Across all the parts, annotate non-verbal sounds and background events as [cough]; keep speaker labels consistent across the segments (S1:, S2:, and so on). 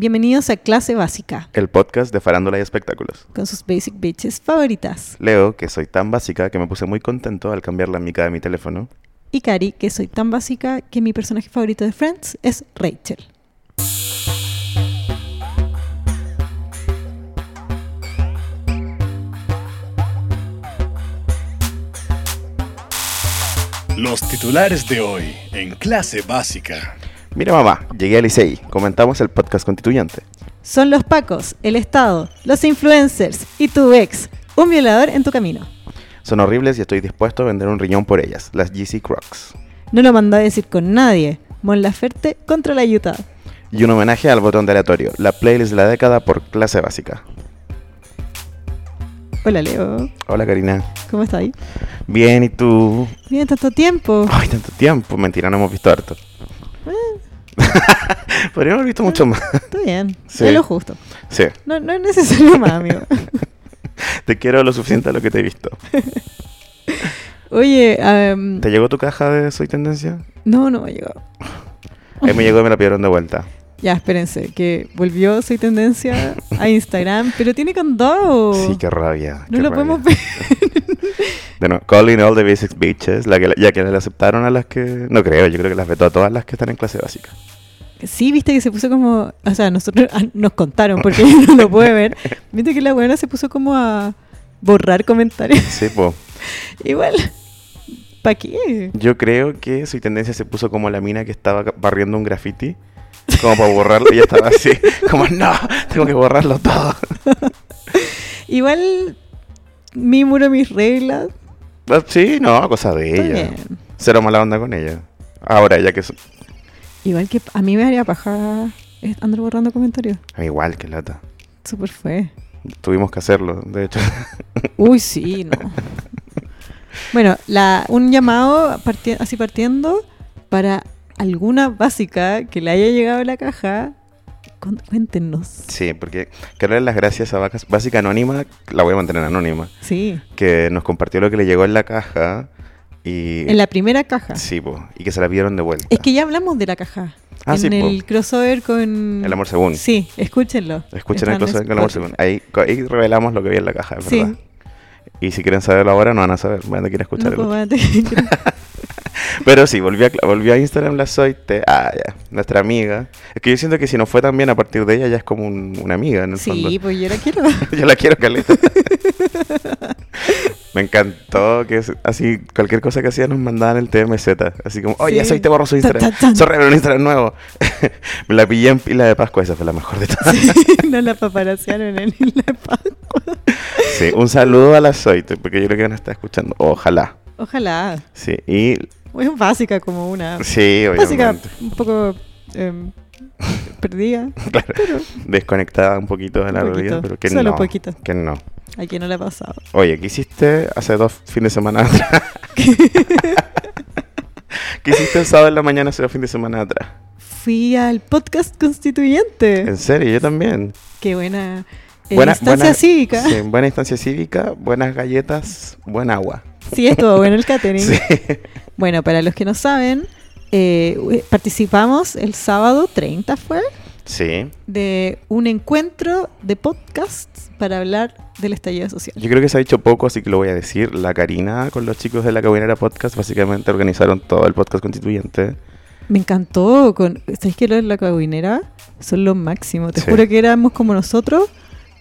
S1: Bienvenidos a Clase Básica,
S2: El podcast de farándula y espectáculos.
S1: con sus basic bitches favoritas.
S2: Leo, que soy tan básica que me puse muy contento al cambiar la mica de mi teléfono.
S1: Y Cari, que soy tan básica que mi personaje favorito de Friends es Rachel.
S3: Los titulares de hoy en clase básica.
S2: Mira mamá, llegué al ICEI, comentamos el podcast constituyente.
S1: Son los pacos, el Estado, los influencers y tu ex. Un violador en tu camino.
S2: Son horribles y estoy dispuesto a vender un riñón por ellas, las GC Crocs.
S1: No lo mandó a decir con nadie. Mon Laferte contra la Utah.
S2: Y un homenaje al botón de aleatorio, la playlist de la década por clase básica.
S1: Hola Leo,
S2: Hola Karina.
S1: ¿cómo estás?
S2: Bien, ¿y tú?
S1: Bien, tanto
S2: [laughs]
S1: tiempo.
S2: Ay, tanto tiempo. Mentira, no hemos visto harto. [laughs] Podríamos haber visto mucho más.
S1: Está bien,
S2: Sí.
S1: es lo justo.
S2: Sí,
S1: No, no es necesario más,
S2: [laughs]
S1: amigo.
S2: te quiero lo suficiente a lo que te he visto.
S1: Oye, em,
S2: ¿Te llegó tu caja de Soy Tendencia?
S1: no, no me ha llegado.
S2: Ahí me llegó y me la pidieron de vuelta.
S1: Ya, espérense, que volvió Soy Tendencia a Instagram, pero tiene condón.
S2: Sí, qué rabia.
S1: Oh. no
S2: qué
S1: lo
S2: rabia.
S1: podemos ver.
S2: De nuevo, calling all the basic bitches, la que, ya que le aceptaron a las que... No creo, yo creo que las vetó a todas las que están en clase básica.
S1: Sí, viste que se puso como. O sea, nosotros ah, nos contaron porque [laughs] yo no lo pude ver. Viste que la buena se puso como a borrar comentarios. [laughs]
S2: Sí, po.
S1: Igual, ¿para qué?
S2: Yo creo que su tendencia se puso como la mina que estaba barriendo un graffiti, como para borrarlo, y ella estaba así, [laughs] como, no, tengo que borrarlo todo.
S1: Igual, mi muro, mis reglas.
S2: Ah, Sí, no, cosa de
S1: Está
S2: ella.
S1: bien.
S2: Cero mala onda con ella. Ahora, ya que... so-
S1: Igual que a mí me haría paja es andar borrando comentarios.
S2: Ah, Igual, que lata.
S1: Súper fue.
S2: Tuvimos que hacerlo, de hecho. [laughs]
S1: Uy, sí, no. Bueno, la, un llamado parti- así partiendo para alguna básica que le haya llegado a la caja. con- cuéntenos.
S2: Sí, porque quiero darle las gracias a Vacas- Básica Anónima, la voy a mantener anónima.
S1: Sí,
S2: que nos compartió lo que le llegó en la caja y
S1: en la primera caja.
S2: sí, po, y que se la pidieron de vuelta.
S1: Es que ya hablamos de la caja.
S2: Ah,
S1: en
S2: sí, po.
S1: el crossover con.
S2: El amor según.
S1: Sí, escúchenlo.
S2: Escuchen
S1: Está
S2: el
S1: en
S2: closet con el amor según.
S1: Spotify.
S2: Ahí, co- ahí revelamos lo que había en la caja, es
S1: Sí.
S2: verdad. Y si quieren saberlo ahora no van a saber, van a querer escuchar
S1: No,
S2: el
S1: pues,
S2: otro.
S1: mate.
S2: Pero sí, volví a, cla- volví a Instagram la Soite, ah, ya, nuestra amiga. Es que yo siento que si no fue tan bien a partir de ella ya es como un- una amiga [laughs] en el fondo.
S1: sí, pues yo la quiero.
S2: [laughs] Yo la quiero caleta. Me encantó que es- así cualquier cosa que hacía nos mandaban el TMZ. Así como, oye,
S1: Sí.
S2: soy te borro su
S1: Tan,
S2: Instagram.
S1: tan, tan.
S2: Sorry, pero un Instagram nuevo. [laughs] Me la pillé en pila de Pascua, esa fue la mejor de todas. Sí,
S1: [laughs] no la paparasearon en la Pascua.
S2: un saludo a la Soite, porque yo creo que van a estar escuchando. Ojalá.
S1: Ojalá.
S2: Sí, y
S1: Es básica como una.
S2: sí,
S1: Básica,
S2: obviamente. [laughs]
S1: un poco em, perdida.
S2: Desconectada un poquito de la
S1: Un poquito,
S2: realidad, pero que
S1: solo
S2: no.
S1: poquito.
S2: Que no.
S1: A quien no le ha pasado.
S2: Oye, ¿qué hiciste hace dos fines de
S1: [laughs]
S2: semana atrás? ¿Qué hiciste el sábado en la mañana hace dos fines de semana atrás?
S1: Fui al podcast constituyente.
S2: En serio, yo también.
S1: Qué buena eh, instancia cívica.
S2: sí,
S1: Sí.
S2: buena instancia cívica, buenas galletas, buen agua.
S1: estuvo bueno el catering.
S2: [laughs] Sí.
S1: Bueno, para los que no saben, eh, u- participamos el sábado 30 fue
S2: Sí.
S1: de un encuentro de podcasts para hablar del estallido social.
S2: Yo creo que se ha dicho poco, así que lo voy a decir. La Karina con los chicos de la Cabinera Podcast básicamente organizaron todo el podcast constituyente.
S1: Me encantó. Con, ¿Sabéis que los de la cabinera son lo máximo? Te
S2: Sí.
S1: juro que éramos como nosotros.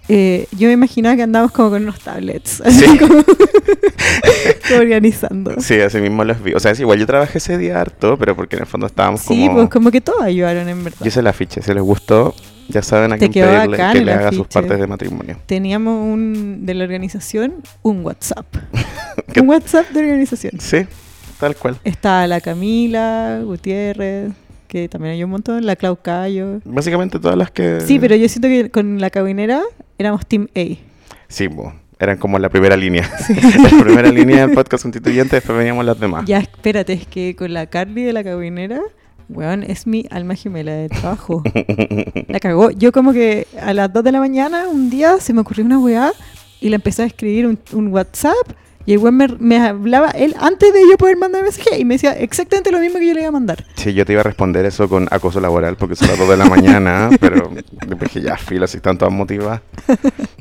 S1: Eh, yo me imaginaba que andábamos como con unos tablets, así
S2: Sí. [laughs]
S1: como, [laughs] como organizando.
S2: Sí, así mismo los vi. O sea, es igual, yo trabajé ese día harto, pero porque en el fondo estábamos
S1: Sí,
S2: como...
S1: pues como que todos ayudaron en verdad.
S2: Yo hice la ficha, si les gustó, ya saben a
S1: Te
S2: quién
S1: quedó
S2: pedirle
S1: bacán
S2: que
S1: el
S2: le haga sus
S1: afiche.
S2: partes de matrimonio.
S1: Teníamos un, de la organización un
S2: [laughs]
S1: WhatsApp. un WhatsApp de organización.
S2: Sí, tal cual.
S1: Está la Camila, Gutiérrez, que también hay un montón, la Clau
S2: Eh.
S1: Cayo.
S2: Básicamente todas las que...
S1: Sí, pero yo siento que con la cabinera éramos Team A.
S2: Sí, bo, eran como la primera
S1: [laughs]
S2: línea. [laughs] la primera línea del podcast constituyente, después veníamos las demás.
S1: Ya, espérate, es que con la Carly de la cabinera, weón, es mi alma gemela de
S2: [laughs]
S1: trabajo. la cagó. Yo como que a las 2 de la mañana, un día, se me ocurrió una weá y le empecé a escribir un, un WhatsApp y el weón me, me hablaba él antes de yo poder mandar mensaje y me decía exactamente lo mismo que yo le iba a mandar. [laughs]
S2: Sí, yo te iba a responder eso con acoso laboral porque son las 2 de la mañana, pero dije, ya, filo, si están todas motivadas.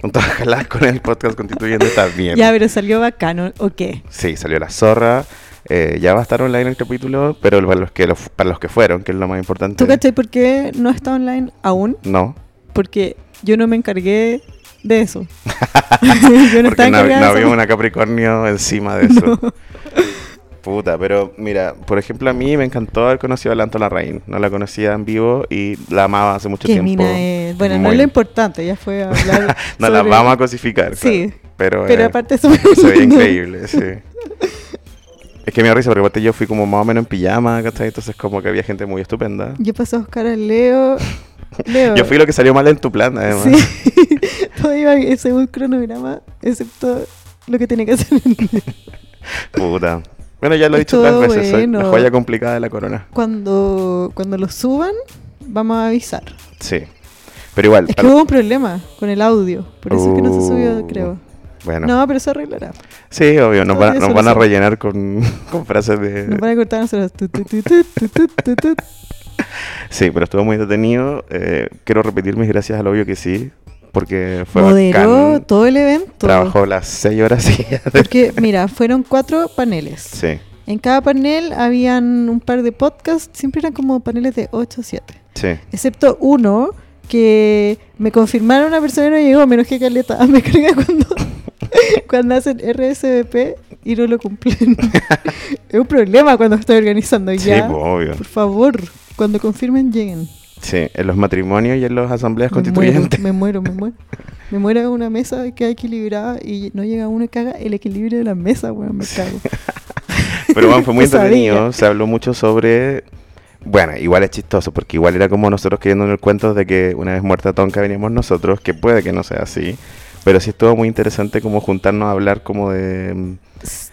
S2: Con todas jaladas con el podcast constituyente, está bien.
S1: Ya, pero salió bacano, ¿o qué?
S2: Sí, salió la zorra. eh, ya va a estar online el capítulo, pero para los que, lo fu- para los que fueron, que es lo más importante.
S1: ¿Tú cachai por qué no está online aún?
S2: No.
S1: Porque yo no me encargué de
S2: [laughs]
S1: eso. [laughs] yo no estaba
S2: Porque no, hab-
S1: encargada
S2: no
S1: de
S2: había
S1: eso.
S2: una Capricornio encima
S1: [laughs]
S2: de eso. Puta, pero mira, por ejemplo, a mí me encantó haber conocido a Lanto Larraín. No la conocía en vivo y la amaba hace mucho
S1: Qué
S2: tiempo.
S1: mina es. Bueno, no
S2: Muy-
S1: es lo importante, ya
S2: [laughs]
S1: fue a hablar.
S2: No la
S1: sobre-
S2: vamos a cosificar.
S1: Sí,
S2: claro, Pero,
S1: Pero
S2: eh,
S1: aparte es súper [laughs]
S2: se veía
S1: lindo.
S2: increíble, sí. Es que me da risa porque aparte yo fui como más o menos en pijama, ¿cachai? Entonces como que había gente muy estupenda.
S1: Yo pasé a buscar a Leo. Leo.
S2: Yo fui lo que salió mal en tu plan, además.
S1: Sí. [laughs] Todo iba según cronograma, excepto lo que tenía que hacer.
S2: Puta. Bueno, ya lo he dicho
S1: Estuvo
S2: tantas veces, soy la
S1: bueno.
S2: joya complicada de la corona.
S1: Cuando, cuando lo suban, vamos a avisar.
S2: Sí. Pero igual,
S1: Es que
S2: para-
S1: hubo un problema con el audio, por eso es que no se
S2: Uh,
S1: subió, creo.
S2: bueno.
S1: No, pero se arreglará.
S2: Sí, obvio, nos,
S1: Todo
S2: van, a-
S1: tiene
S2: nos van a
S1: solución.
S2: rellenar con, [laughs] con frases de...
S1: Nos van a cortar nosotros. Tu, tu, tu, tu, tu, tu, tu, tu.
S2: Sí, pero estuvo muy detenido. eh, quiero repetir mis gracias al obvio que sí, porque fue
S1: Moderó
S2: bacán.
S1: todo el evento.
S2: Trabajó las seis horas seguidas.
S1: [laughs] Porque, mira, fueron cuatro paneles.
S2: Sí,
S1: En cada panel habían un par de podcasts, siempre eran como paneles de 8 o 7.
S2: sí.
S1: excepto uno que me confirmaron una persona y no llegó, menos que Caleta. [laughs] Ah, me carga cuando, cuando hacen RSVP y no lo cumplen. [laughs] es un problema cuando estoy organizando
S2: Sí,
S1: ya.
S2: pues, obvio.
S1: Por favor, cuando confirmen, lleguen.
S2: Sí, en los matrimonios y en las asambleas
S1: Me muero,
S2: constituyentes.
S1: me muero, me muero. Me muero en una mesa que equilibrada y no llega uno y caga el equilibrio de la mesa, weón, me cago.
S2: Pero bueno, fue muy
S1: Pesadilla.
S2: entretenido. Se habló mucho sobre. Bueno, igual es chistoso, porque igual era como nosotros creyendo el cuento de que una vez muerta Tonka veníamos nosotros, que puede que no sea así. Pero sí estuvo muy interesante como juntarnos a hablar como de. mm,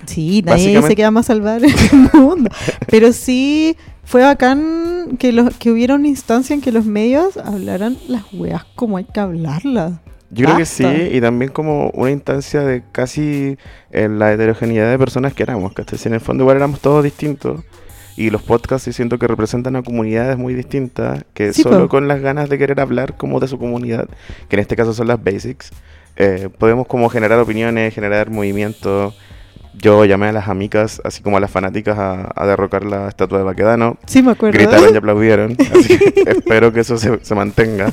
S1: Sí, nadie
S2: Básicamente-
S1: se queda más salvar [laughs] en el mundo. Pero sí fue bacán que, los, que hubiera una instancia en que los medios hablaran las weas como hay que hablarlas.
S2: Yo creo que
S1: Basta.
S2: sí, y también como una instancia de casi eh, la heterogeneidad de personas que éramos, ¿cachai? Si en el fondo igual éramos todos distintos, y los podcasts sí siento que representan a comunidades muy distintas, que
S1: Sí,
S2: solo
S1: po.
S2: con las ganas de querer hablar como de su comunidad, que en este caso son las basics, eh, podemos como generar opiniones, generar movimiento. Yo llamé a las amigas, así como a las fanáticas, a, a derrocar la estatua de Baquedano.
S1: Sí, me acuerdo.
S2: Gritaron y aplaudieron, así que [laughs] espero que eso se,
S1: [laughs]
S2: se mantenga.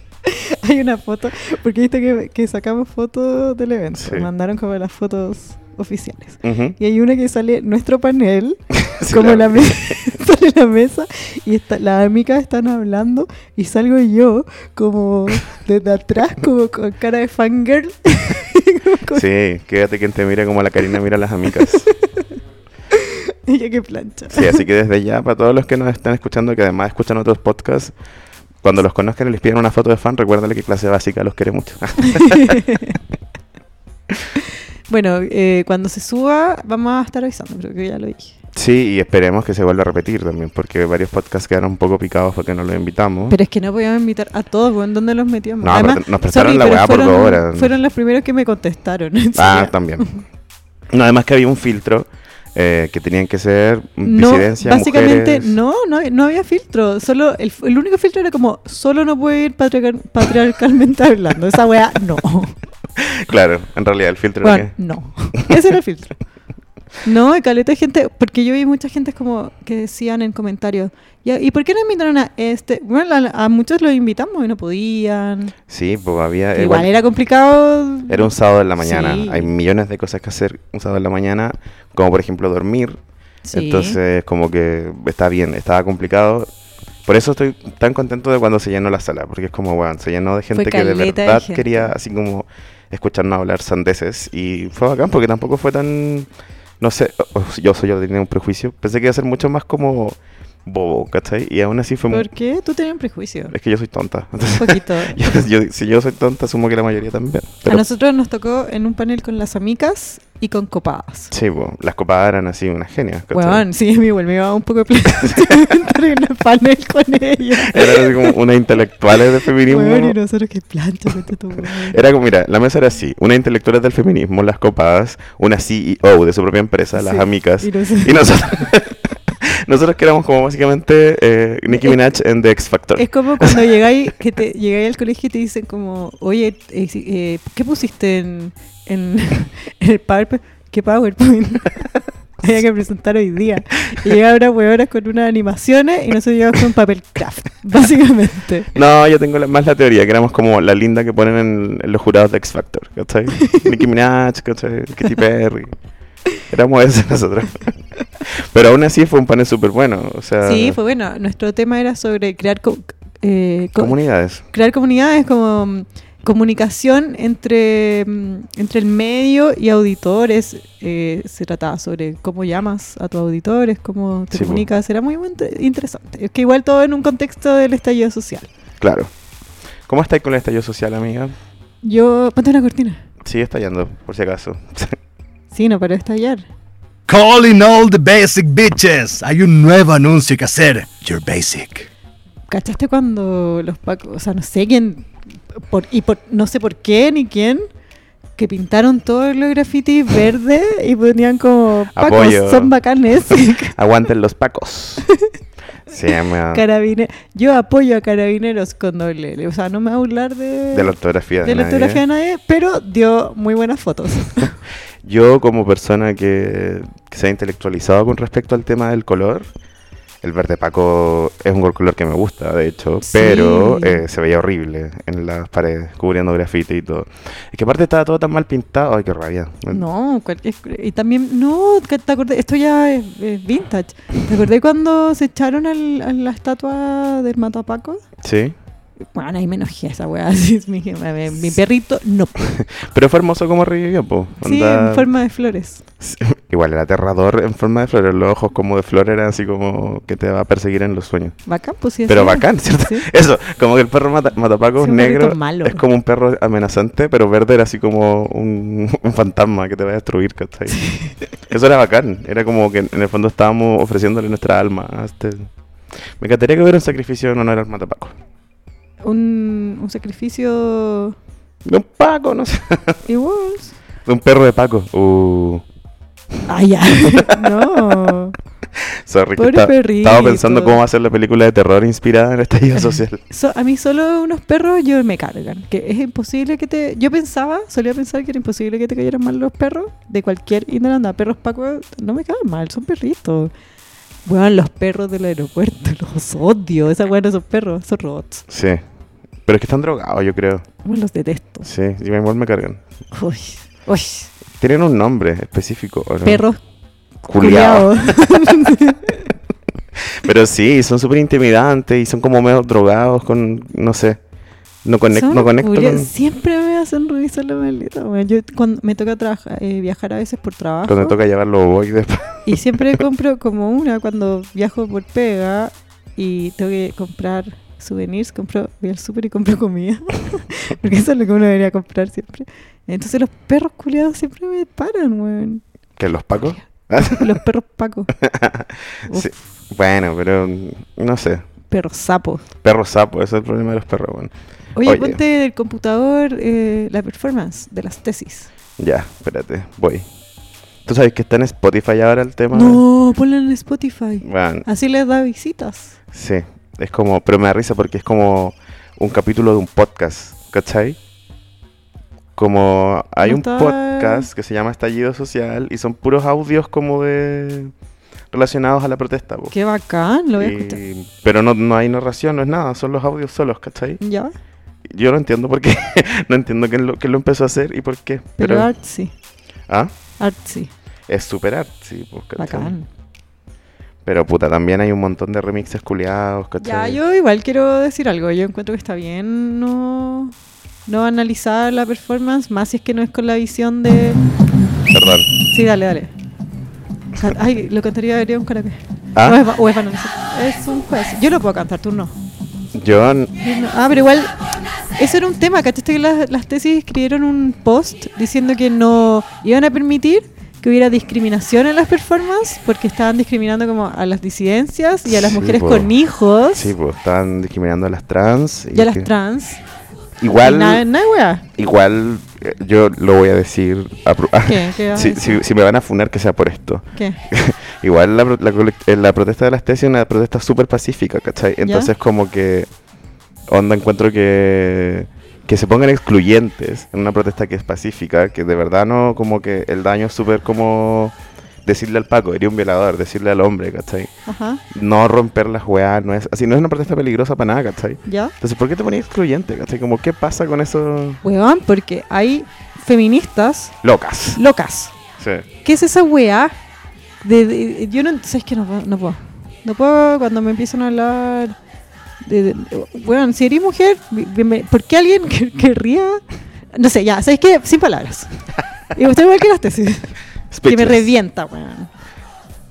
S1: [laughs] hay una foto, porque viste que, que sacamos fotos del evento.
S2: Sí.
S1: Mandaron como las fotos oficiales.
S2: Ujú.
S1: Y hay una que sale nuestro panel,
S2: [laughs] Sí,
S1: como la,
S2: vi.
S1: mesa, [laughs] sale la mesa, y está, las amigas están hablando, y salgo yo como desde atrás, como con cara de fangirl. [laughs] Como-
S2: Sí, quédate quien te mira como la Karina mira a las amigas.
S1: Ella que plancha.
S2: Sí, así que desde ya, para todos los que nos están escuchando, que además escuchan otros podcasts, cuando los conozcan y les pidan una foto de fan, recuérdale que clase básica los
S1: [laughs]
S2: quiere mucho.
S1: bueno, eh, cuando se suba vamos a estar avisando, creo que ya lo dije.
S2: sí, y esperemos que se vuelva a repetir también, porque varios podcasts quedaron un poco picados porque no los invitamos.
S1: Pero es que no podíamos invitar a todos, weón, ¿dónde los metíamos?
S2: Oh. No, pero te- nos prestaron la
S1: pero
S2: weá por
S1: fueron,
S2: dos horas.
S1: Fueron los primeros que me contestaron. [laughs] en
S2: ah,
S1: serio. [laughs]
S2: también. No, además que había un filtro eh, que tenían que ser mm,
S1: No,
S2: disidencias,
S1: básicamente
S2: mujeres.
S1: no, no, no había filtro. Solo el, el único filtro era como solo no puede ir patriarca- patriarcalmente [laughs] hablando. Esa weá, no.
S2: Claro, en realidad el filtro era
S1: Weón,
S2: [laughs]
S1: no. Ese era el filtro. No, y caleta de gente, porque yo vi mucha gente como que decían en comentarios, "Ya, ¿y por qué no invitaron a este? Bueno, a, a muchos los invitamos y no podían.
S2: que- Sí, pues había...
S1: Igual,
S2: igual-
S1: era complicado.
S2: Era un sábado en la mañana.
S1: Sí.
S2: Hay millones de cosas que hacer un sábado en la mañana, como por ejemplo dormir.
S1: Sí.
S2: Entonces, como que está bien, estaba complicado. Por eso estoy tan contento de cuando se llenó la sala, porque es como, weón, se llenó de gente que de
S1: caleta de
S2: verdad
S1: gente.
S2: quería así como escucharnos hablar sandeces. Y fue bacán, porque tampoco fue tan, no sé, o- o- yo soy yo tenía un prejuicio. Pensé que iba a ser mucho más como bobo, ¿cachai? Y aún así fue... mu-
S1: ¿Por qué? Tú tenías un
S2: [laughs]
S1: prejuicio.
S2: Es que yo soy tonta.
S1: Un
S2: Entonces,
S1: poquito.
S2: [laughs] yo- yo- si yo soy tonta, asumo que la mayoría también.
S1: a
S2: Pero
S1: nosotros nos tocó en un panel con las amicas y con copadas.
S2: Sí, po, las copadas eran así, unas genias. ¿cachai?
S1: Weón, sí, me igual me iba un poco de plata [laughs] estar en el panel con ella.
S2: Eran así como unas intelectuales del feminismo.
S1: Weón, y nosotros qué plancha, vete tú, weón.
S2: Era como, mira, la mesa era así: unas intelectuales del feminismo, las copadas, una CEO de E su propia empresa, las
S1: Sí,
S2: amicas.
S1: y nosotros-
S2: Y nosotros. [laughs] Nosotros que éramos como básicamente eh, Nicki Minaj en The X Factor.
S1: Es como cuando llegáis, que te, llegáis al colegio y te dicen como, oye, eh, si- eh, ¿qué pusiste en, en- [laughs] en el PowerPoint? ¿Qué PowerPoint? [laughs] Había que presentar hoy día. Y llega una huevona con unas animaciones y nosotros llegamos con papel craft, [laughs] básicamente.
S2: No, yo tengo la- más la teoría, que éramos como la linda que ponen en, en los jurados de X Factor,
S1: [laughs]
S2: ¿cachai? Nicki Minaj, ¿cachai? Katy Perry. Éramos esos nosotros. [laughs] Pero aún así fue un panel súper bueno, o sea...
S1: Sí, fue bueno. Nuestro tema era sobre crear, co- eh, co-
S2: Comunidades.
S1: crear comunidades como mm, comunicación entre, mm, entre el medio y auditores. Eh, se trataba sobre cómo llamas a tus auditores, cómo te
S2: Sí, po.
S1: comunicas. Era muy buen- interesante. Es que igual todo en un contexto del estallido social.
S2: Claro. ¿Cómo estáis con el estallido social, amiga?
S1: Yo, ponte una cortina.
S2: Sigue estallando, por si acaso.
S1: Sí, no paró de estallar.
S3: Calling all the basic bitches. Hay un nuevo anuncio que hacer. Your basic.
S1: ¿Cachaste cuando los pacos, o sea, no sé quién, por, y por, no sé por qué ni quién, que pintaron todos los grafitis verdes y ponían como pacos
S2: Apoyo.
S1: son bacanes? [laughs]
S2: [laughs] Aguanten los pacos. Se llama...
S1: Carabine- Yo apoyo a carabineros con doble L. O sea, no me voy a burlar de,
S2: De la ortografía.
S1: de la
S2: nadie.
S1: ortografía de nadie, pero dio muy buenas fotos.
S2: Yo como persona que, que se ha intelectualizado con respecto al tema del color, el verde paco es un color que me gusta, de hecho,
S1: Sí.
S2: pero eh, se veía horrible en las paredes, cubriendo grafiti y todo. Es que aparte estaba todo tan mal pintado, ay, qué rabia.
S1: [laughs] No, cualquier- y también, no, que te acordé, esto ya es, es vintage. ¿Te acordé cuando se echaron al- a la estatua del Matapaco?
S2: Sí,
S1: Bueno, ahí me enojé esa weá. [laughs] Así me dije, a ver, mi perrito, no.
S2: pero fue hermoso como revivió, po.
S1: Sí,
S2: Onda-
S1: en forma de flores.
S2: Igual era aterrador en forma de flores, los ojos como de flor eran así como que te va a perseguir en los sueños. [laughs]
S1: Bacán, pues sí.
S2: Pero
S1: así era.
S2: bacán, ¿cierto?
S1: Sí.
S2: Eso, como que el perro mata- matapaco
S1: Sí, un perrito
S2: negro
S1: malo.
S2: es como un perro amenazante, pero verde era así como un, [laughs] un fantasma que te va a destruir, ¿cachai? [laughs] Eso era bacán, era como que en el fondo estábamos ofreciéndole nuestra alma a este... Me encantaría que hubiera un sacrificio en honor al matapaco.
S1: Un, un sacrificio
S2: De un paco, no sé. [laughs]
S1: igual.
S2: De un perro de paco. Uh,
S1: Ah,
S2: [laughs]
S1: ya. [laughs] no.
S2: sorry, que
S1: Pobre
S2: esta-
S1: perrito.
S2: estaba pensando cómo va a ser la película de terror inspirada
S1: [laughs]
S2: en el estallido social.
S1: So- a mí solo unos perros yo me cargan. Que es imposible que te... Yo pensaba, solía pensar que era imposible que te cayeran mal los perros. De cualquier índole anda. Perros Paco no me caen mal, son perritos. Weón, los perros del aeropuerto, [laughs] los odio. Esa weá no son perros, son robots.
S2: Sí. Pero es que están drogados, yo creo.
S1: Weón, los detesto.
S2: Sí, y igual me cargan.
S1: Uy, uy,
S2: Tienen un nombre específico. ¿o no?
S1: perros
S2: Culeado.
S1: culiados.
S2: Pero sí, son súper intimidantes y son como medio drogados con, no sé, no, [laughs] conec-
S1: Son
S2: no conecto
S1: culia-
S2: con...
S1: Siempre me hacen revisar la maleta. weón. Yo cuando me toca trabajar, eh, viajar a veces por trabajo
S2: Cuando toca llevar los ovoides.
S1: y siempre compro como una cuando viajo por pega y tengo que comprar souvenirs, compro, voy al súper y compro comida. [laughs] Porque eso es lo que uno debería comprar siempre. Entonces los perros culiados siempre me paran, weón.
S2: [laughs] ¿Que los pacos?
S1: Los perros pacos, Uf.
S2: Sí. Bueno, pero mm, no sé.
S1: perros sapos.
S2: Perro sapo, ese es el problema de los perros, bueno.
S1: Oye,
S2: Oye.
S1: ponte del computador eh, la performance de las tesis.
S2: Ya, espérate, voy. ¿Tú sabes que está en Spotify ahora el tema?
S1: No, ponla en Spotify.
S2: Bueno,
S1: Así les da visitas.
S2: sí. Es como, pero me da risa porque es como un capítulo de un podcast, ¿cachai? Como hay
S1: No
S2: un
S1: está-
S2: podcast que se llama Estallido Social y son puros audios como de relacionados a la protesta. po.
S1: Qué bacán, lo voy a
S2: Y-
S1: escuchar.
S2: Pero no, no hay narración, no es nada, son los audios solos, ¿cachai?
S1: Ya,
S2: Yo no entiendo por qué, [laughs] no entiendo quién lo, quién lo empezó a hacer y por qué.
S1: pero,
S2: Pero,
S1: artsy,
S2: ah,
S1: artsy,
S2: es superar, sí, pues, ¿cachai?
S1: bacán.
S2: Pero puta, también hay un montón de remixes culiados,
S1: Ya,
S2: ¿cachai?
S1: yo igual quiero decir algo. Yo encuentro que está bien no, no analizar la performance, más si es que no es con la visión de...
S2: Perdón.
S1: Sí, dale, dale. Ca- Ay, lo cantaría debería un karaoke.
S2: Ah.
S1: No, es, va- o es banalizar. Es un juez. Yo lo puedo cantar, tú no.
S2: Yo n-
S1: No, Ah, pero igual, eso era un tema, ¿cachaste que las, las tesis escribieron un post diciendo que no iban a permitir que hubiera discriminación en las performances porque estaban discriminando como a las disidencias y a las
S2: Sí,
S1: mujeres
S2: po.
S1: con hijos
S2: Sí, pues estaban discriminando a las trans.
S1: y a las
S2: que-
S1: trans.
S2: Igual,
S1: Nada, nada, weá.
S2: igual eh, yo lo voy a decir. a pro- [laughs]
S1: ¿Qué? ¿Qué vas a
S2: si,
S1: decir?
S2: si- si me van a funar, que sea por esto. [laughs]
S1: ¿Qué?
S2: Igual la, pro- la colec- eh, la protesta de las tesis es una protesta súper pacífica, ¿cachai? Entonces como que onda encuentro que que se pongan excluyentes en una protesta que es pacífica, que de verdad no como que el daño es súper como decirle al Paco, eres un violador, decirle al hombre, ¿cachai?
S1: Ajá.
S2: No romper las weas, no es así, no es una protesta peligrosa para nada, ¿cachai?
S1: ¿Ya?
S2: Entonces, ¿por qué te ponías excluyente? ¿Cachai? Como, ¿qué pasa con eso?
S1: Weón, porque hay feministas
S2: Locas.
S1: locas.
S2: Sí.
S1: ¿Qué es esa weá? De, de- yo no. ¿Sabes que No, puedo- no puedo. No puedo cuando me empiezan a hablar. De, de- weón, si eres mujer, bi- bienven- ¿por qué alguien [laughs] que- querría.? No sé, ya, ¿sabes qué? Sin palabras. Y usted igual que las tesis. Que me
S2: Speechless.
S1: revienta, weón.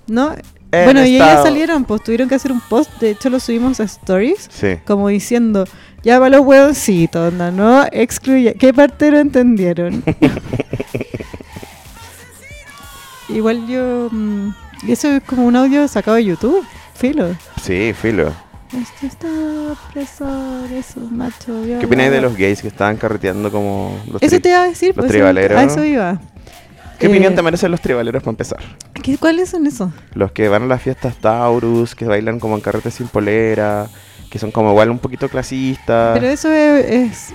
S1: ¿No?
S2: En
S1: bueno, y ellas
S2: estado.
S1: salieron, pues tuvieron que hacer un post. De hecho, lo subimos a Stories.
S2: Sí.
S1: Como diciendo, ya va los huevoncitos, onda, ¿no? Excluye. ¿Qué parte no entendieron? Igual yo. mm, y eso es como un audio sacado de YouTube. Filo.
S2: Sí, filo.
S1: Esto está opresor, es un macho.
S2: ¿Qué opináis de los gays que estaban carreteando como los
S1: Eso
S2: tri-
S1: te iba a decir,
S2: los
S1: pues,
S2: tribaleros?
S1: A eso iba.
S2: ¿Qué
S1: Eh,
S2: opinión te merecen los tribaleros para empezar?
S1: ¿qué- ¿Cuáles son esos?
S2: Los que van a las fiestas Taurus, que bailan como en carretes sin polera, que son como igual un poquito clasistas.
S1: Pero eso es, es,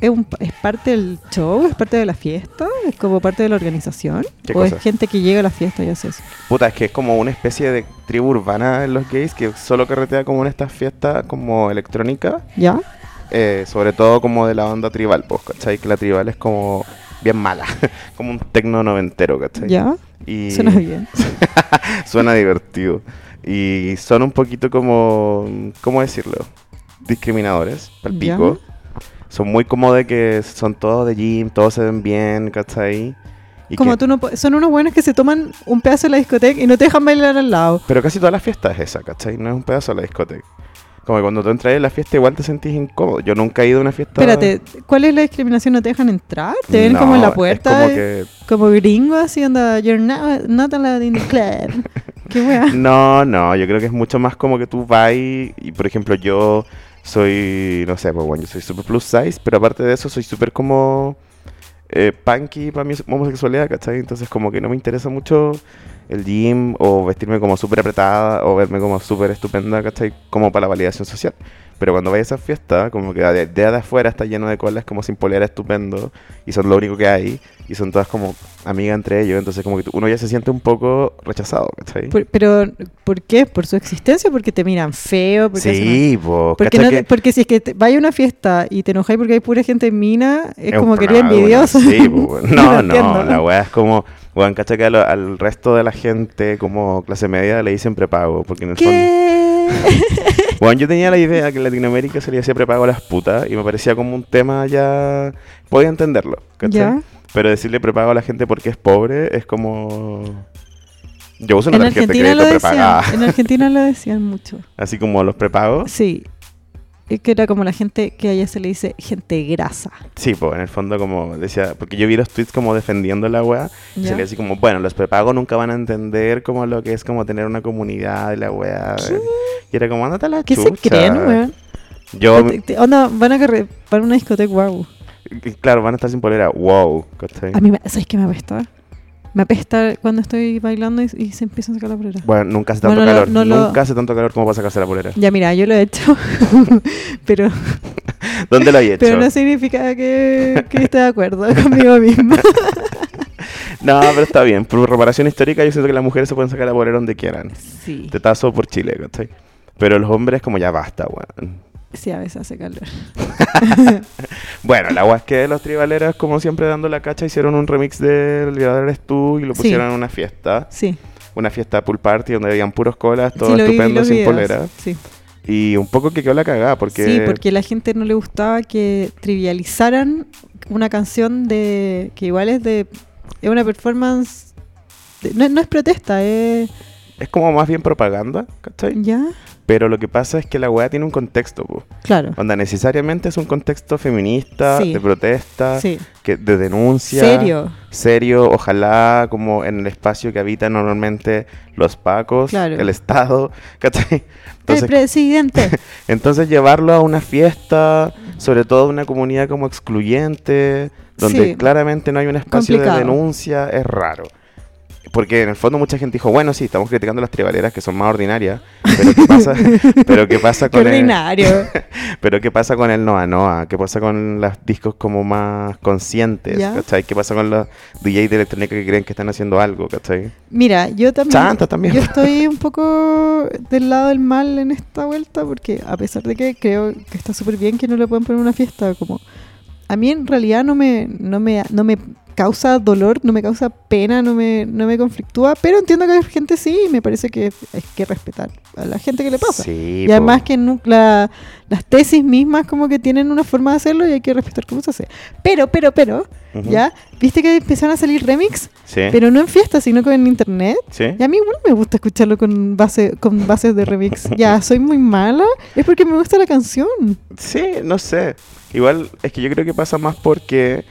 S1: es un- es parte del show, es parte de la fiesta, es como parte de la organización.
S2: ¿Qué
S1: o
S2: cosa?
S1: es gente que llega a la fiesta y hace eso.
S2: Puta, es que es como una especie de tribu urbana en los gays que solo carretea como en estas fiestas como electrónica,
S1: ¿Ya?
S2: eh, sobre todo como de la onda tribal, pues, ¿cachai? Que la tribal es como bien mala, [laughs] como un tecno noventero, ¿cachai?
S1: ¿Ya?
S2: Y
S1: Suena bien.
S2: [laughs] suena divertido. Y son un poquito como, ¿cómo decirlo? Discriminadores, pal
S1: Ya.
S2: pico. Son muy como de que son todos de gym, todos se ven bien, ¿cachai? Y
S1: Como
S2: que-
S1: tú no po- son unos buenos que se toman un pedazo de la discoteca y no te dejan bailar al lado.
S2: Pero casi todas las fiestas es esa, ¿cachai? No es un pedazo de la discoteca. Como que cuando tú entras en la fiesta igual te sentís incómodo. Yo nunca he ido a una fiesta...
S1: Espérate, ¿cuál es la discriminación? ¿No te dejan entrar? ¿Te ven
S2: No,
S1: como en la
S2: es
S1: puerta?
S2: como
S1: eh,
S2: que...
S1: Como, gringo así, onda, you're not, not allowed in the
S2: [laughs]
S1: club. Qué [laughs] wea.
S2: No, no, yo creo que es mucho más como que tú vas y, y, por ejemplo, yo soy, no sé, pues bueno, yo soy super plus size, pero aparte de eso soy súper como eh, punky para mi homosexualidad, ¿cachai? Entonces como que no me interesa mucho el gym o vestirme como súper apretada o verme como súper estupenda, ¿cachai? Como para la validación social. Pero cuando vayas a esa fiesta, como que de, de afuera está lleno de colas como sin polera estupendo y son lo único que hay y son todas como amigas entre ellos, entonces como que uno ya se siente un poco rechazado, ¿cachai?
S1: Por- pero, ¿por qué? ¿Por su existencia? ¿Porque te miran feo? Porque hacen un-
S2: Sí, po,
S1: Porque,
S2: cacha
S1: no-
S2: que
S1: porque si es que te- vaya a una fiesta y te enojáis porque hay pura gente en mina, es, como
S2: un-
S1: que eres
S2: no,
S1: envidioso.
S2: bueno, sí,
S1: [laughs]
S2: po, bueno.
S1: lo
S2: no, no,
S1: entiendo.
S2: la weá es como, weón, cacha que a lo- al, resto de la gente como clase media le dicen prepago, porque en el fondo...
S1: ¿Qué?
S2: Weón, yo tenía la idea que en Latinoamérica se le decía prepago a las putas y me parecía como un tema ya... Podía entenderlo, ¿cachai?
S1: ¿Ya?
S2: Pero decirle prepago a la gente porque es pobre es como... Yo uso una
S1: En
S2: tarjeta de
S1: Argentina lo
S2: crédito
S1: decían.
S2: prepagada,
S1: En Argentina lo decían mucho.
S2: así como los prepagos.
S1: Sí. Es que era como la gente que allá se le dice gente grasa.
S2: Sí, pues en el fondo como decía, porque yo vi los tweets como defendiendo la weá Y
S1: ¿ya?
S2: Sería así como, bueno, los prepagos nunca van a entender como lo que es como tener una comunidad y la weá.
S1: ¿Qué?
S2: Y era como, ándate a la
S1: ¿Qué se
S2: chucha.
S1: creen, weón?
S2: Yo,
S1: Te- te- Onda, van a correr para una discoteca, wow.
S2: claro, van a estar sin polera. Wow. ¿cachai?
S1: A mí, me- ¿sabes qué me apesta? Me apesta cuando estoy bailando y, y se empiezan a sacar la polera.
S2: Bueno, nunca hace tanto
S1: Bueno, no,
S2: calor.
S1: no lo-
S2: nunca hace tanto calor como para sacarse la
S1: [laughs]
S2: polera.
S1: Ya, mira, yo lo he hecho. [laughs] pero
S2: ¿Dónde lo hay hecho?
S1: Pero no significa que, que esté de
S2: [laughs]
S1: acuerdo conmigo misma.
S2: No, pero está bien. Por reparación histórica, yo siento que las mujeres se pueden sacar la polera donde quieran.
S1: Sí.
S2: Tetazo por Chile, ¿cachai? Pero los hombres como ya basta, weón.
S1: Sí, a veces hace calor.
S2: Bueno, la weá es que los tribaleros, como siempre dando la cacha, hicieron un remix de El Violador Eres Tú y lo
S1: Sí.
S2: pusieron en una fiesta.
S1: Sí.
S2: una fiesta pool party donde habían puros colas, todo
S1: sí, lo vi, vi
S2: estupendo,
S1: los
S2: sin
S1: videos.
S2: polera.
S1: Sí.
S2: Y un poco que quedó la cagada, porque...
S1: sí, porque a la gente no le gustaba que trivializaran una canción de que igual es de... Es una performance... de- no, no es protesta, es...
S2: es es como más bien propaganda, ¿cachai?
S1: ¿Ya?
S2: Pero lo que pasa es que la weá tiene un contexto, po.
S1: Claro.
S2: Onda, necesariamente es un contexto feminista,
S1: Sí.
S2: de protesta,
S1: Sí.
S2: que, de denuncia.
S1: Serio.
S2: ah, Serio, ojalá como en el espacio que habitan normalmente los pacos,
S1: Claro. Eh,
S2: el Estado, ¿cachai?
S1: el
S2: [laughs]
S1: presidente.
S2: Entonces llevarlo a una fiesta, sobre todo a una comunidad como excluyente, donde
S1: Sí.
S2: claramente no hay un espacio
S1: Complicado.
S2: de denuncia, es raro. Porque en el fondo mucha gente dijo, bueno, sí, estamos criticando las tribaleras que son más ordinarias, pero ¿qué
S1: [laughs]
S2: pasa, pero qué pasa
S1: Qué
S2: con el,
S1: ordinario.
S2: pero qué pasa con el Noa Noa? ¿Qué pasa con los discos como más conscientes?
S1: Ya.
S2: ¿Cachai? ¿Qué pasa con los DJs de electrónica que creen que están haciendo algo? ¿Cachai?
S1: Mira, yo también.
S2: Chanta también.
S1: Yo estoy un poco del lado del mal en esta vuelta porque a pesar de que creo que está súper bien que no le pueden poner una fiesta, como a mí en realidad no me, no me, no me causa dolor, no me causa pena, no me, no me conflictúa, pero entiendo que hay gente sí y me parece que hay que respetar a la gente que le pasa.
S2: Sí,
S1: Y
S2: po.
S1: además que nu- la- las tesis mismas como que tienen una forma de hacerlo y hay que respetar cómo se hace. Pero, pero, pero,
S2: Ujú. Eh.
S1: ¿ya? ¿Viste que empezaron a salir remix?
S2: Sí.
S1: Pero no en fiesta, sino que en internet.
S2: Sí.
S1: Y a mí igual me gusta escucharlo con base con bases de [laughs] remix. Ya, soy muy mala. Es porque me gusta la canción.
S2: Sí, no sé. Igual es que yo creo que pasa más porque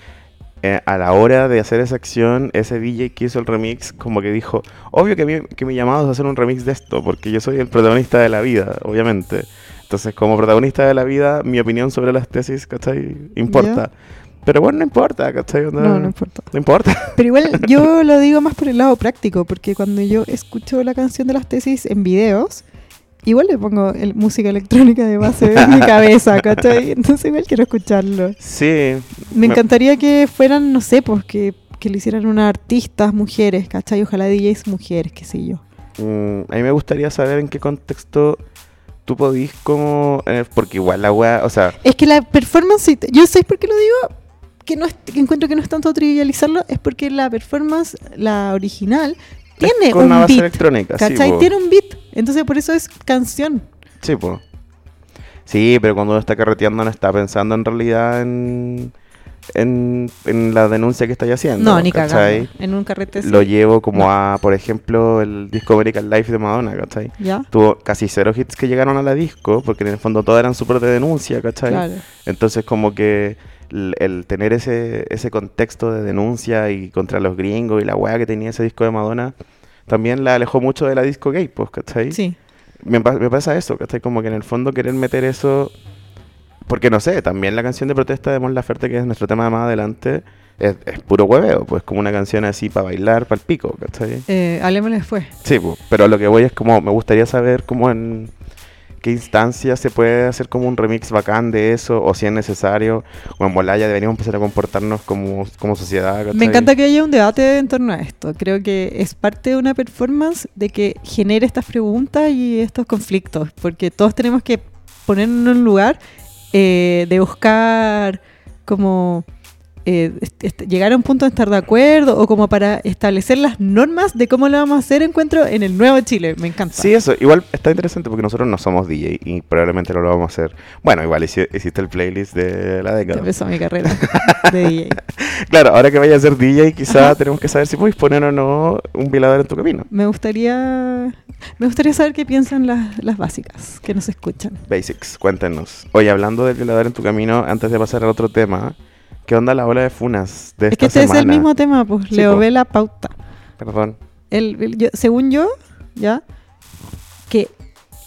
S2: eh, a la hora de hacer esa acción, ese DJ que hizo el remix como que dijo, obvio que, mi, que mi llamado es hacer un remix de esto, porque yo soy el protagonista de la vida, obviamente. Entonces, como protagonista de la vida, mi opinión sobre las tesis, ¿cachai? Importa. Pero bueno, no importa, ¿cachai? Onda,
S1: No, no importa.
S2: No importa. [laughs]
S1: Pero igual yo lo digo más por el lado práctico, porque cuando yo escucho la canción de las tesis en videos, igual le pongo el- música electrónica de base [laughs] en mi cabeza, ¿cachai? Entonces igual quiero escucharlo.
S2: Sí.
S1: Me encantaría que fueran, no sé, pues que, que lo hicieran unas artistas mujeres, ¿cachai? Ojalá DJs mujeres, qué sé yo.
S2: Mm, a mí me gustaría saber en qué contexto tú podís como... eh, porque igual la weá, o sea...
S1: Es que la performance, yo sé por qué lo digo, que no es- que encuentro que no es tanto trivializarlo, es porque la performance, la original, tiene
S2: es con una
S1: un
S2: base
S1: beat.
S2: electrónica, sí,
S1: ¿Cachai?
S2: po.
S1: tiene un beat. Entonces por eso es canción.
S2: Sí, po. Sí, pero cuando uno está carreteando no está pensando en realidad en, en, en la denuncia que estáis haciendo.
S1: No, ni
S2: ¿cachai?
S1: cagando. En un carrete sí.
S2: Lo llevo como a, por ejemplo, el disco American Life de Madonna, ¿cachai?
S1: ¿Ya?
S2: Tuvo casi cero hits que llegaron a la disco, porque en el fondo todas eran súper de denuncia, ¿cachai?
S1: Claro.
S2: Entonces como que el, el tener ese, ese contexto de denuncia y contra los gringos y la weá que tenía ese disco de Madonna, también la alejó mucho de la disco gay, pues, ¿cachai?
S1: Sí.
S2: me, pa- me pasa eso, ¿cachai? Como que en el fondo querer meter eso. Porque no sé, también la canción de protesta de Mon Laferte, que es nuestro tema más adelante, es, es puro hueveo, pues como una canción así para bailar, para el pico, ¿cachai?
S1: Eh, hablemosle después.
S2: Sí, po, pero lo que voy es como, me gustaría saber como en qué instancia se puede hacer como un remix bacán de eso, o si es necesario, o en Molaya deberíamos empezar a comportarnos como, como sociedad, ¿cachai?
S1: Me encanta que haya un debate en torno a esto. Creo que es parte de una performance de que genere estas preguntas y estos conflictos, porque todos tenemos que ponernos en un lugar eh, de buscar como eh, est- est- llegar a un punto de estar de acuerdo o como para establecer las normas de cómo lo vamos a hacer encuentro en el nuevo Chile. Me encanta.
S2: Sí, eso. Igual está interesante porque nosotros no somos DJ y probablemente no lo vamos a hacer. Bueno, igual hici- hiciste el playlist de la
S1: Ya
S2: década.
S1: empezó mi carrera de DJ.
S2: [laughs] Claro, ahora que vaya a ser DJ, quizá tenemos que saber si puedes poner o no un violador en tu camino.
S1: Me gustaría, me gustaría saber qué piensan las, las básicas que nos escuchan.
S2: Basics, cuéntenos. Oye, hablando del violador en tu camino, antes de pasar al otro tema, ¿qué onda la ola de funas de
S1: Es que
S2: esta
S1: este
S2: semana?
S1: es el mismo tema, pues
S2: Sí,
S1: Leo
S2: po.
S1: ve la pauta.
S2: Perdón.
S1: El, el- yo- según yo, ya, que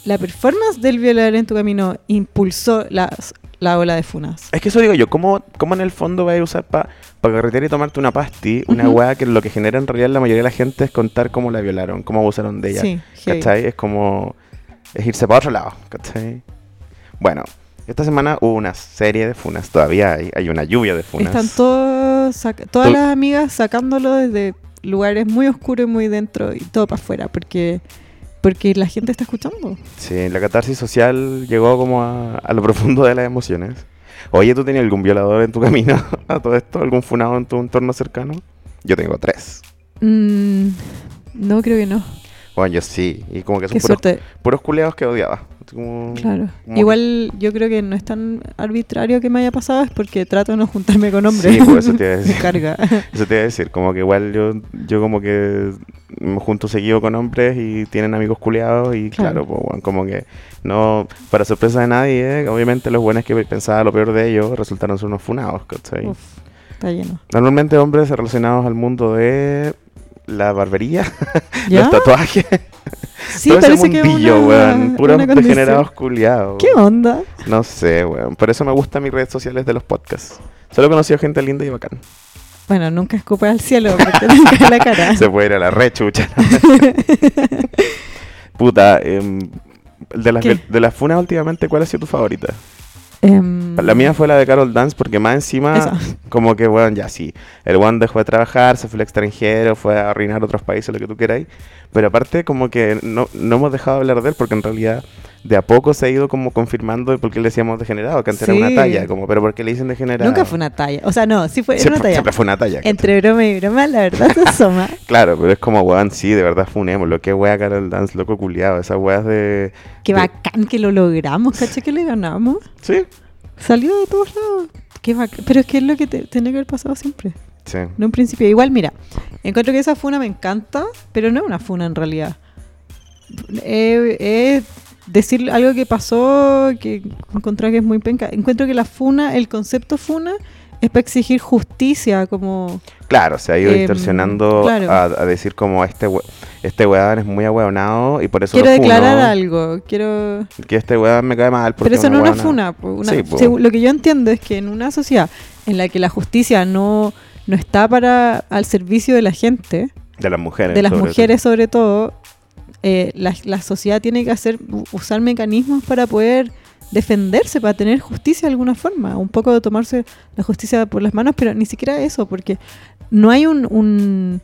S1: la performance del violador en tu camino impulsó las- la ola de funas.
S2: Es que eso digo yo, ¿cómo, cómo en el fondo vas a usar para carretera y tomarte una pasti? Una
S1: Ujú.
S2: weá que lo que genera en realidad la mayoría de la gente es contar cómo la violaron, cómo abusaron de ella.
S1: Sí, heavy.
S2: ¿Cachai? Es como. Es irse para otro lado, ¿cachai? Bueno, esta semana hubo una serie de funas, todavía hay, hay una lluvia de funas.
S1: Están todos, saca- todas
S2: Tol-
S1: las amigas sacándolo desde lugares muy oscuros y muy dentro y todo para afuera, porque, porque la gente está escuchando.
S2: Sí, la catarsis social llegó como a, a lo profundo de las emociones. Oye, ¿tú tenías algún violador en tu camino [laughs] a todo esto? ¿Algún funado en tu entorno cercano? Yo tengo tres.
S1: Mm, no, creo que no.
S2: Bueno, yo sí. Y como que son
S1: Qué
S2: puros,
S1: suerte.
S2: puros culeados que odiaba. Así como-
S1: Claro.
S2: como-
S1: Igual yo creo que no es tan arbitrario que me haya pasado, es porque trato de no juntarme con hombres.
S2: Sí, pues, eso
S1: [laughs]
S2: te iba a
S1: me
S2: decir.
S1: carga.
S2: Eso te iba a decir, como que igual yo, yo como que me junto seguido con hombres y tienen amigos culeados y
S1: Claro.
S2: claro, pues, weón, como que no, para sorpresa de nadie, eh, obviamente los buenos que pensaba lo peor de ellos resultaron ser unos funados, ¿cachai?
S1: Uf, está lleno.
S2: Normalmente hombres relacionados al mundo de la barbería, [laughs]
S1: ¿Ya?
S2: los tatuajes,
S1: Sí,
S2: todo ese
S1: parece que
S2: mundillo,
S1: una-
S2: weón, puros
S1: una condición.
S2: degenerados culeados.
S1: ¿Qué onda?
S2: No sé, weón, por eso me gustan mis redes sociales de los podcasts. Solo he conocido gente linda y bacán.
S1: Bueno, nunca escupas al cielo porque te cae la
S2: [laughs]
S1: cara.
S2: Se puede ir a la rechucha.
S1: [laughs]
S2: Puta, em, de, las,
S1: ¿Qué?
S2: de las funas últimamente, ¿cuál ha sido tu favorita?
S1: Em,
S2: La mía fue la de Carol Dance porque más encima,
S1: Esa.
S2: como que, bueno, ya sí, el one dejó de trabajar, se fue al extranjero, fue a arruinar otros países, lo que tú queráis. Pero aparte, como que no, no hemos dejado de hablar de él porque en realidad de a poco se ha ido como confirmando por qué le decíamos degenerado, que antes era
S1: Sí.
S2: una talla, como, pero ¿por qué le dicen degenerado?
S1: Nunca fue una talla. O sea, no, sí fue era
S2: siempre,
S1: una talla.
S2: siempre fue una talla.
S1: Entre broma y broma, la verdad se asoma.
S2: Claro, pero es como, weón, sí, de verdad funemos. Lo que wea Carol Dance, loco culiado. Esas weas de.
S1: Qué
S2: de-
S1: bacán que lo logramos, caché que le ganamos.
S2: Sí,
S1: Salió de todos lados. Qué bacán. Pero es que es lo que te, tenía que haber pasado siempre.
S2: sí.
S1: No un principio. Igual, mira, encuentro que esa funa me encanta, pero no es una funa en realidad. Eh, eh, decir algo que pasó, que encontré que es muy penca. Encuentro que la funa, el concepto funa, es para exigir justicia, como...
S2: Claro, se ha ido
S1: Em,
S2: distorsionando
S1: claro.
S2: a, a decir como este we- este weón es muy ahueonado y por eso
S1: quiero
S2: lo funo,
S1: declarar algo, quiero...
S2: Que este weón me cae mal. porque
S1: Pero eso no es una
S2: weona.
S1: funa. po, una-
S2: Sí, po.
S1: según- lo que yo entiendo es que en una sociedad en la que la justicia no, no está para al servicio de la gente,
S2: De las mujeres.
S1: de las
S2: sobre todo.
S1: mujeres sobre todo, eh, la, la sociedad tiene que hacer u- usar mecanismos para poder defenderse, para tener justicia de alguna forma, un poco de tomarse la justicia por las manos, pero ni siquiera eso, porque no hay un, un-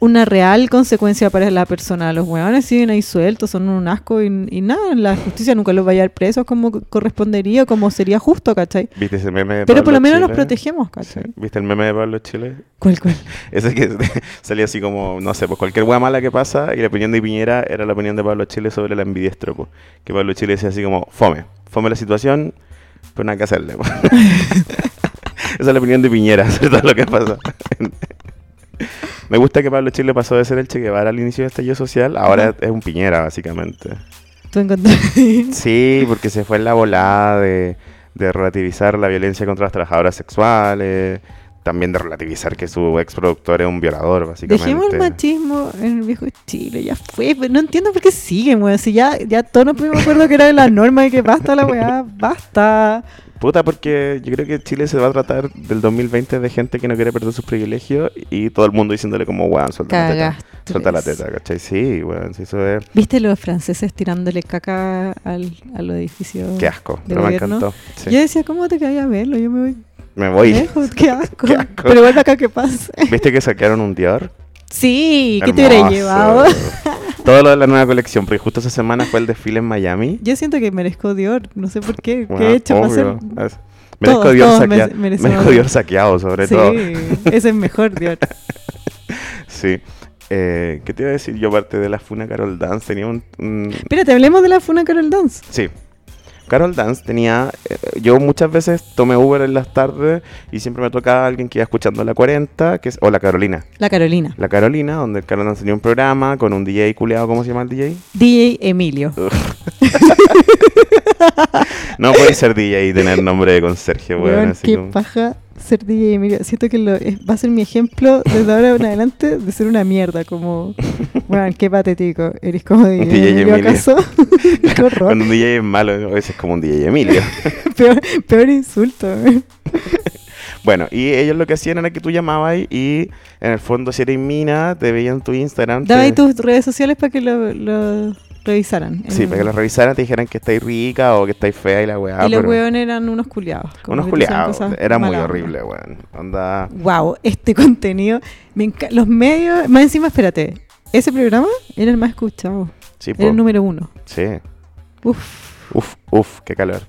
S1: una real consecuencia para la persona. Los hueones siguen ahí sueltos, son un asco y, y nada, la justicia nunca los va a llevar presos como co- correspondería, como sería justo, ¿cachai?
S2: ¿Viste ese meme de
S1: Pero por
S2: Pablo
S1: lo menos los
S2: Chile?
S1: protegemos,
S2: Sí.
S1: ¿cachai?
S2: ¿Viste el meme de Pablo Chile?
S1: ¿Cuál, cuál?
S2: Ese que [laughs] salía así como, no sé, pues cualquier hueá mala que pasa y la opinión de Piñera era la opinión de Pablo Chile sobre el ambidiestro, po. Que Pablo Chile decía así como, fome, fome la situación, pero nada que hacerle, po. [laughs] Esa es la opinión de Piñera [laughs] sobre todo lo que pasa. Me gusta que Pablo Chile pasó de ser el Che Guevara al inicio del estallido social, ahora es un Piñera, básicamente.
S1: ¿Tú encontraste?
S2: Sí, porque se fue en la volada de, de relativizar la violencia contra las trabajadoras sexuales, también de relativizar que su ex productor es un violador, básicamente.
S1: Dejemos el machismo en el viejo Chile, ya fue. pero No entiendo por qué siguen, weón. Si ya, ya todos nos pusimos de acuerdo que era la norma de que basta la weá, basta.
S2: Puta, porque yo creo que Chile se va a tratar del 2020 de gente que no quiere perder sus privilegios y todo el mundo diciéndole como, weón, suelta
S1: [laughs]
S2: la
S1: Cagaste.
S2: teta. Suelta la teta, ¿cachai? Sí, weón, sí, eso es...
S1: ¿Viste los franceses tirándole caca al, a los edificios?
S2: Qué asco,
S1: de
S2: pero me
S1: Mm, gobierno.
S2: encantó. Sí.
S1: Yo ¿Eh? decía, ¿cómo te caía a verlo? Yo me voy
S2: Me voy.
S1: lejos, qué asco.
S2: [laughs] Qué asco.
S1: Pero vuelve acá que pase.
S2: ¿Viste que saquearon un Dior?
S1: Sí, ¿qué te hubiera
S2: Hermoso.
S1: llevado?
S2: Todo lo de la nueva colección, porque justo esa semana fue el desfile en Miami.
S1: Yo siento que merezco Dior, no sé por qué. ¿Qué
S2: Bueno,
S1: he hecho para
S2: obvio.
S1: ser
S2: Es- Merezco
S1: Todos,
S2: Dior
S1: todos
S2: saquea-
S1: mere- merecemos.
S2: merezco Dior saqueado, sobre todo.
S1: Sí, ese es mejor
S2: [laughs]
S1: Dior.
S2: Sí. Eh, ¿Qué te iba a decir yo aparte de la funa Carol Dance? Tenía un... un-
S1: Espérate, hablemos de la Funa Carol Dance.
S2: Sí. Carol Dance tenía... eh, yo muchas veces tomé Uber en las tardes y siempre me tocaba alguien que iba escuchando la 40, que es... O la Carolina.
S1: La Carolina.
S2: La Carolina, donde Carol Dance tenía un programa con un DJ culeado, ¿cómo se llama el DJ?
S1: DJ Emilio. [laughs]
S2: No puede ser DJ y tener nombre de conserje, weón.
S1: Weón,
S2: así
S1: qué
S2: como-
S1: paja ser DJ Emilio. Siento que lo, es- va a ser mi ejemplo desde ahora en adelante de ser una mierda. Como, weón, qué patético. Eres como DJ,
S2: DJ
S1: Emilio,
S2: Emilio. [laughs]
S1: ¿acaso? qué horror.
S2: Cuando un DJ es malo, a veces es como un
S1: [laughs]
S2: DJ Emilio.
S1: Peor, peor insulto. weón.
S2: Bueno, y ellos lo que hacían era que tú llamabas y en el fondo si eres mina, te veían tu Instagram.
S1: Dame ahí
S2: te-
S1: tus redes sociales para que lo, lo revisaran.
S2: Sí, para que los revisaran, te dijeran que estáis rica o que estáis fea y la weá.
S1: y los
S2: pero-
S1: weones eran unos culiados. como
S2: Unos
S1: que te decían
S2: culiados.
S1: cosas
S2: Era muy
S1: mala onda.
S2: horrible, weón. Onda...
S1: wow, este contenido. Me enca- los medios, más encima, espérate, ese programa era el más escuchado,
S2: Sí,
S1: era
S2: po.
S1: el número uno.
S2: Sí.
S1: Uf, [laughs]
S2: Uf, uf, qué calor.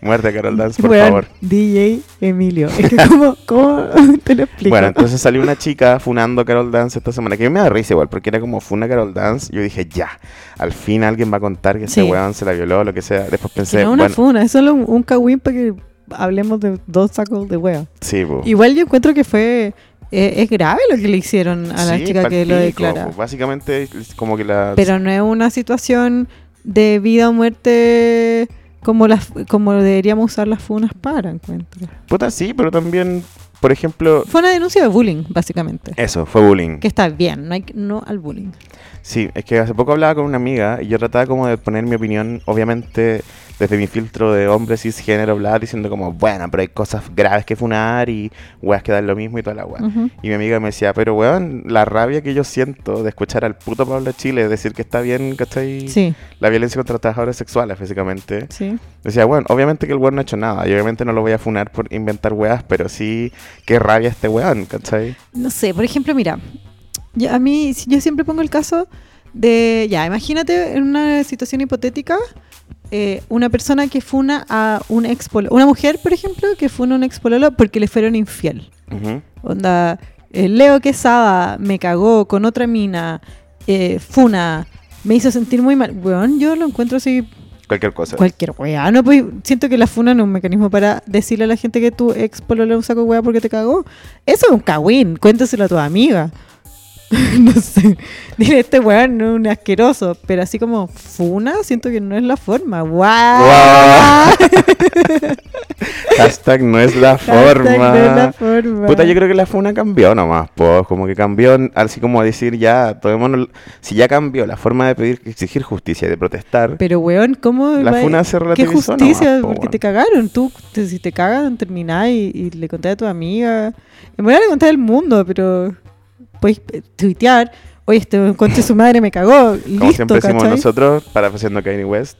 S2: Muerte a Carol Dance, por
S1: Weón,
S2: favor.
S1: DJ Emilio. Es que
S2: [laughs]
S1: ¿cómo, cómo [laughs] te lo explico?
S2: Bueno, entonces salió una chica funando a Carol Dance esta semana, que yo me da risa igual, porque era como funa a Carol Dance. Yo dije, ya, al fin alguien va a contar que ese
S1: Sí.
S2: weón se la violó, lo que sea. Después
S1: Que
S2: pensé,
S1: no es una
S2: bueno,
S1: funa, es solo un, un cagüín para que hablemos de dos sacos de hueá.
S2: sí, po.
S1: Igual yo encuentro que fue. eh, es grave lo que le hicieron a la
S2: Sí, pues,
S1: chica que lo
S2: palpico,
S1: declara.
S2: po. Básicamente, es como que la.
S1: Pero no es una situación de vida o muerte como las como deberíamos usar las funas para, encuentro.
S2: Puta, sí, pero también, por ejemplo,
S1: Fue una denuncia de bullying, básicamente.
S2: eso, fue bullying.
S1: Que está bien, no, hay, que- no al bullying.
S2: Sí, es que hace poco hablaba con una amiga y yo trataba como de poner mi opinión, obviamente desde mi filtro de hombre cisgénero, bla, diciendo como, bueno, pero hay cosas graves que funar y weas que dan lo mismo y toda la wea.
S1: Ujú.
S2: Y mi amiga me decía, pero weón, la rabia que yo siento de escuchar al puto Pablo Chile decir que está bien, ¿cachai?
S1: Sí,
S2: La violencia contra trabajadores sexuales, básicamente.
S1: sí.
S2: Decía, bueno, obviamente que el weón no ha hecho nada y obviamente no lo voy a funar por inventar weas, pero sí, qué rabia este weón, ¿cachai?
S1: No sé, por ejemplo, mira, yo, a mí si- yo siempre pongo el caso de, ya, imagínate en una situación hipotética, eh, una persona que funa a un ex polo- una mujer, por ejemplo, que funa a un ex pololo porque le fueron infiel.
S2: Ujú.
S1: Onda, eh, Leo Quesada me cagó con otra mina, eh, funa, me hizo sentir muy mal. Weón, yo lo encuentro así
S2: Cualquier cosa.
S1: Cualquier weá. No, pues, siento que la funa no es un mecanismo para decirle a la gente que tu ex polola es un saco de weá porque te cagó. Eso es un cagüín. Cuéntaselo a tu amiga. [laughs] no sé. Dile, este weón es un asqueroso. Pero así como funa, siento que no es la forma. ¡Guau!
S2: [laughs] Hashtag no es [laughs] la
S1: [laughs] Hashtag
S2: forma.
S1: No es la forma.
S2: Puta, yo creo que la funa cambió nomás, pues, como que cambió, en- así como a decir ya, tomémonos, si ya cambió la forma de pedir, exigir justicia y de protestar,
S1: Pero weón, ¿cómo?
S2: la
S1: va-
S2: funa se
S1: ¿Qué
S2: relativizó
S1: justicia?
S2: nomás, po,
S1: porque te
S2: weón.
S1: cagaron. Tú, te- si te cagan, terminás y, y le conté a tu amiga. En verdad le conté al mundo, pero podéis eh, tuitear. Oye, este conche su madre me cagó.
S2: Como
S1: Listo,
S2: siempre decimos
S1: ¿cachai?
S2: nosotros, parafraseando a Kanye West,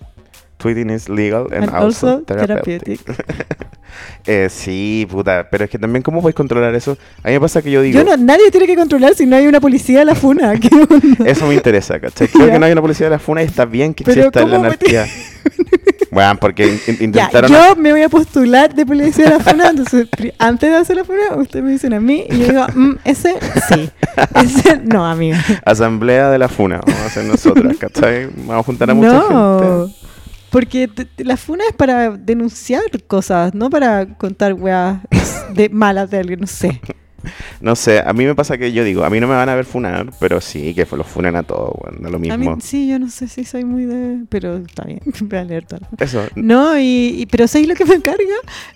S2: tweeting is legal and,
S1: And
S2: also,
S1: also
S2: therapeutic.
S1: therapeutic.
S2: Eh, sí, puta, pero es que también, ¿cómo podéis controlar eso? A mí me pasa que yo digo,
S1: Yo no, nadie tiene que controlar si no hay una policía de la funa. [laughs] ¿Qué onda?
S2: eso me interesa, ¿cachai?
S1: [laughs]
S2: Creo
S1: Ya.
S2: que no hay una policía de la funa y está bien que
S1: Pero
S2: exista la
S1: ¿cómo metí- [laughs]
S2: anarquía. Bueno, porque in- in-
S1: Ya,
S2: intentaron
S1: yo me voy a postular de policía de la funa, entonces pri- antes de hacer la funa, ustedes me dicen a mí y yo digo, "Mm, ese sí, ese no, amigo.
S2: Asamblea de la Funa, vamos a
S1: [laughs]
S2: hacer nosotras, ¿cachai? Vamos a juntar a mucha gente.
S1: Porque te- te- la funa es para denunciar cosas, no para contar weas
S2: [laughs]
S1: de malas de alguien, no sé.
S2: No sé, a mí me pasa que yo digo, a mí no me van a ver funar, pero sí, que los funen a todos, weón, da lo
S1: A mí,
S2: mismo.
S1: sí, yo no sé si soy muy de... Pero está bien, [laughs] voy a leer todo.
S2: Eso,
S1: No, y, y- pero ¿sabéis lo que me encarga?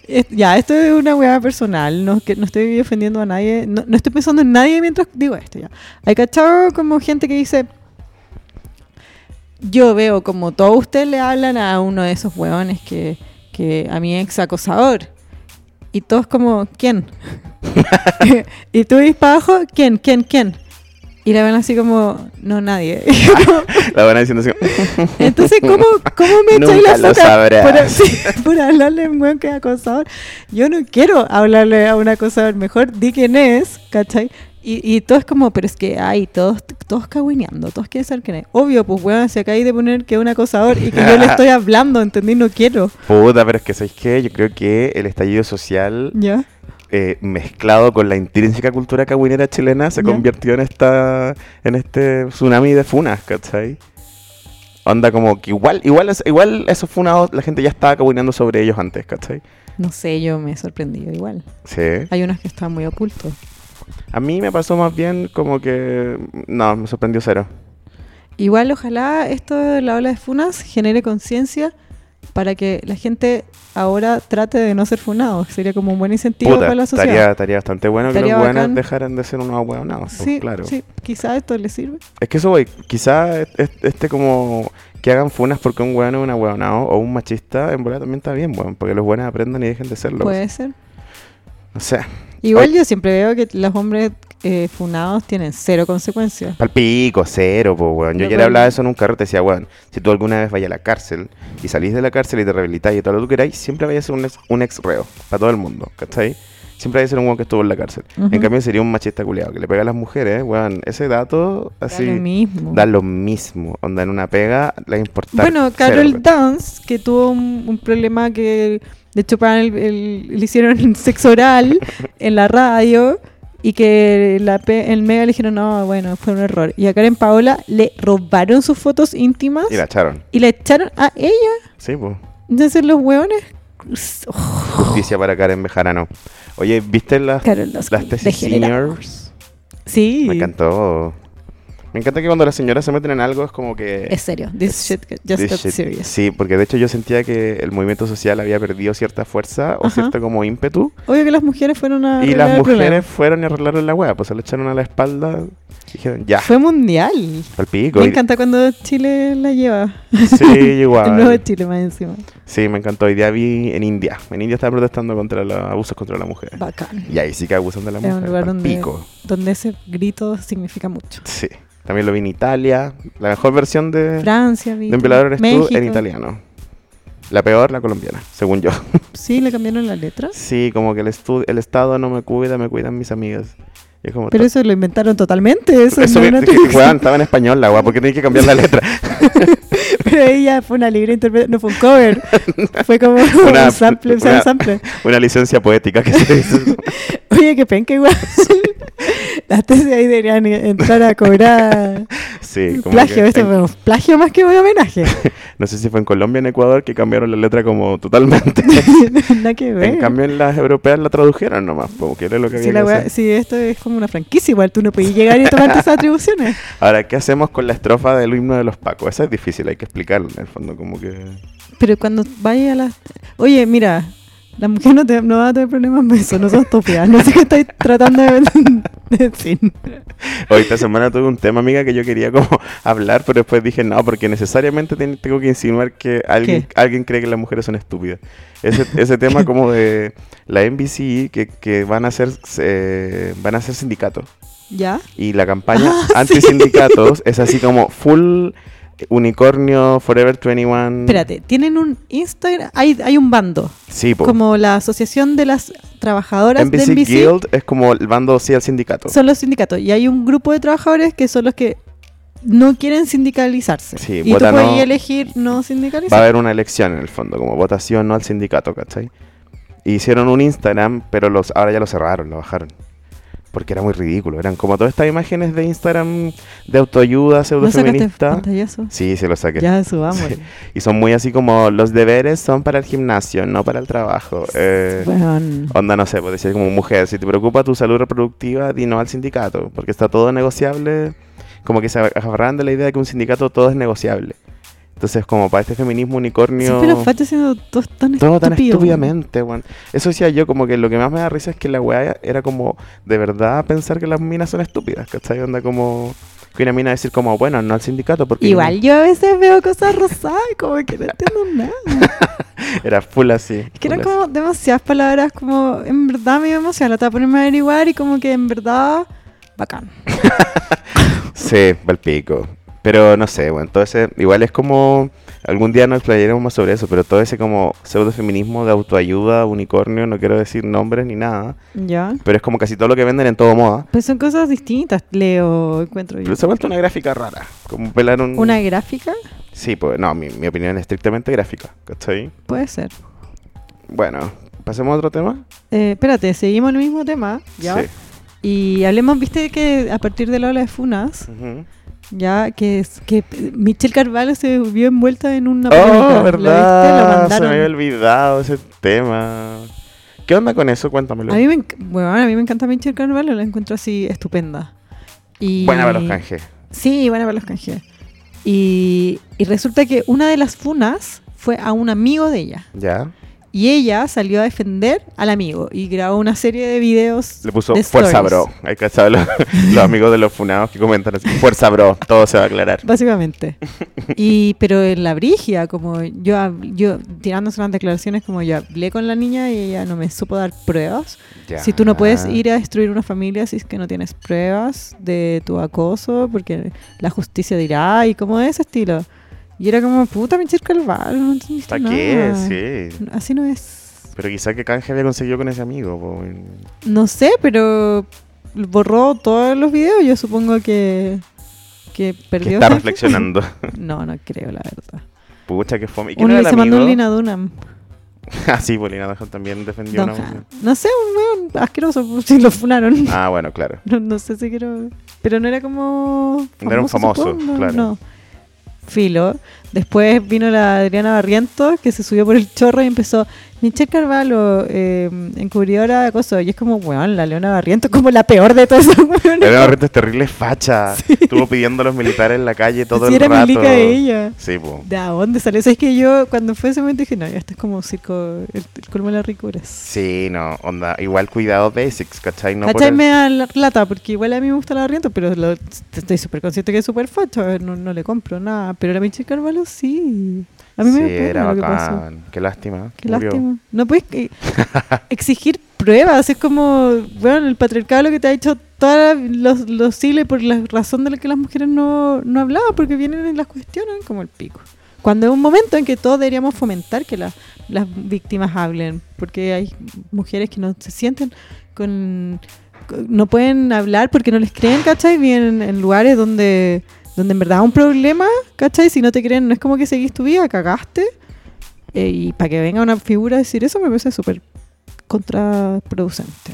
S1: Es- ya, esto es una weá personal, no, que, no estoy ofendiendo a nadie, no, no estoy pensando en nadie mientras digo esto ya. Hay cachado como gente que dice, yo veo como todos ustedes le hablan a uno de esos weones que, que a mi ex acosador. Y todos como, ¿quién? [laughs] y tú ves para abajo, ¿quién? ¿quién? ¿quién? Y la ven así como, no, nadie. [laughs] Y yo como,
S2: [laughs] la van diciendo así.
S1: [laughs] entonces, ¿cómo, cómo me echáis
S2: Nunca
S1: la foca
S2: lo
S1: por, [laughs]
S2: sabrás.
S1: sí, por hablarle a un weón que es acosador? Yo no quiero hablarle a un acosador. Mejor di quién es, ¿cachai? Y, y todo es como, pero es que, ay, todos, todos cagüineando, todos quieren saber quién es. Obvio, pues, weón, si acá hay de poner que es un acosador y que yo le
S2: [laughs]
S1: estoy hablando, ¿entendí? No quiero,
S2: Puta, pero es que, ¿sabéis qué? Yo creo que el estallido social
S1: ¿ya?
S2: eh, mezclado con la intrínseca cultura caguinera chilena se
S1: Ya.
S2: convirtió en esta en este tsunami de funas, ¿cachai? Onda como que igual, igual, es- igual esos funados, la gente ya estaba caguinando sobre ellos antes, ¿cachai?
S1: No sé, yo me he sorprendido igual.
S2: Sí.
S1: Hay unos que están muy ocultos.
S2: A mí me pasó más bien como que... No, me sorprendió cero.
S1: Igual, ojalá esto de la ola de funas genere conciencia para que la gente ahora trate de no ser funado. Sería como un buen incentivo
S2: Puta,
S1: para la sociedad.
S2: estaría, estaría bastante bueno
S1: Estaría
S2: que los buenos
S1: bacán.
S2: dejaran de ser unos ahueonados. pues,
S1: sí,
S2: claro.
S1: sí, quizá esto le sirve.
S2: Es que eso, voy. Quizá es- es- este como... Que hagan funas porque un bueno es un ahueonado o un machista, en verdad también está bien, bueno, porque los buenos aprendan y dejen de serlo.
S1: Puede ser.
S2: O sea,
S1: Igual yo siempre veo que los hombres eh, funados tienen cero consecuencias.
S2: palpico, cero, pues, weón. Yo
S1: Lo
S2: ayer
S1: cual-
S2: hablaba de eso en un carro, te decía, weón, si tú alguna vez vayas a la cárcel y salís de la cárcel y te rehabilitas y todo lo que queráis, siempre vayas a ser un ex, un ex reo, para todo el mundo, ¿cachai? siempre hay que ser un weón que estuvo en la cárcel.
S1: Ujú.
S2: En cambio, sería un machista culiado que le pega a las mujeres, weón. Ese dato, así.
S1: Da lo mismo.
S2: Da lo mismo. Onda en una pega, la importa.
S1: Bueno,
S2: cero,
S1: Carol
S2: weón.
S1: Dance, que tuvo un, un problema que de hecho para el- el- le hicieron [laughs] sexo
S2: [laughs]
S1: oral en la radio y que la, pe- el medio le dijeron, no, bueno, fue un error. Y a Karen Paola le robaron sus fotos íntimas
S2: Y la echaron.
S1: y la echaron a ella.
S2: Sí, pues.
S1: Entonces los hueones... Oh,
S2: Justicia para Karen Bejarano. Oye, ¿viste las,
S1: Carol Dance,
S2: las tesis
S1: degenerada.
S2: seniors?
S1: Sí,
S2: Me encantó. Me encanta que cuando las señoras se meten en algo es como que.
S1: es serio. This shit just
S2: This
S1: got
S2: shit.
S1: serious.
S2: Sí, porque de hecho yo sentía que el movimiento social había perdido cierta fuerza o
S1: Ajá.
S2: cierto como ímpetu.
S1: Obvio que las mujeres fueron a...
S2: y
S1: arreglar
S2: las
S1: el problema.
S2: mujeres fueron y arreglaron la hueá, pues se lo echaron a la espalda. y Dijeron, ya,
S1: Fue mundial.
S2: al pico.
S1: Me
S2: Y-
S1: encanta cuando Chile la lleva.
S2: Sí,
S1: [laughs] El nuevo
S2: igual.
S1: Chile más encima.
S2: sí, me encantó. Hoy día vi en India. En India estaba protestando contra los abusos contra las mujeres.
S1: Bacán.
S2: Y ahí sí que abusan de las
S1: Es un
S2: mujeres.
S1: lugar
S2: pa'l
S1: donde-
S2: pico.
S1: Donde ese grito significa mucho.
S2: Sí. También lo vi en Italia. La mejor versión de, de
S1: Francia, vi.
S2: Un violador eres tú en
S1: México.
S2: italiano. La peor, la colombiana, según yo. [laughs]
S1: Sí, le cambiaron las letras.
S2: Sí, como que el, estu- el Estado no me cuida, me cuidan mis amigas. Y es como,
S1: Pero eso lo inventaron totalmente. Eso, no
S2: Eso
S1: es
S2: [laughs] me-
S1: una
S2: dije,
S1: traducción.
S2: weón, estaba en español la weá, ¿por qué tenés que cambiar la letra?
S1: [laughs]
S2: [laughs]
S1: Pero ella fue una libre interpretación. No fue un
S2: [laughs]
S1: cover. fue como
S2: Una-
S1: un sample. o sea, un
S2: una-
S1: sample.
S2: Una licencia poética que
S1: [laughs]
S2: se dice.
S1: Oye, que penca
S2: [laughs]
S1: igual. las tesis ahí deberían entrar a cobrar
S2: Sí, como
S1: plagio.
S2: que-
S1: Esto
S2: en-
S1: fue un plagio más que un homenaje. [laughs]
S2: no sé si fue en Colombia o en Ecuador que cambiaron la letra como
S1: [laughs]
S2: totalmente.
S1: Nada que ver.
S2: en cambio, en las europeas la tradujeron nomás, porque era lo que había
S1: Si,
S2: que
S1: la wea-
S2: hacer.
S1: si esto es como una franquicia, igual tú no podías llegar y tomarte esas atribuciones.
S2: Ahora, ¿qué hacemos con la estrofa del himno de los Pacos? Esa es difícil, hay que explicarla en el fondo, como que...
S1: Pero cuando vayas a las. Oye, mira, la mujer no, te, no va a tener problemas con eso, no sos estúpida. No sé qué estáis tratando de de [laughs] decir.
S2: Hoy esta semana tuve un tema, amiga, que yo quería como [laughs] hablar, pero después dije, no, porque necesariamente ten- tengo que insinuar que alguien,
S1: ¿Qué?
S2: alguien cree que las mujeres son estúpidas. Ese, ese tema como de la NBC, que, que van a ser eh, van a ser sindicatos.
S1: ¿Ya?
S2: Y la campaña
S1: Ah, [laughs] sí.
S2: anti-sindicatos es así como full unicornio, Forever 21.
S1: Espérate, tienen un Instagram. Hay, hay un bando,
S2: Sí, po.
S1: como la Asociación de las Trabajadoras
S2: NBC,
S1: de NBC.
S2: Guild es como el bando sí al sindicato.
S1: Son los sindicatos. Y hay un grupo de trabajadores que son los que no quieren sindicalizarse.
S2: Sí,
S1: y tú
S2: vota
S1: puedes
S2: no.
S1: elegir no
S2: va a
S1: sindicalizarse.
S2: haber una elección en el fondo, como votación no al sindicato, ¿cachai? Hicieron un Instagram, pero los ahora ya lo cerraron, lo bajaron. Porque era muy ridículo. Eran como todas estas imágenes de Instagram de autoayuda,
S1: ¿No sacaste
S2: pseudofeminista.
S1: pantallazo?
S2: Sí, se lo saqué.
S1: Ya subamos.
S2: Sí. Y son muy así como los deberes son para el gimnasio, no para el trabajo. Eh,
S1: Weón.
S2: onda, no sé, pues decir como mujer, si te preocupa tu salud reproductiva, di no al sindicato, porque está todo negociable, como que se agarran de la idea de que un sindicato todo es negociable. Entonces, como para este feminismo unicornio...
S1: Siempre los fachos siendo todos tan
S2: Todo tan
S1: estúpidos.
S2: estúpidamente, weón. Eso decía yo, como que lo que más me da risa es que la weá era como de verdad pensar que las minas son estúpidas, ¿cachai? Onda como que una mina decir como, bueno, no al sindicato porque...
S1: Igual yo a veces veo cosas rosadas y como que no entiendo nada.
S2: [laughs] Era full así.
S1: Es que eran
S2: full
S1: como demasiadas palabras, como en verdad me iba emocionar, te voy a ponerme a averiguar y como que en verdad, bacán.
S2: así. Sí, pa'l pico. Pero no sé, bueno, todo ese... Igual es como... Algún día nos explayaremos más sobre eso, pero todo ese como pseudofeminismo de autoayuda, unicornio, no quiero decir nombres ni nada,
S1: Ya.
S2: pero es como casi todo lo que venden en todo moda.
S1: Pues son cosas distintas, leo, encuentro yo.
S2: Pero se ha vuelto una gráfica rara, como pelar un...
S1: Una gráfica
S2: Sí, pues no, mi, mi opinión es estrictamente gráfica, ¿cachai?
S1: puede ser.
S2: Bueno, pasemos a otro tema.
S1: Eh, espérate, seguimos el mismo tema, ¿ya?
S2: Sí.
S1: Y hablemos, viste que a partir de la ola de Funas,
S2: Ujú.
S1: ya, que es que Michelle Carvalho se vio envuelta en una polémica,
S2: Oh,
S1: ¿lo viste? Lo
S2: verdad. Se me
S1: mandaron.
S2: había olvidado ese tema. ¿Qué onda con eso? Cuéntamelo.
S1: A mí me, enc- bueno, a mí me encanta Michelle Carvalho, la encuentro así estupenda. Y,
S2: Buena para los canjes.
S1: Sí, buena para los canjes. Y, y resulta que una de las funas fue a un amigo de ella.
S2: Ya.
S1: Y ella salió a defender al amigo y grabó una serie de videos.
S2: Le puso
S1: de
S2: fuerza,
S1: stories,
S2: bro. Hay que saber los, [laughs] los amigos de los funados que comentan así. Fuerza, bro. Todo se va a aclarar. [laughs]
S1: Básicamente. Y, pero en la brigia, como yo, hab- yo tirándose unas declaraciones, como yo hablé con la niña y ella no me supo dar pruebas. Si tú no puedes ir a destruir una familia si es que no tienes pruebas de tu acoso, porque la justicia dirá, y como de ese estilo. Y era como, puta, Michelle Calvaro, no entendiste
S2: ¿Para
S1: nada.
S2: qué? Sí.
S1: Así no es.
S2: Pero quizá que canje había conseguido con ese amigo. po, weón.
S1: No sé, pero borró todos los videos. Yo supongo que, que perdió.
S2: que está
S1: gente.
S2: reflexionando.
S1: [laughs]
S2: [laughs]
S1: No, no creo, la verdad.
S2: Pucha, que fome. ¿Y quién
S1: Uno
S2: era
S1: se
S2: el
S1: mandó un
S2: amigo?
S1: Lina Dunham.
S2: [laughs] ah, sí, pues Lina Dunham también defendió una
S1: Dunham.
S2: weón.
S1: No sé, un weón asqueroso, [laughs] pues, si lo funaron.
S2: Ah, bueno, claro.
S1: No, no sé si quiero. Pero no era como.
S2: No era un famoso,
S1: supongo,
S2: claro.
S1: No. Filo. Después vino la Adriana Barrientos, que se subió por el chorro y empezó. Michelle Carvalho, eh, encubridora de acoso. Y es como, weón, la Leona Barrientos, como la peor de todas esas weones.
S2: Era
S1: [laughs]
S2: una reta terrible facha. Estuvo pidiendo a los militares en la calle todo
S1: Si
S2: el
S1: era
S2: rato.
S1: milica ella.
S2: Sí, pues.
S1: ¿De dónde salió? O sea, es que yo cuando fue ese momento dije, no, esto es como un circo, el, el colmo de las ricuras.
S2: Sí, no, onda. Igual cuidado basics, ¿cachai? No por
S1: ¿Cachai?
S2: el-
S1: Me da la lata, porque igual a mí me gusta la barriento, pero lo- estoy súper consciente que es súper facho, eh, no, no le compro nada. Pero la Michelle Carvalho sí. A mí
S2: sí,
S1: me da pena
S2: era
S1: lo que pasó.
S2: bacán. Qué lástima.
S1: Qué
S2: murió.
S1: lástima. No puedes eh,
S2: [laughs]
S1: exigir pruebas. Es como, bueno, el patriarcado lo que te ha hecho todos los, los siglos y por la razón de la que las mujeres no, no hablaban, porque vienen y las cuestionan como el pico. Cuando es un momento en que todos deberíamos fomentar que las las víctimas hablen, porque hay mujeres que no se sienten con... con- No pueden hablar porque no les creen, ¿cachai? Vienen en lugares donde, donde en verdad es un problema, ¿cachai? Si no te creen, no es como que seguís tu vida, cagaste. Eh, y para que venga una figura a decir eso me parece súper contraproducente.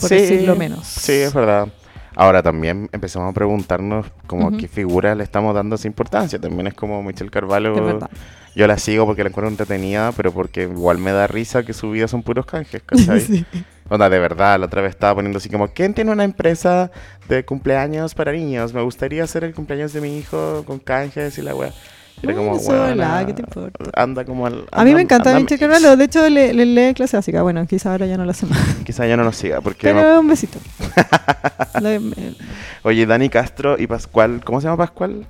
S1: Por decirlo menos.
S2: Sí, es verdad. Ahora también empezamos a preguntarnos como
S1: Ujú.
S2: qué figuras le estamos dando esa importancia. También es como Michelle Carvalho.
S1: Es verdad.
S2: Yo la sigo porque la encuentro entretenida, pero porque igual me da risa que su vida son puros canjes,
S1: [laughs]
S2: ¿cachai?
S1: Sí.
S2: Onda, de verdad, la otra vez estaba poniendo así como, ¿quién tiene una empresa de cumpleaños para niños? Me gustaría hacer el cumpleaños de mi hijo con canjes y la weá. Y Era
S1: Bueno,
S2: como,
S1: sola,
S2: "Weona,
S1: ¿qué te importa?"
S2: Anda como al...
S1: A mí
S2: anda-
S1: me encanta
S2: anda-
S1: Michelle Carvalho. De hecho, le, le lee clase básica. Bueno, quizá ahora ya no lo hace más.
S2: Quizá yo no nos siga, porque...
S1: Pero
S2: no-
S1: un
S2: [laughs]
S1: besito. eh, Lo- me- [laughs]
S2: Oye, Dani Castro y Pascual... ¿Cómo se llama Pascual?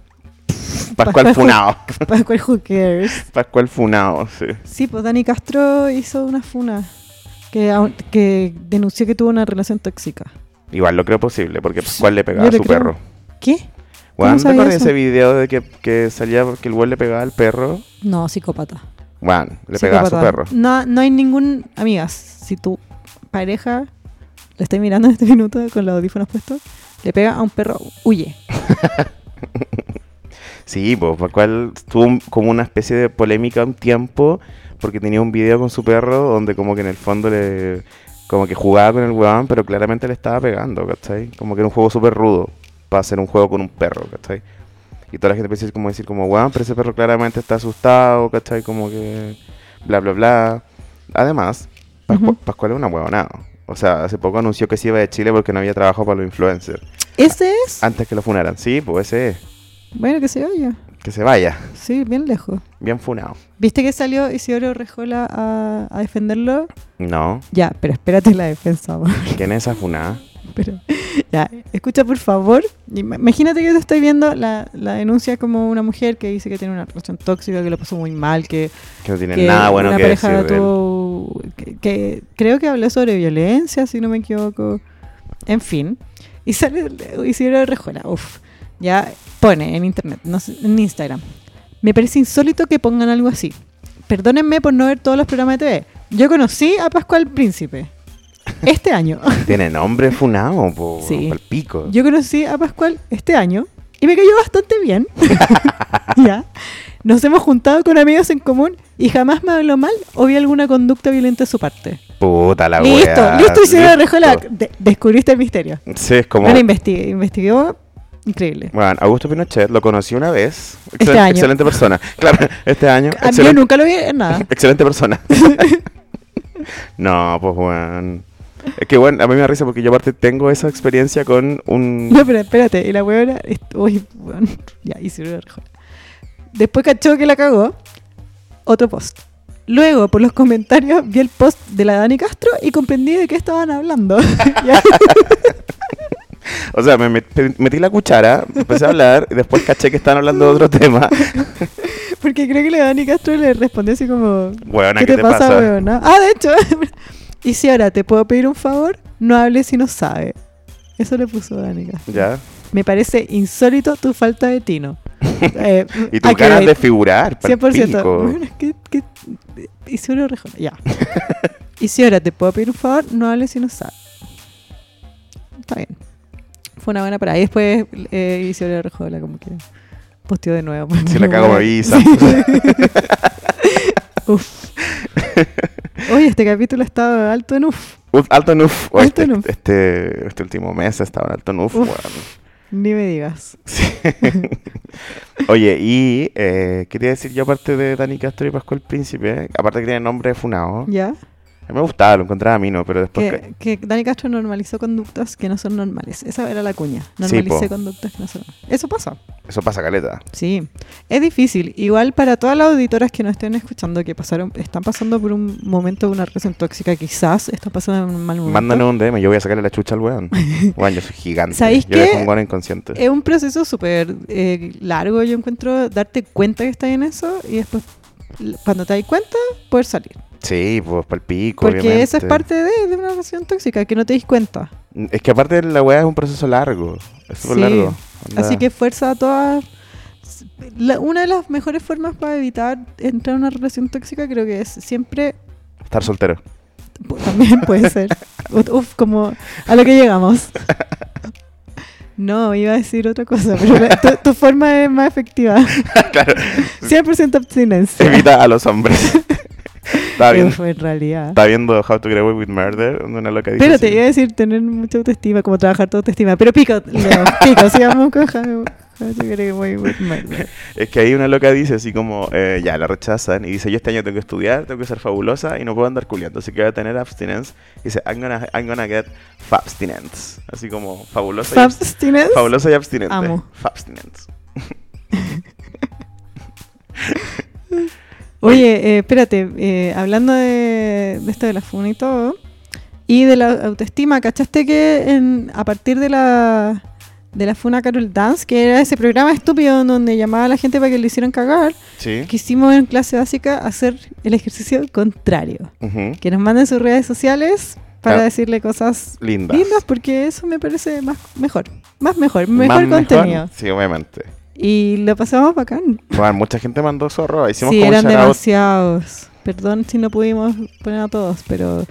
S2: Pascual
S1: Pascual.
S2: Funao.
S1: Pascual Who Cares.
S2: Pascual Funao, sí.
S1: Sí, pues Dani Castro hizo una funa que, au- que denunció que tuvo una relación tóxica.
S2: Igual lo creo posible, porque Pascual le pegaba
S1: Yo
S2: a
S1: le
S2: su
S1: creo.
S2: perro.
S1: ¿Qué?
S2: Juan, ¿te
S1: sabía
S2: acuerdas de
S1: eso?
S2: ese video de que, que salía que el güey le pegaba al perro?
S1: No, psicópata.
S2: Juan, le pegaba a su
S1: Psicópata.
S2: perro.
S1: No, no hay ningún. Amigas, si tu pareja le estoy mirando en este minuto con los audífonos puestos, le pega a un perro, huye.
S2: Sí, pues, por cual tuvo un- como una especie de polémica un tiempo, porque tenía un video con su perro donde como que en el fondo le... Como que jugaba con el huevón, pero claramente le estaba pegando, ¿cachai? Como que era un juego súper rudo para hacer un juego con un perro, ¿cachai? Y toda la gente empieza como a decir como, huevón, pero ese perro claramente está asustado, ¿cachai? Como que... Bla, bla, bla. Además, Pascu-
S1: Ujú.
S2: Pascual es una huevonada. O sea, hace poco anunció que se iba de Chile porque no había trabajo para los influencers.
S1: Ese es.
S2: Antes que lo funaran. Sí, pues ese es.
S1: Bueno, que se vaya.
S2: Que se vaya.
S1: Sí, bien lejos.
S2: Bien funado.
S1: ¿Viste que salió Isidoro Rejola a, a defenderlo?
S2: No,
S1: Ya, pero espérate la defensa, amor.
S2: ¿quién es esa funada?
S1: Pero, ya, escucha por favor. Ima- Imagínate que yo estoy viendo la, la denuncia como una mujer que dice que tiene una relación tóxica, que lo pasó muy mal, que,
S2: Que no tiene
S1: que
S2: nada bueno
S1: una
S2: que decir.
S1: pareja
S2: de él.
S1: tuvo- que, que creo que habló sobre violencia, si no me equivoco. En fin. Y sale Isidro Rejuela, uff. Ya pone en internet, no sé, en Instagram. Me parece insólito que pongan algo así. Perdónenme por no ver todos los programas de TV. Yo conocí a Pascual Príncipe. Este año. [laughs]
S2: Tiene nombre funado, po,
S1: Sí.
S2: pal pico.
S1: Yo conocí a Pascual este año y me cayó bastante bien. [laughs] ya. Nos hemos juntado con amigos en común y jamás me habló mal o vi alguna conducta violenta de su parte.
S2: [laughs] Puta la
S1: listo,
S2: wea.
S1: listo, y se me dejó la.
S2: listo.
S1: de- descubriste el misterio.
S2: Sí, es como.
S1: Bueno, investigué, investigó. Increíble.
S2: Bueno, Augusto Pinochet lo conocí una vez. Excel-
S1: Este año.
S2: Excelente persona. Claro, este
S1: A
S2: año.
S1: mí yo
S2: excelente-
S1: nunca lo vi en nada.
S2: [laughs] Excelente persona. no, pues bueno. Es que bueno, a mí me da risa porque yo aparte tengo esa experiencia con un...
S1: No, pero espérate, y la huevona. est- Uy, weón. [laughs] Ya, hice una rejola. Después cachó que la cagó. Otro post. Luego, por los comentarios, vi el post de la Dani Castro y comprendí de qué estaban hablando. [laughs] Ya.
S2: O sea, me met- metí la cuchara, empecé a hablar, y después caché que estaban hablando de otro [laughs] tema.
S1: Porque creo que la Dani Castro le respondió así como...
S2: Weona,
S1: ¿Qué te, pasa, weona? Ah, de hecho. [laughs] y si ahora te puedo pedir un favor, no hables si no sabe. Eso le puso Dani Castro.
S2: Ya. [laughs]
S1: Me parece insólito tu falta de tino. Eh,
S2: Y tus
S1: hay que
S2: ganas
S1: ver.
S2: de figurar, pal
S1: 100%. [laughs]
S2: pico.
S1: Bueno, ¿qué, qué? Isidoro Rejón.
S2: [laughs]
S1: Ya. Isidora, ¿te puedo pedir un favor? No hables si no sabes. Está bien. Fue una buena parada. Y después eh, Isidora Rejola como que posteó de nuevo. [laughs]
S2: Si la cago, me avisa.
S1: Uf. Oye, este capítulo estaba alto en uf.
S2: Uf,
S1: [laughs]
S2: alto nuf. Oh,
S1: Alto
S2: este,
S1: nuf.
S2: Este, este último mes estaba en alto nuf.
S1: Uf.
S2: weón.
S1: Ni me digas.
S2: Sí. [laughs] Oye, y eh, quería decir yo, aparte de Dani Castro y Pascual Príncipe, aparte que tiene nombre funado, a mí
S1: ¿Ya?
S2: me gustaba, lo encontraba a mí, ¿no? Pero después.
S1: Que, que Dani Castro normalizó conductas que no son normales. Esa era la cuña.
S2: Sí, po.
S1: Normalicé conductas que no son normales. Eso pasa.
S2: que- Eso pasa caleta.
S1: Sí, es difícil. Igual para todas las auditoras que nos estén escuchando, que pasaron, están pasando por un momento de una relación tóxica, quizás están pasando un mal momento.
S2: Mándanos un DM, yo voy a sacarle la chucha al
S1: [laughs]
S2: weón. Weón, yo soy gigante.
S1: ¿Sabéis
S2: yo le
S1: qué? Eh,
S2: pongo un weón inconsciente.
S1: Es un proceso súper eh, largo, yo encuentro, darte cuenta que estás en eso y después, l- cuando te das cuenta, poder salir.
S2: Sí, pues pal pico.
S1: Porque
S2: obviamente.
S1: eso es parte de, de una relación tóxica, que no te des cuenta.
S2: Es que aparte la weá es un proceso largo. Es súper
S1: Sí.
S2: largo.
S1: Así
S2: Anda.
S1: que fuerza a todas. La- una de las mejores formas para evitar entrar en una relación tóxica creo que es siempre [laughs]
S2: Estar soltero.
S1: Pu- También [laughs] puede ser. Ut- Uf, como a lo que llegamos. No, iba a decir otra cosa, pero la- tu, tu forma es más
S2: [laughs]
S1: efectiva.
S2: claro.
S1: 100% abstinencia.
S2: Evita a los
S1: [laughs]
S2: hombres. Está bien.
S1: Uf, en realidad.
S2: Está viendo How to Get Away with Murder, donde una loca dice
S1: Pero
S2: así.
S1: te iba a decir tener mucha autoestima, como trabajar tu autoestima. Pero pico, Leo, pico, sigamos con How- How to Get Away with
S2: [laughs]
S1: Murder.
S2: Es que ahí una loca dice así como, eh, ya, la rechazan y dice, yo este año tengo que estudiar, tengo que ser fabulosa y no puedo andar culiando, así que voy a tener abstinence. Y dice, I'm gonna, I'm gonna get fabstinence. Así como fabulosa, y, abs-
S1: Fabstinence.
S2: fabulosa y abstinente.
S1: Amo.
S2: Fabstinence.
S1: Oye, eh, espérate, eh, hablando de, de esto de la funa y todo, y de la autoestima, ¿cachaste que en- a partir de la, de la funa Carol Dance, que era ese programa estúpido en donde llamaba a la gente para que le hicieran cagar,
S2: Sí.
S1: quisimos en clase básica hacer el ejercicio contrario?
S2: Ujú.
S1: Que nos manden sus redes sociales para
S2: Ah.
S1: decirle cosas
S2: Lindas.
S1: lindas, porque eso me parece más mejor, más mejor,
S2: Más
S1: mejor contenido.
S2: Sí, obviamente.
S1: Y lo pasamos bacán.
S2: Bueno, mucha gente mandó zorro. Hicimos
S1: Sí,
S2: como
S1: eran
S2: un shoutout.
S1: demasiados. Perdón si no pudimos poner a todos, pero,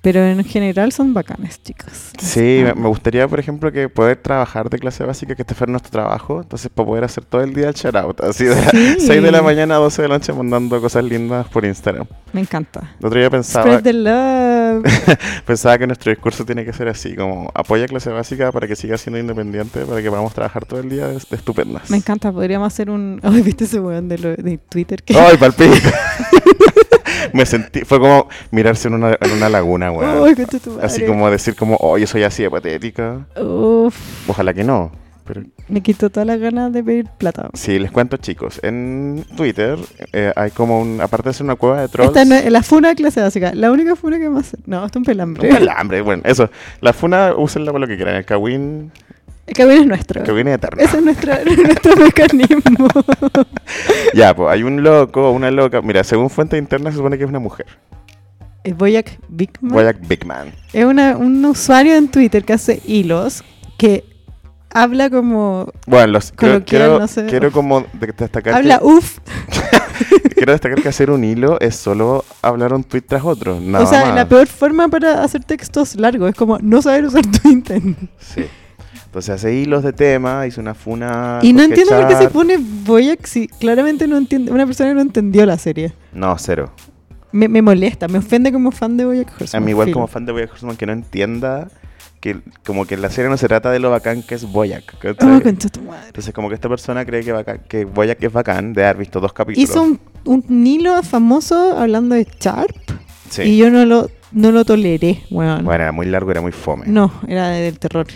S1: pero en general son bacanes, chicos. Ah,
S2: Sí, me, me gustaría, por ejemplo, que poder trabajar de clase básica, que este fuera nuestro trabajo. Entonces, para poder hacer todo el día el shoutout. Así de las [laughs]
S1: Sí.
S2: 6 de la mañana a 12 de la noche mandando cosas lindas por Instagram.
S1: Me encanta.
S2: El otro día pensaba,
S1: Spread the love.
S2: [laughs] pensaba que nuestro discurso tiene que ser así, como apoya clase básica para que siga siendo independiente, para que podamos trabajar todo el día de, de estupendas.
S1: Me encanta, podríamos hacer un... [laughs] Ay, ¿viste ese weón de, lo- de Twitter? Que... [laughs]
S2: ¡Ay, palpito! [laughs] me sentí, fue como mirarse en una, en una laguna, weón.
S1: Ay, concha tu
S2: Así
S1: madre.
S2: como decir como, oh, yo soy así de patética.
S1: Uf,
S2: Ojalá que no. Pero
S1: me quitó todas las ganas de pedir plata.
S2: sí, les cuento chicos, en Twitter eh, hay como un, aparte de ser una cueva de trolls.
S1: Esta no es la funa de clase básica. La única funa que más... No, esto es un pelambre.
S2: el hambre, bueno, eso. La funa, úsenla para lo que quieran. El kawin,
S1: El cabello es nuestro.
S2: el kawin es eterno.
S1: Ah. Ese es nuestro, [laughs] nuestro
S2: [laughs]
S1: mecanismo.
S2: Ya, pues hay un loco, una loca. Mira, según fuente interna se supone que es una mujer.
S1: El Eh, Boyac Bigman.
S2: Boyack Bigman.
S1: Es una, un usuario en Twitter que hace hilos que habla como.
S2: Bueno, los, quiero,
S1: Coloquial,
S2: quiero,
S1: no sé.
S2: quiero como de- destacar
S1: habla uff.
S2: que, quiero destacar que hacer un hilo es solo hablar un tweet tras otro. [laughs] Nada
S1: o sea,
S2: más.
S1: la peor forma para hacer textos largos es como no saber usar Twitter.
S2: Sí. Entonces hace hilos de tema, hizo una funa.
S1: y no
S2: con
S1: entiendo por qué se
S2: Ketchup.
S1: pone Boyac si claramente no entiende. Una persona no entendió la serie.
S2: No, cero.
S1: Me, me molesta, me ofende como fan de Boyac Horseman.
S2: A mí igual
S1: filo.
S2: como fan de Boyack Horseman que no entienda que como que la serie no se trata de lo bacán que es Boyack. ¿cachai?
S1: Oh, concha tu madre.
S2: Entonces como que esta persona cree que, bacán- que Boyack es bacán de haber visto dos capítulos.
S1: Hizo un, un hilo famoso hablando de Sharp
S2: Sí.
S1: y yo no lo, no lo toleré, weón.
S2: Bueno, era muy largo, era muy fome.
S1: No, era de- del terror.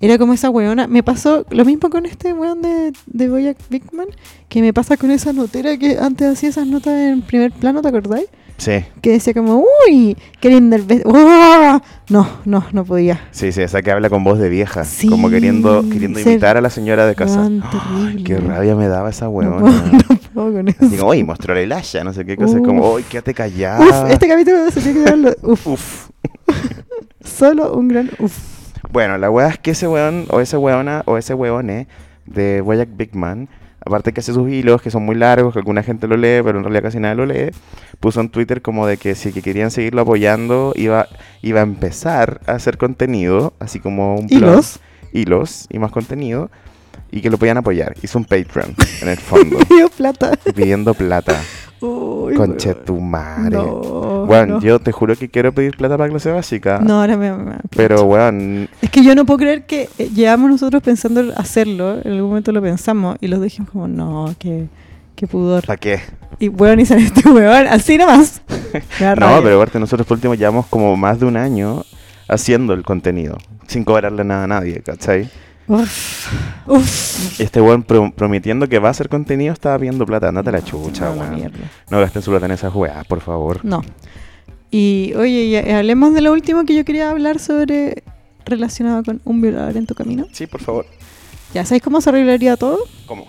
S1: Era como esa weona. Me pasó lo mismo con este weón de, de Boyack Bigman, que me pasa con esa notera que antes hacía esas notas en primer plano, ¿te acordáis?
S2: Sí.
S1: Que decía como, uy, qué lindo el beso. ¡Uah! No, no, no podía.
S2: Sí, sí, esa que habla con voz de vieja.
S1: Sí,
S2: como queriendo, queriendo
S1: ser-
S2: imitar a la señora de casa.
S1: Weón,
S2: Ay, qué
S1: terrible.
S2: rabia me daba esa
S1: No
S2: huevona.
S1: puedo, [laughs] no puedo con eso.
S2: Digo, oye, mostró el haya, no sé qué cosa. Es como,
S1: Uf.
S2: oye, quédate callada.
S1: Uf, este capítulo se tiene que darlo.
S2: [laughs]
S1: Uf,
S2: Uf.
S1: [laughs] solo un gran uf.
S2: Bueno, la weá es que ese weón, o ese weona, o ese weone de Boyack Bigman aparte que hace sus hilos, que son muy largos, que alguna gente lo lee, pero en realidad casi nadie lo lee, puso en Twitter como de que si que querían seguirlo apoyando, iba, iba a empezar a hacer contenido, así como un
S1: Hilos.
S2: plus, hilos y más contenido, y que lo podían apoyar. Hizo un Patreon, en
S1: [laughs]
S2: el fondo,
S1: Me dio plata.
S2: pidiendo plata.
S1: Uy,
S2: Conchetumare.
S1: No,
S2: Bueno,
S1: no.
S2: yo te juro que quiero pedir plata para clase básica.
S1: No, ahora me, me- me-
S2: Pero, weón,
S1: Es que yo no puedo creer que eh, llevamos nosotros pensando hacerlo, en algún momento lo pensamos y los dijimos como, no, qué, qué pudor.
S2: ¿para qué?
S1: Y weón, y sale este weón, así
S2: [laughs]
S1: nomás. Me da
S2: No,
S1: rabia.
S2: pero aparte, nosotros por último llevamos como más de un año haciendo el contenido, sin cobrarle nada a nadie, ¿cachai?
S1: Uf, uf.
S2: Y Este weón pro- prometiendo que va a hacer contenido estaba pidiendo plata, andate a la chucha,
S1: No, la
S2: weón.
S1: mierda.
S2: No gasten su plata en esas weas, por favor.
S1: No. Y oye, y ha- hablemos de lo último que yo quería hablar sobre relacionado con un violador en tu camino.
S2: Sí, por favor.
S1: ¿Ya sabéis cómo se arreglaría todo?
S2: ¿Cómo?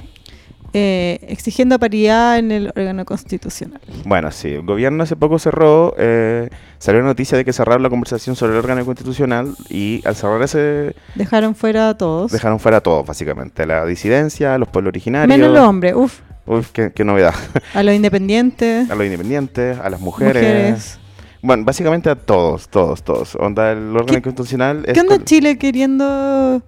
S1: Eh, exigiendo paridad en el órgano constitucional.
S2: Bueno, sí, el gobierno hace poco cerró, eh, salió la noticia de que cerraron la conversación sobre el órgano constitucional y al cerrar ese,
S1: Dejaron fuera a todos.
S2: dejaron fuera a todos, básicamente. A la disidencia, a los pueblos originarios.
S1: Menos los hombres, uf.
S2: Uf, qué, qué novedad.
S1: A los independientes,
S2: A los independientes, a las mujeres.
S1: mujeres.
S2: Bueno, básicamente a todos, todos, todos. Onda, el órgano
S1: ¿Qué-
S2: constitucional es
S1: ¿Qué onda
S2: con-
S1: Chile queriendo...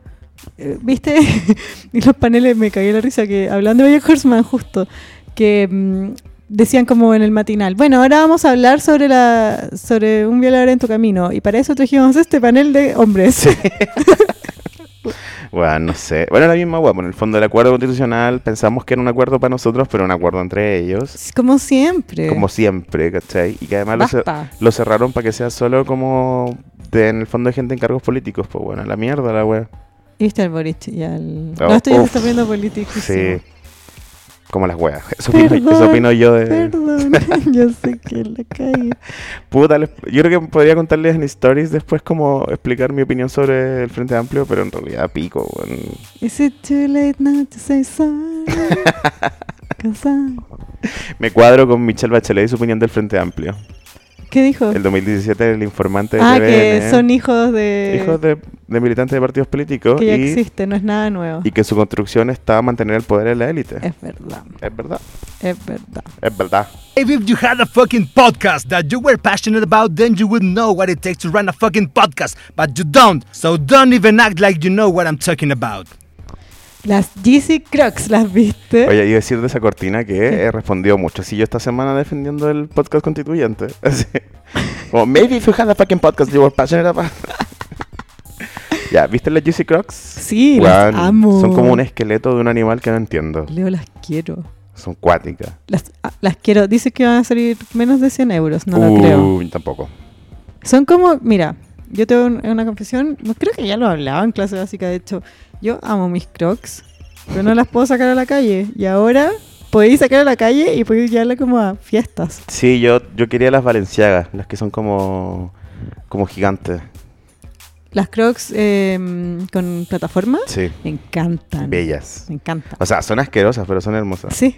S1: eh, ¿Viste? [laughs] y los paneles me cagué la risa que hablando de Bojack Horseman justo, que mm, decían como en el matinal, bueno, ahora vamos a hablar sobre la sobre un violador en tu camino y para eso trajimos este panel de hombres.
S2: Bueno, no sé. Bueno, la misma guapo. En el fondo del acuerdo constitucional pensamos que era un acuerdo para nosotros, pero un acuerdo entre ellos.
S1: [laughs] como siempre.
S2: Como siempre, ¿cachai? Y que además lo, cer-
S1: Basta.
S2: lo cerraron para que sea solo como de, en el fondo de gente en cargos políticos. Pues bueno, la mierda la wea.
S1: Y viste al Boric y al...
S2: Oh,
S1: no, esto ya se
S2: uf,
S1: está viendo político.
S2: Sí. Como las weas. Eso opino, eso
S1: Perdón,
S2: opino yo de...
S1: Perdón, [laughs] yo sé que la cagué.
S2: Puta, les- yo creo que podría contarles en stories después como explicar mi opinión sobre el Frente Amplio, pero en realidad pico. weón.
S1: Is it too late now to say
S2: [laughs]
S1: sorry? 'Cause I-
S2: Me cuadro con Michelle Bachelet y su opinión del Frente Amplio.
S1: ¿Qué dijo?
S2: El 2017 el informante de
S1: Ah,
S2: TVN,
S1: que son hijos de...
S2: ¿eh? hijos de, de militantes de partidos políticos
S1: que ya
S2: y,
S1: existe, no es nada nuevo.
S2: y que su construcción está a mantener el poder en la élite. Es,
S1: Es verdad,
S2: verdad,
S1: es verdad.
S2: es verdad.
S3: If if you had a fucking podcast that you were passionate about, then you would know what it takes to run a fucking podcast. But you don't, so don't even act like you know what I'm talking about.
S1: Las Yeezy Crocs, ¿las viste?
S2: Oye, y decir de esa cortina que
S1: ¿Qué?
S2: he respondido mucho. Si yo esta semana defendiendo el podcast constituyente. [laughs] Así. Como, maybe if you had a fucking podcast, you were passionate about. [laughs] ya, ¿viste las Juicy Crocs?
S1: sí, las
S2: Weón,
S1: amo.
S2: Son como un esqueleto de un animal que no entiendo.
S1: Leo, las quiero.
S2: Son cuáticas.
S1: Las, ah, las quiero. Dice que van a salir menos de 100 euros, no lo
S2: Uy,
S1: creo.
S2: Tampoco.
S1: Son como, mira, yo tengo un- una confesión, no creo que ya lo hablaba en clase básica, de hecho, yo amo mis crocs, pero no las puedo sacar a la calle. Y ahora podéis sacar a la calle y podéis llevarla como a fiestas.
S2: Sí, yo, yo quería las valenciagas, las que son como, como gigantes.
S1: Las crocs eh, con plataforma
S2: Sí.
S1: me encantan.
S2: Bellas.
S1: Me encantan.
S2: O sea, son asquerosas, pero son hermosas.
S1: Sí,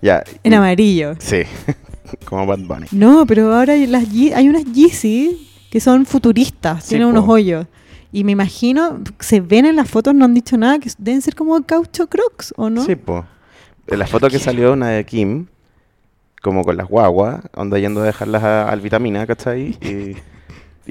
S2: Ya.
S1: en
S2: y-
S1: amarillo.
S2: Sí. [laughs] como Bad Bunny.
S1: No, pero ahora hay, las Ye- hay unas Yeezy que son futuristas,
S2: Sí,
S1: tienen
S2: po.
S1: unos hoyos. Y me imagino, se ven en las fotos, no han dicho nada, que deben ser como caucho crocs, ¿o no?
S2: Sí, po. En La foto que salió una de Kim, como con las guaguas, onda yendo a dejarlas a- al vitamina, ¿cachai? Y,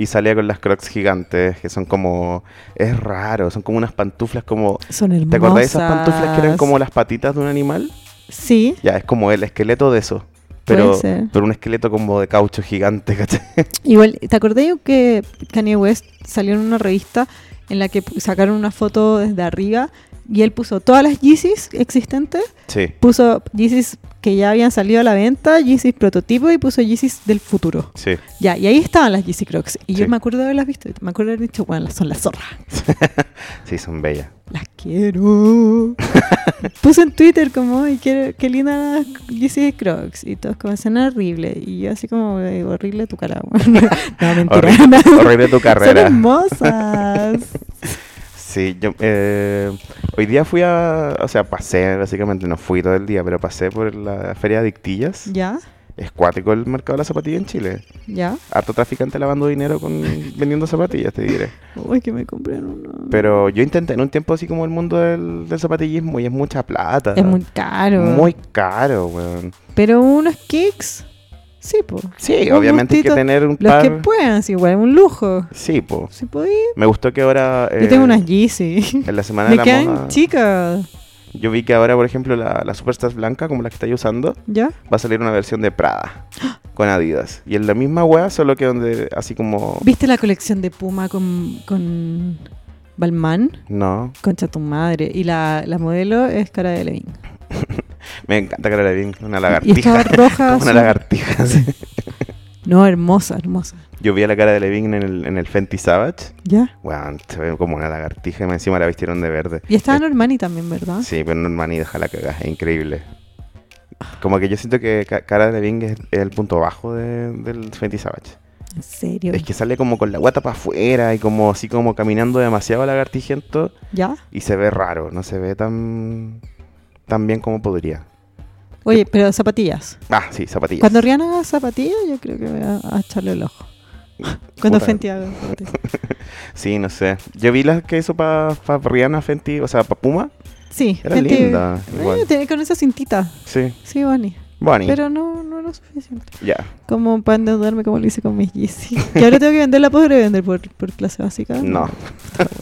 S2: y salía con las crocs gigantes, que son como... Es raro, son como unas pantuflas como...
S1: Son hermosas.
S2: ¿Te acordás de esas pantuflas que eran como las patitas de un animal?
S1: Sí.
S2: Ya, es como el esqueleto de eso.
S1: Puede
S2: Pero,
S1: ser.
S2: pero un esqueleto como de caucho gigante, [laughs] ¿cachai?
S1: Igual, ¿te acordás que Kanye West salió en una revista en la que pu- sacaron una foto desde arriba y él puso todas las Yeezys existentes?
S2: Sí.
S1: Puso Yeezys que ya habían salido a la venta, Yeezys prototipo y puso Yeezys del futuro.
S2: Sí.
S1: Ya, y ahí estaban las Yeezy Crocs. Y yo
S2: Sí.
S1: me acuerdo de haberlas visto. y Me acuerdo de haber dicho, bueno, las- son las zorras.
S2: Sí, son bellas.
S1: Las
S2: [laughs]
S1: quiero. Puse en Twitter como, ay, qué, qué linda Yeezy Crocs. Y todos como, son horrible. Y yo así como, "Eh, horrible tu cara. [laughs] no,
S2: [laughs]
S1: mentira.
S2: Horrible,
S1: no.
S2: horrible tu carrera.
S1: Son hermosas.
S2: [laughs] Sí, yo eh, hoy día fui a, o sea, pasé, básicamente no fui todo el día, pero pasé por la feria de Ictillas
S1: ¿Ya?
S2: es cuático el mercado de la zapatilla en Chile.
S1: ¿Ya?
S2: Harto traficante lavando
S1: [laughs]
S2: dinero con vendiendo zapatillas, te diré.
S1: Uy, que me compraron una.
S2: Pero yo intenté en un tiempo así como el mundo del, del zapatillismo y es mucha plata.
S1: Es muy caro.
S2: Muy caro, weón.
S1: Pero unos kicks, sí, po.
S2: Sí,
S1: Un
S2: obviamente hay que
S1: gustito.
S2: tener un
S1: Los
S2: par.
S1: que puedan, sí, igual, un lujo.
S2: Sí, po.
S1: Si podí.
S2: Me gustó que ahora. eh,
S1: Yo tengo unas Yeezy.
S2: En la semana de
S1: Me
S2: la
S1: quedan
S2: moda.
S1: chicas.
S2: Yo vi que ahora, por ejemplo, la, la Superstars blanca, como la que estáis usando,
S1: ¿Ya?
S2: va a salir una versión de
S1: [gasps]
S2: Prada con Adidas. Y es la misma wea, solo que donde así como.
S1: ¿Viste la colección de Puma con, con Balmain?
S2: No,
S1: Concha tu madre. Y la, la modelo es cara de Levin.
S2: me encanta que la bien una
S1: Y estaba
S2: [laughs] lagartija.
S1: roja.
S2: Como una
S1: azul. [laughs]
S2: lagartija. sí.
S1: No, hermosa, hermosa.
S2: Yo vi a la cara de Levin en el, en el Fenty Savage.
S1: ¿Ya?
S2: Weón, se ve como una lagartija y más encima la vistieron de verde.
S1: Y estaba Normani también, ¿verdad?
S2: Eh, Sí, pero Normani deja la cagada, es increíble. Como que yo siento que Ca- Cara de Bing es, es el punto bajo de- del Fenty Savage.
S1: En serio.
S2: Es que sale como con la guata para afuera y como así como caminando demasiado lagartijento
S1: ¿Ya?
S2: y se ve raro, no se ve tan, tan bien como podría.
S1: Oye, pero zapatillas.
S2: Ah, sí, zapatillas.
S1: Cuando Rihanna haga zapatillas, yo creo que voy a, a echarle el ojo. Cuando
S2: Puta.
S1: Fenty haga
S2: [laughs]
S1: zapatillas.
S2: Sí, no sé. Yo vi las que hizo para Rihanna Fenty, o sea, para Puma.
S1: Sí,
S2: Era
S1: Fenty.
S2: linda,
S1: eh,
S2: igual.
S1: tiene con esa cintita.
S2: Sí,
S1: Sí, Bonnie.
S2: Bonnie.
S1: Pero no, no lo suficiente.
S2: Ya.
S1: Como para endeudarme como lo hice con mis Yeezy. [laughs] Que ahora tengo que vender la podré vender por, por clase básica.
S2: No. [laughs]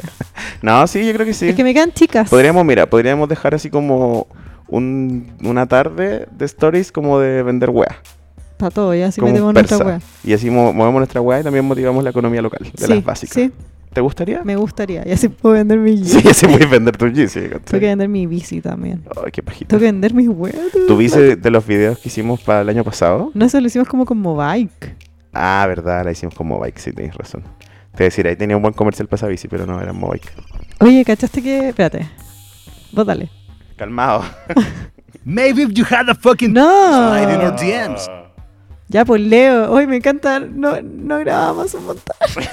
S2: no, sí, yo creo que sí.
S1: Ah, Es que me quedan chicas.
S2: Podríamos, mira, podríamos dejar así como un- una tarde de stories como de vender weas.
S1: Para todo, ya si
S2: como
S1: metemos
S2: un
S1: nuestra
S2: persa.
S1: wea.
S2: Y así mo- movemos nuestra wea y también motivamos la economía local de
S1: sí,
S2: las básicas.
S1: Sí,
S2: ¿Te gustaría?
S1: me gustaría. Y así puedo vender mi
S2: [laughs] Sí,
S1: Yeezy.
S2: así puedes vender tu Yeezy. ¿cachai?
S1: Tengo que vender mi bici también.
S2: Ay, qué pajita.
S1: Tengo que vender mis weas.
S2: ¿Tú viste de los videos que hicimos para el año pasado?
S1: No, eso lo hicimos como con Mobike.
S2: Ah, verdad, la hicimos con Mobike, sí, tenéis razón. Te decir, ahí tenía un buen comercial para esa bici, pero no, era Mobike.
S1: Oye, ¿cachaste que...? Espérate. Vos dale.
S2: Calmado. [laughs]
S3: Maybe if you had a fucking slide in our
S1: ¡No!
S3: DMs.
S1: Ya, pues Leo. Hoy me encanta. No, no grabamos un montaje.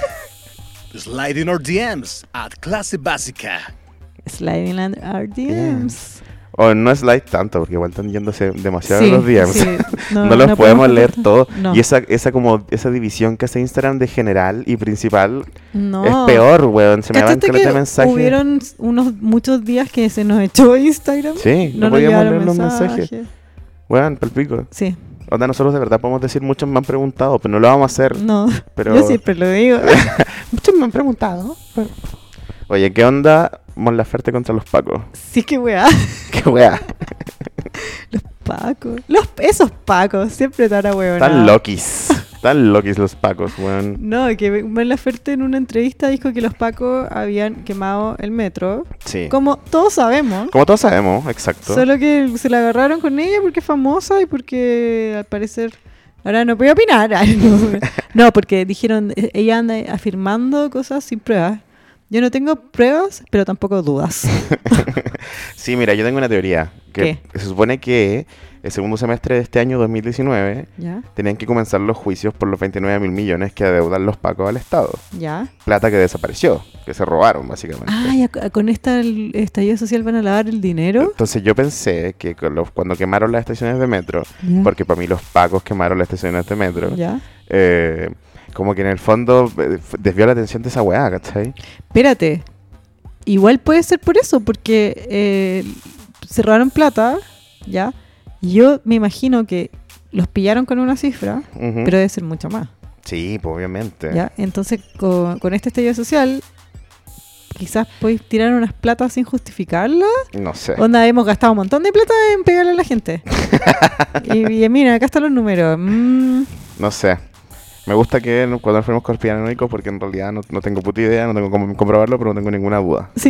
S3: Slide in our DMs at Clase Básica.
S1: Sliding Land RDMs.
S2: O no es like tanto, porque igual están yéndose demasiado
S1: Sí,
S2: los DMs.
S1: sí.
S2: [laughs] No,
S1: No,
S2: los
S1: no
S2: podemos
S1: podemos
S2: leer
S1: contar-
S2: todos.
S1: no.
S2: Y esa, esa como esa división que hace Instagram de general y principal
S1: No.
S2: es peor, weón. Se me van
S1: ¿Cachaste
S2: caleta
S1: que
S2: de mensajes.
S1: hubieron unos muchos días que se nos echó Instagram?
S2: Sí, no
S1: nos
S2: podíamos
S1: llegaron
S2: leer los mensajes. Weón, palpico.
S1: Sí,
S2: Onda, nosotros de verdad podemos decir muchos me han preguntado, pero no lo vamos a hacer.
S1: no.
S2: [laughs] Pero-
S1: Yo siempre lo
S2: [laughs]
S1: digo.
S2: Mm. Muchos me han preguntado. pero- Oye, ¿qué onda Mon Laferte contra los Pacos? [laughs]
S1: sí, que weá. [laughs]
S2: Qué weá.
S1: Paco. Los, esos pacos siempre tan a huevo.
S2: Están loquis. Están loquis los Pacos, weón.
S1: No, que Ben Laferte en una entrevista dijo que los pacos habían quemado el metro.
S2: Sí.
S1: Como todos sabemos.
S2: Como todos sabemos, exacto.
S1: Solo que se la agarraron con ella porque es famosa y porque al parecer. Ahora no puedo opinar. [laughs] Ay, no. No, porque dijeron, eh, ella anda afirmando cosas sin pruebas. Yo no tengo pruebas, pero tampoco dudas.
S2: Sí, mira, yo tengo una teoría. Que Se supone que el segundo semestre de este año 2019
S1: ¿Ya?
S2: tenían que comenzar los juicios por los 29 mil millones que adeudan los pacos al Estado.
S1: ¿Ya?
S2: Plata que desapareció, que se robaron, básicamente.
S1: Ah, ya co- con esta el estallido social van a lavar el dinero.
S2: Entonces yo pensé que con los- cuando quemaron las estaciones de metro,
S1: Ya.
S2: porque para mí los pacos quemaron las estaciones de metro,
S1: Mm. ¿Ya?
S2: eh, como que en el fondo eh, f- desvió la atención de esa weá, ¿cachai?
S1: Espérate. Igual puede ser por eso, porque eh, se robaron plata, ¿ya? Y Yo me imagino que los pillaron con una cifra,
S2: Ujú.
S1: pero debe ser mucho más.
S2: ¿Mm? Sí, pues obviamente.
S1: ¿Ya? Entonces, con, con este estallido social, quizás podéis tirar unas platas sin justificarlas.
S2: No sé.
S1: Onda, hemos gastado un montón de plata en pegarle a la gente. y, y mira, acá están los números. Mm,
S2: No sé. Me gusta que no- cuando fuimos conspiranoicos, porque en realidad no, no tengo puta idea, no tengo cómo comprobarlo, pero no tengo ninguna duda.
S1: Sí.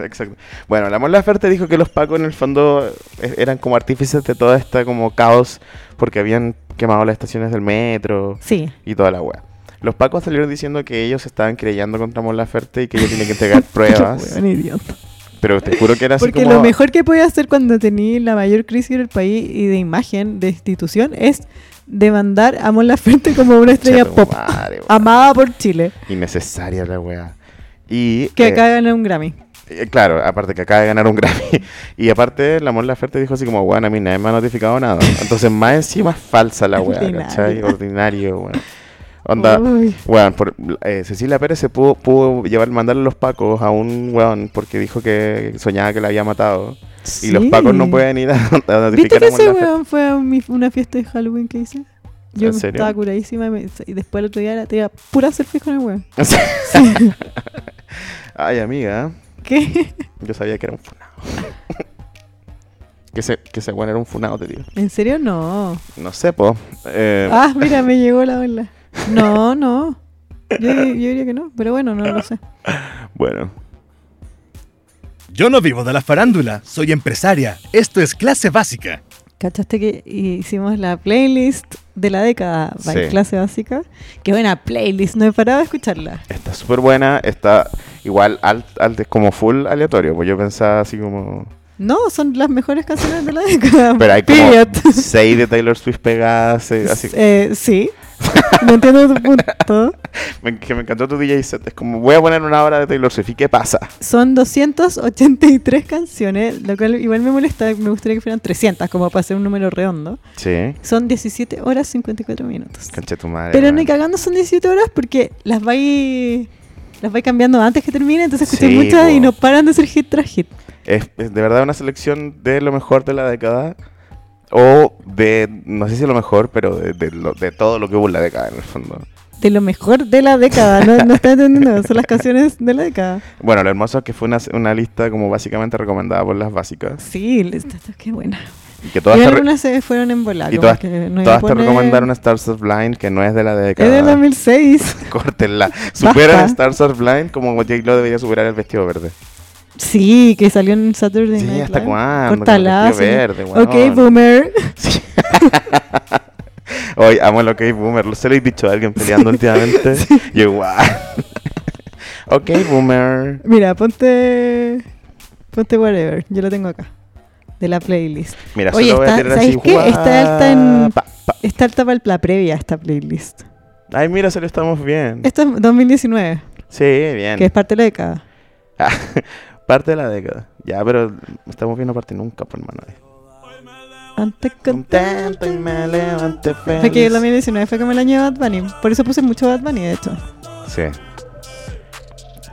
S1: [laughs]
S2: exacto. Bueno, la Mon Laferte dijo que los pacos en el fondo eh, eran como artífices de toda esta como caos porque habían quemado las estaciones del metro
S1: sí.
S2: y toda la wea. Los pacos salieron diciendo que ellos estaban creyendo contra Mon Laferte y que ella tiene
S1: [laughs]
S2: que entregar pruebas.
S1: Hueón idiota.
S2: pero te juro que era así
S1: Porque
S2: como...
S1: lo mejor que podía hacer cuando tenía la mayor crisis en el país y de imagen, de institución, es demandar a Mon Laferte como una estrella
S2: Chetumare,
S1: pop Ah.
S2: weón.
S1: amada por Chile,
S2: Innecesaria la wea. Y...
S1: que
S2: eh,
S1: acá gana un Grammy.
S2: Eh, Claro, aparte que acaba de ganar un Grammy. [laughs] Y aparte, la Mon Laferte dijo así como, bueno, a mí nadie me ha notificado nada. Entonces, más encima es falsa la weá,
S1: Ordinario.
S2: ¿cachai? Ordinario, weón. Onda,
S1: Uy.
S2: weón, por- eh, Cecilia Pérez se pudo, pudo llevar, mandarle los pacos a un weón porque dijo que soñaba que la había matado. Y los
S1: Sí.
S2: pacos no pueden ir a, [laughs] a
S1: ¿Viste
S2: notificar
S1: que
S2: a Mon
S1: ese
S2: Laferte.
S1: weón fue a mi- una fiesta de Halloween que hice? Yo
S2: ¿En serio?
S1: estaba curadísima y, me- y después el otro día era- tenía puras selfies con el weón.
S2: [laughs] Ay, amiga,
S1: ¿Qué? [laughs]
S2: yo sabía que era un funado. [laughs] que, ese, que ese weón era un funado, te digo.
S1: ¿En serio? No.
S2: No sé, po. Eh, [laughs]
S1: Ah, mira, me llegó la ola. No, no. Yo, yo diría que no, pero bueno, no lo sé.
S2: Bueno.
S3: Yo no vivo de la farándula, soy empresaria. Esto es clase básica.
S1: ¿Cachaste que hicimos la playlist de la década by
S2: Sí.
S1: clase básica? Qué buena playlist, no he parado de escucharla.
S2: Está súper buena, está igual alt, alt- es como full aleatorio, pues yo pensaba así como...
S1: No, son las mejores canciones de la década.
S2: [laughs] Pero hay como
S1: Period.
S2: seis de Taylor Swift pegadas, eh, así...
S1: [laughs] Eh, sí. No entiendo tu punto.
S2: Me- que me encantó tu DJ set, es como voy a poner una hora de Taylor Swift, ¿y qué pasa?
S1: Son 283 canciones, lo cual igual me molesta, me gustaría que fueran 300, como para hacer un número redondo.
S2: Sí,
S1: Son 17 horas 54 minutos.
S2: canché tu madre.
S1: Pero ni
S2: weón.
S1: cagando son 17 horas porque las vais las vais cambiando antes que termine, entonces escuché
S2: Sí,
S1: muchas
S2: po.
S1: y no paran de ser hit tras hit.
S2: es, es de verdad una selección de lo mejor de la década, o de, no sé si lo mejor, pero de, de lo- de todo lo que hubo en la década en el fondo.
S1: De lo mejor de la década, no, no estás [laughs] entendiendo, son las canciones de la década.
S2: Bueno, lo hermoso es que fue una, una lista como básicamente recomendada por las básicas,
S1: Sí, les- qué buena.
S2: y que todas
S1: Y
S2: te re-
S1: algunas se fueron en volar.
S2: Y
S1: como
S2: todas,
S1: que no iba a
S2: todas te
S1: poner-
S2: recomendaron Stars of Blind, que no es de la
S1: Es
S2: década.
S1: del 2006.
S2: [laughs] Córtenla. Supera
S1: Basta.
S2: Stars of Blind como J-Lo debería superar el vestido verde.
S1: Sí, que salió en Saturday
S2: Sí,
S1: Night
S2: ¿hasta
S1: Live.
S2: cuándo?
S1: Córtala,
S2: Con el vestido
S1: señor.
S2: verde, weón.
S1: Ok, boomer.
S2: Sí. Hoy amo lo que es Boomer. Lo se lo he dicho a alguien
S1: [laughs]
S2: peleando últimamente. Y igual. [laughs] ok, Boomer.
S1: Mira, ponte. Ponte whatever. Yo lo tengo acá. De la playlist.
S2: Mira,
S1: Oye,
S2: solo voy a
S1: está-
S2: tirar
S1: ¿sabes
S2: así.
S1: qué? Está alta en-
S2: guapa.
S1: Está alta para la previa esta playlist.
S2: Ay, mira, se lo estamos bien.
S1: Esto es 2019,
S2: Sí, Mm. bien. [laughs] Ah,
S1: que es parte de la década.
S2: Parte de la década. Ya, pero estamos bien aparte nunca, por hermano.
S1: Antes
S2: Contento y me levanté
S1: Fue que el
S2: feliz.
S1: 2019 fue como el año de Bad Bunny. Por eso puse mucho Bad Bunny, de hecho.
S2: Sí.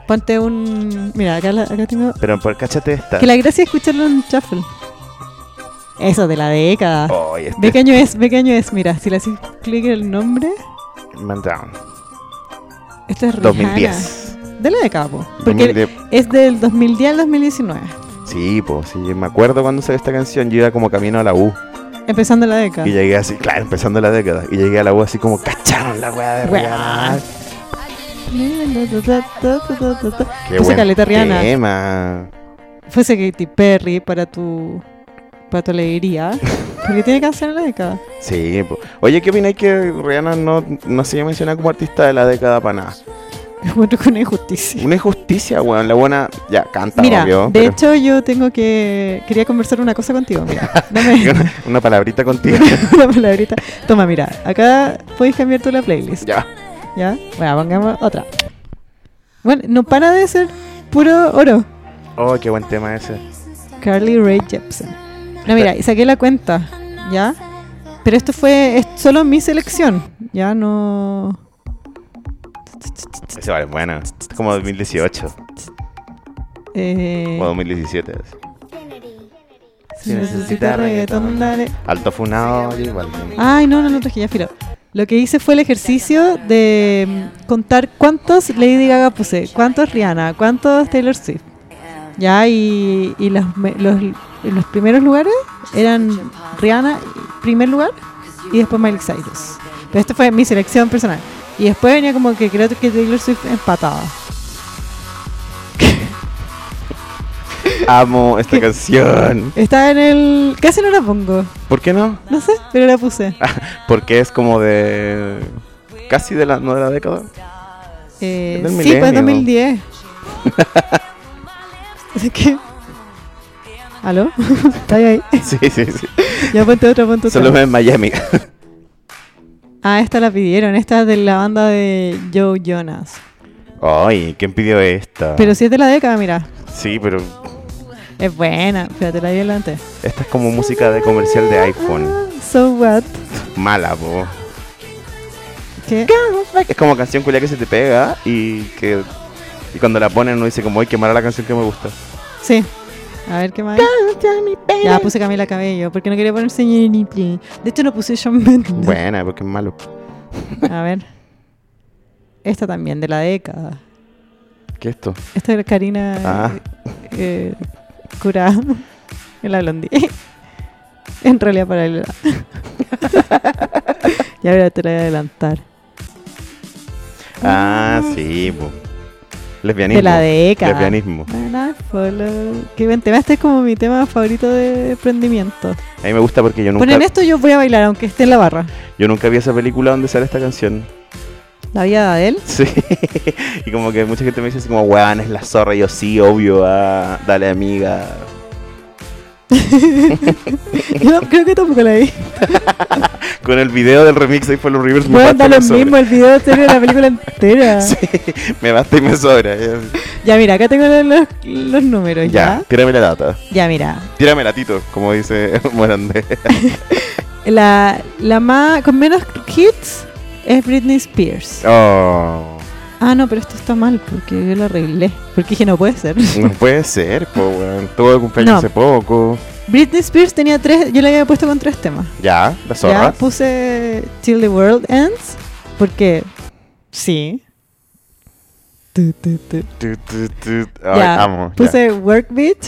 S1: Ponte un. Mira, acá, la- acá tengo.
S2: Pero por cáchate esta.
S1: Que la gracia es escucharlo en shuffle. Eso, de la década.
S2: Oye, este
S1: Ve qué año es, ve qué año es. Mira, si le haces clic en el nombre,
S2: Man Down.
S1: esto es Rihanna.
S2: 2010.
S1: De la década, po. Porque
S2: 2010.
S1: es del 2010 al 2019.
S2: Sí, pues sí, me acuerdo cuando salió esta canción, yo iba como camino a la U
S1: Empezando la década.
S2: y llegué así, claro, empezando la década, y llegué a la U así como cacharon la weá de
S1: Weá.
S2: Rihanna. Qué
S1: Puse
S2: buen
S1: caleta Rihanna.
S2: tema.
S1: Fuese Katy Perry para tu para tu
S2: [laughs]
S1: alegría. Porque tiene canción en la década.
S2: Sí, po. Oye, ¿qué opináis que Rihanna no, no se menciona como artista de la década para nada?
S1: [laughs] Me encuentro con una injusticia.
S2: Una injusticia, weón. La buena ya canta,
S1: Mira,
S2: obvio.
S1: de
S2: pero-
S1: hecho yo tengo que... Quería conversar una cosa contigo, [laughs] mira. Dame
S2: [laughs] una, una palabrita [laughs] contigo.
S1: una palabrita. Toma, mira, acá podéis cambiar tú la playlist.
S2: ya.
S1: ¿Ya? Bueno, pongamos otra. Bueno, no para de ser puro oro.
S2: Oh, qué buen tema ese.
S1: Carly Rae Jepsen. No, mira, y saqué la cuenta, ¿ya? Pero esto fue es solo mi selección, ya no...
S2: Ese vale, bueno. Es como 2018
S1: eh,
S2: o 2017. así.
S1: si necesitas reggaetón, dale.
S2: Alto funado, J Balvin.
S1: Ay, no, no, no traje ya, filo. Lo que hice fue el ejercicio de mm, contar cuántos Lady Gaga puse, cuántos Rihanna, cuántos Taylor Swift. Ya, y, y los, me- los, los primeros lugares eran Rihanna, primer lugar, y después Miley Cyrus. Pero esta fue mi selección personal. Y después venía como que creo que Taylor Swift empataba.
S2: Amo esta [laughs] canción.
S1: Estaba en el... Casi no la pongo,
S2: ¿Por qué no?
S1: no sé, pero la puse.
S2: Porque es como de. casi de la no de la década. [laughs]
S1: Eh,
S2: Es del
S1: sí, pues
S2: milenio. [laughs]
S1: 2010. Así que. ¿Aló? [laughs] ¿Estás ahí?
S2: Sí, sí, sí.
S1: Ya ponte otra, ponte otra.
S2: Solo en Miami. [laughs]
S1: Ah, esta la pidieron. Esta es de la banda de Joe Jonas.
S2: Ay, ¿quién pidió esta?
S1: Pero si es de la década, mira.
S2: Sí, pero
S1: Es buena, fíjate la violante.
S2: esta es como música de comercial de iPhone.
S1: Ah, So what?
S2: Mala, po.
S1: ¿Qué?
S2: Es como canción culia que se te pega y que y cuando la ponen uno dice como, hoy quemará la canción que me gusta.
S1: Sí. A ver qué más. hay? Ya puse Camila Cabello, porque no quería poner señor Ripley. De hecho no puse Sean Mendes.
S2: Buena, porque es malo.
S1: A ver. Esta también, de la década.
S2: ¿Qué es esto?
S1: Esta era Karina
S2: Ah.
S1: eh, Cura [laughs] en la blondie. [laughs] en realidad [laughs] paralela. ya verá, te la voy a adelantar.
S2: Ah, sí, po. Lesbianismo.
S1: De la década.
S2: Lesbianismo.
S1: When I follow- Qué buen tema. Este es como mi tema favorito de emprendimiento.
S2: A mí me gusta porque yo nunca,
S1: Ponen esto, yo voy a bailar, aunque esté en la barra.
S2: yo nunca vi esa película donde sale esta canción. [laughs]
S1: La vida de Adele.
S2: Sí. y como que mucha gente me dice así como, weón, es la zorra. Y yo, sí, obvio, ah, dale amiga.
S1: Yo no- creo que tampoco la vi.
S2: Con el video del remix de Follow Rivers me
S1: Bueno, da
S2: basta y me
S1: lo
S2: sobra.
S1: mismo el video serio de la película entera.
S2: [laughs] Sí, me basta y me sobra. Ya,
S1: Ya, mira, acá tengo los, los- los números.
S2: ya,
S1: Ya.
S2: tírame la data.
S1: Ya, mira.
S2: Tírame la Tito, como dice [laughs] Morandé.
S1: La, la más con menos hits es Britney Spears.
S2: Oh,
S1: Ah, no, pero esto está mal porque yo lo arreglé. Porque dije, no puede ser.
S2: no puede ser, po, weón. Tuvo cumpleaños
S1: No.
S2: hace poco.
S1: [laughs] Britney Spears tenía tres, yo la había puesto con tres temas.
S2: Ya,
S1: Ya
S2: la zorra.
S1: puse Till the World Ends porque sí. Tu, tu, tu.
S2: Tu, tu, tu. Ay,
S1: Ya,
S2: amo. ya.
S1: puse Work Beat,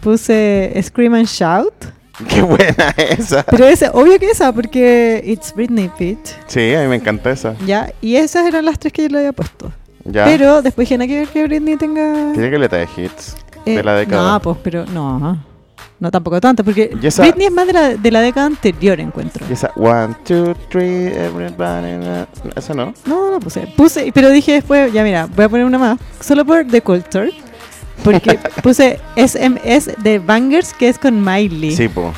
S1: puse Scream and Shout.
S2: [laughs] Qué buena esa.
S1: Pero ese, obvio que esa, porque it's Britney Beat.
S2: Sí, a mí me encanta esa.
S1: Ya, y esas eran las tres que yo le había puesto.
S2: Ya.
S1: Pero después dije, nada que ver que Britney tenga.
S2: Tiene que letra de hits.
S1: eh,
S2: de la década.
S1: No, pues, pero no. No tampoco tanto, porque
S2: Y esa-
S1: Britney es más de la, de la década anterior, encuentro.
S2: Y esa, one, two, three, everybody. na- Esa no.
S1: No, no puse. Puse, pero dije después, ya mira, voy a poner una más. Solo por The Culture.
S2: [laughs]
S1: Porque puse SMS de Bangers, que es con Miley.
S2: Sí, po.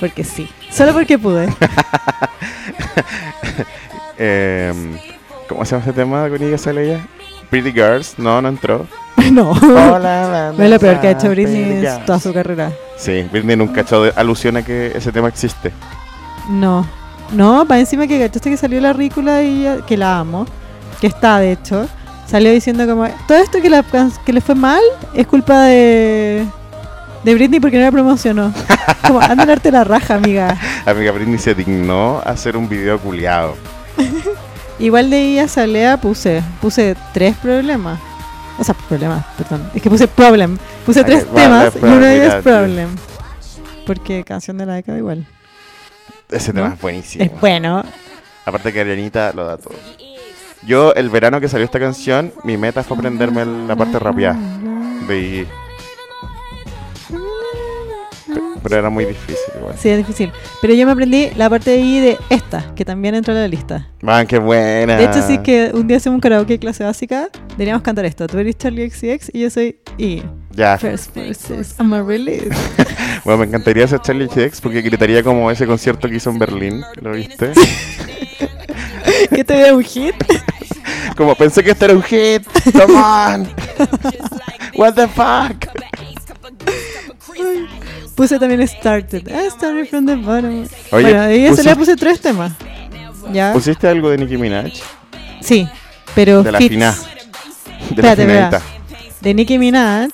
S1: Porque sí. Solo porque
S2: [laughs]
S1: pude. [laughs]
S2: Em, ¿Cómo se llama ese tema con que sale ella? Pretty Girls. No,
S1: [laughs]
S2: no entró.
S1: no.
S2: Oh, Hola,
S1: [laughs] No es lo peor que ha hecho
S2: banda,
S1: Britney
S2: Pretty
S1: en toda
S2: Girls.
S1: su carrera.
S2: Sí, Britney nunca ha hecho de- alusión a que ese tema existe.
S1: No. No, para encima que cachaste que salió la rícula y ella- que la amo, que está de hecho, salió diciendo como todo esto que, la, can- que le fue mal es culpa de, de Britney porque no la promocionó. como anda a darte la raja, amiga.
S2: Amiga Britney se dignó a hacer un video culiado.
S1: Igual de ella salea puse, puse tres problemas. O sea, problemas, perdón. Es que puse problem. Puse
S2: Ah,
S1: tres
S2: que- bueno,
S1: temas
S2: es
S1: y uno de ellos
S2: probabilidad,
S1: es
S2: sí.
S1: problem. Porque canción de la década igual.
S2: Ese tema
S1: ¿No?
S2: es buenísimo.
S1: es bueno.
S2: Aparte que Arianita lo da todo. Yo, el verano que salió esta canción, mi meta fue aprenderme la parte rápida de... Pero era muy difícil igual.
S1: Sí, es difícil. Pero yo me aprendí la parte de ahí de esta, que también entró en la lista.
S2: Man, qué buena.
S1: De hecho, si es que un día hacemos un karaoke de clase básica, deberíamos cantar esto. Tú eres Charlie XCX y yo soy E.
S2: Ya.
S1: First verses, I'm a release. [laughs]
S2: Bueno, me encantaría hacer Charlie X porque gritaría como ese concierto que hizo en Berlín. ¿Lo viste?
S1: que te vea un hit.
S2: Como pensé que esto era un hit. Come
S1: [laughs]
S2: on. What the fuck?
S1: Puse también Started. I started from the bottom.
S2: Oye,
S1: bueno, de ella
S2: pusi-
S1: le puse tres temas. ¿Ya?
S2: ¿Pusiste algo de Nicki Minaj?
S1: Sí, pero
S2: De la
S1: hits.
S2: fina. De la
S1: Espérate, verás.
S2: finalita.
S1: De Nicki Minaj.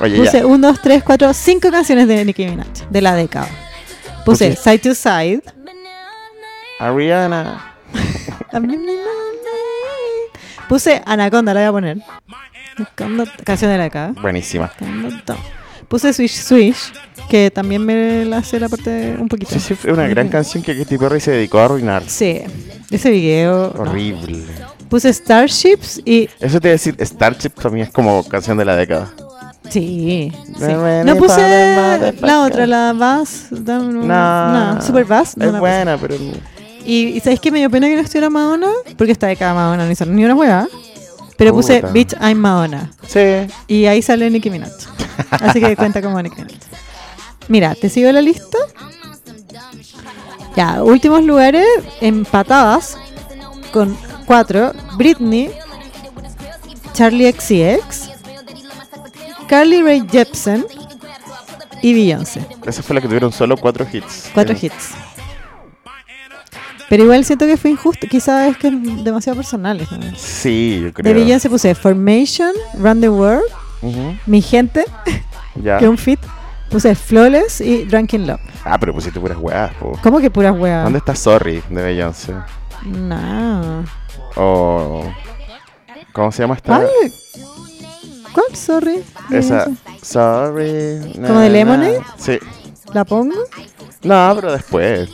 S2: Oye,
S1: Puse
S2: ya.
S1: 1, 2, 3, 4, 5 canciones de Nicki Minaj, de la década. Puse
S2: Puse-
S1: Side to Side.
S2: Ariana.
S1: Puse Anaconda, la voy a poner. Anaconda, canción de la década.
S2: Buenísima.
S1: Anaconda. Puse Swish Swish, que también me la sé la parte un poquito.
S2: Sí, sí, fue una gran canción que Katy Perry se dedicó a arruinar.
S1: Sí, ese video. no.
S2: Horrible.
S1: Puse Starships y.
S2: Eso te iba a decir, Starship también es como canción de la década.
S1: Sí. sí.
S2: Ready
S1: No
S2: for
S1: puse
S2: the motherfucker.
S1: la otra, la Bass. No, Super Bass. Mm, no
S2: Es
S1: la puse.
S2: buena, pero.
S1: Y, y ¿sabéis que me dio pena que no estuviera Madonna? Porque esta década Madonna no hizo ni una hueá. Pero puse
S2: Puta.
S1: Bitch I'm Madonna.
S2: Sí.
S1: Y ahí sale Nicki Minaj. Así que cuenta como Nicki Minaj. Mira, ¿te sigo la lista? Ya, últimos lugares empatadas con cuatro, Britney, Charlie XCX, Carly Rae Jepsen y Beyoncé.
S2: Esa fue la que tuvieron solo cuatro hits.
S1: Cuatro
S2: Eh,
S1: hits. Pero igual siento que fue injusto. Quizás es que es demasiado personal. ¿no?
S2: Sí, yo creo.
S1: De Beyoncé puse Formation, Run the World,
S2: Ujú,
S1: Mi Gente,
S2: Ya.
S1: que un fit. Puse Flawless y Drunken Love.
S2: Ah, pero pusiste puras weas, po.
S1: ¿Cómo que puras weas?
S2: ¿Dónde Ah. está Sorry de Beyoncé?
S1: No.
S2: O. ¿Cómo se llama esta?
S1: ¿Cuál? ¿Cuál? Sorry.
S2: Esa.
S1: Beyoncé.
S2: Sorry.
S1: ¿Como de Lemonade?
S2: Sí.
S1: ¿La pongo?
S2: No, pero después.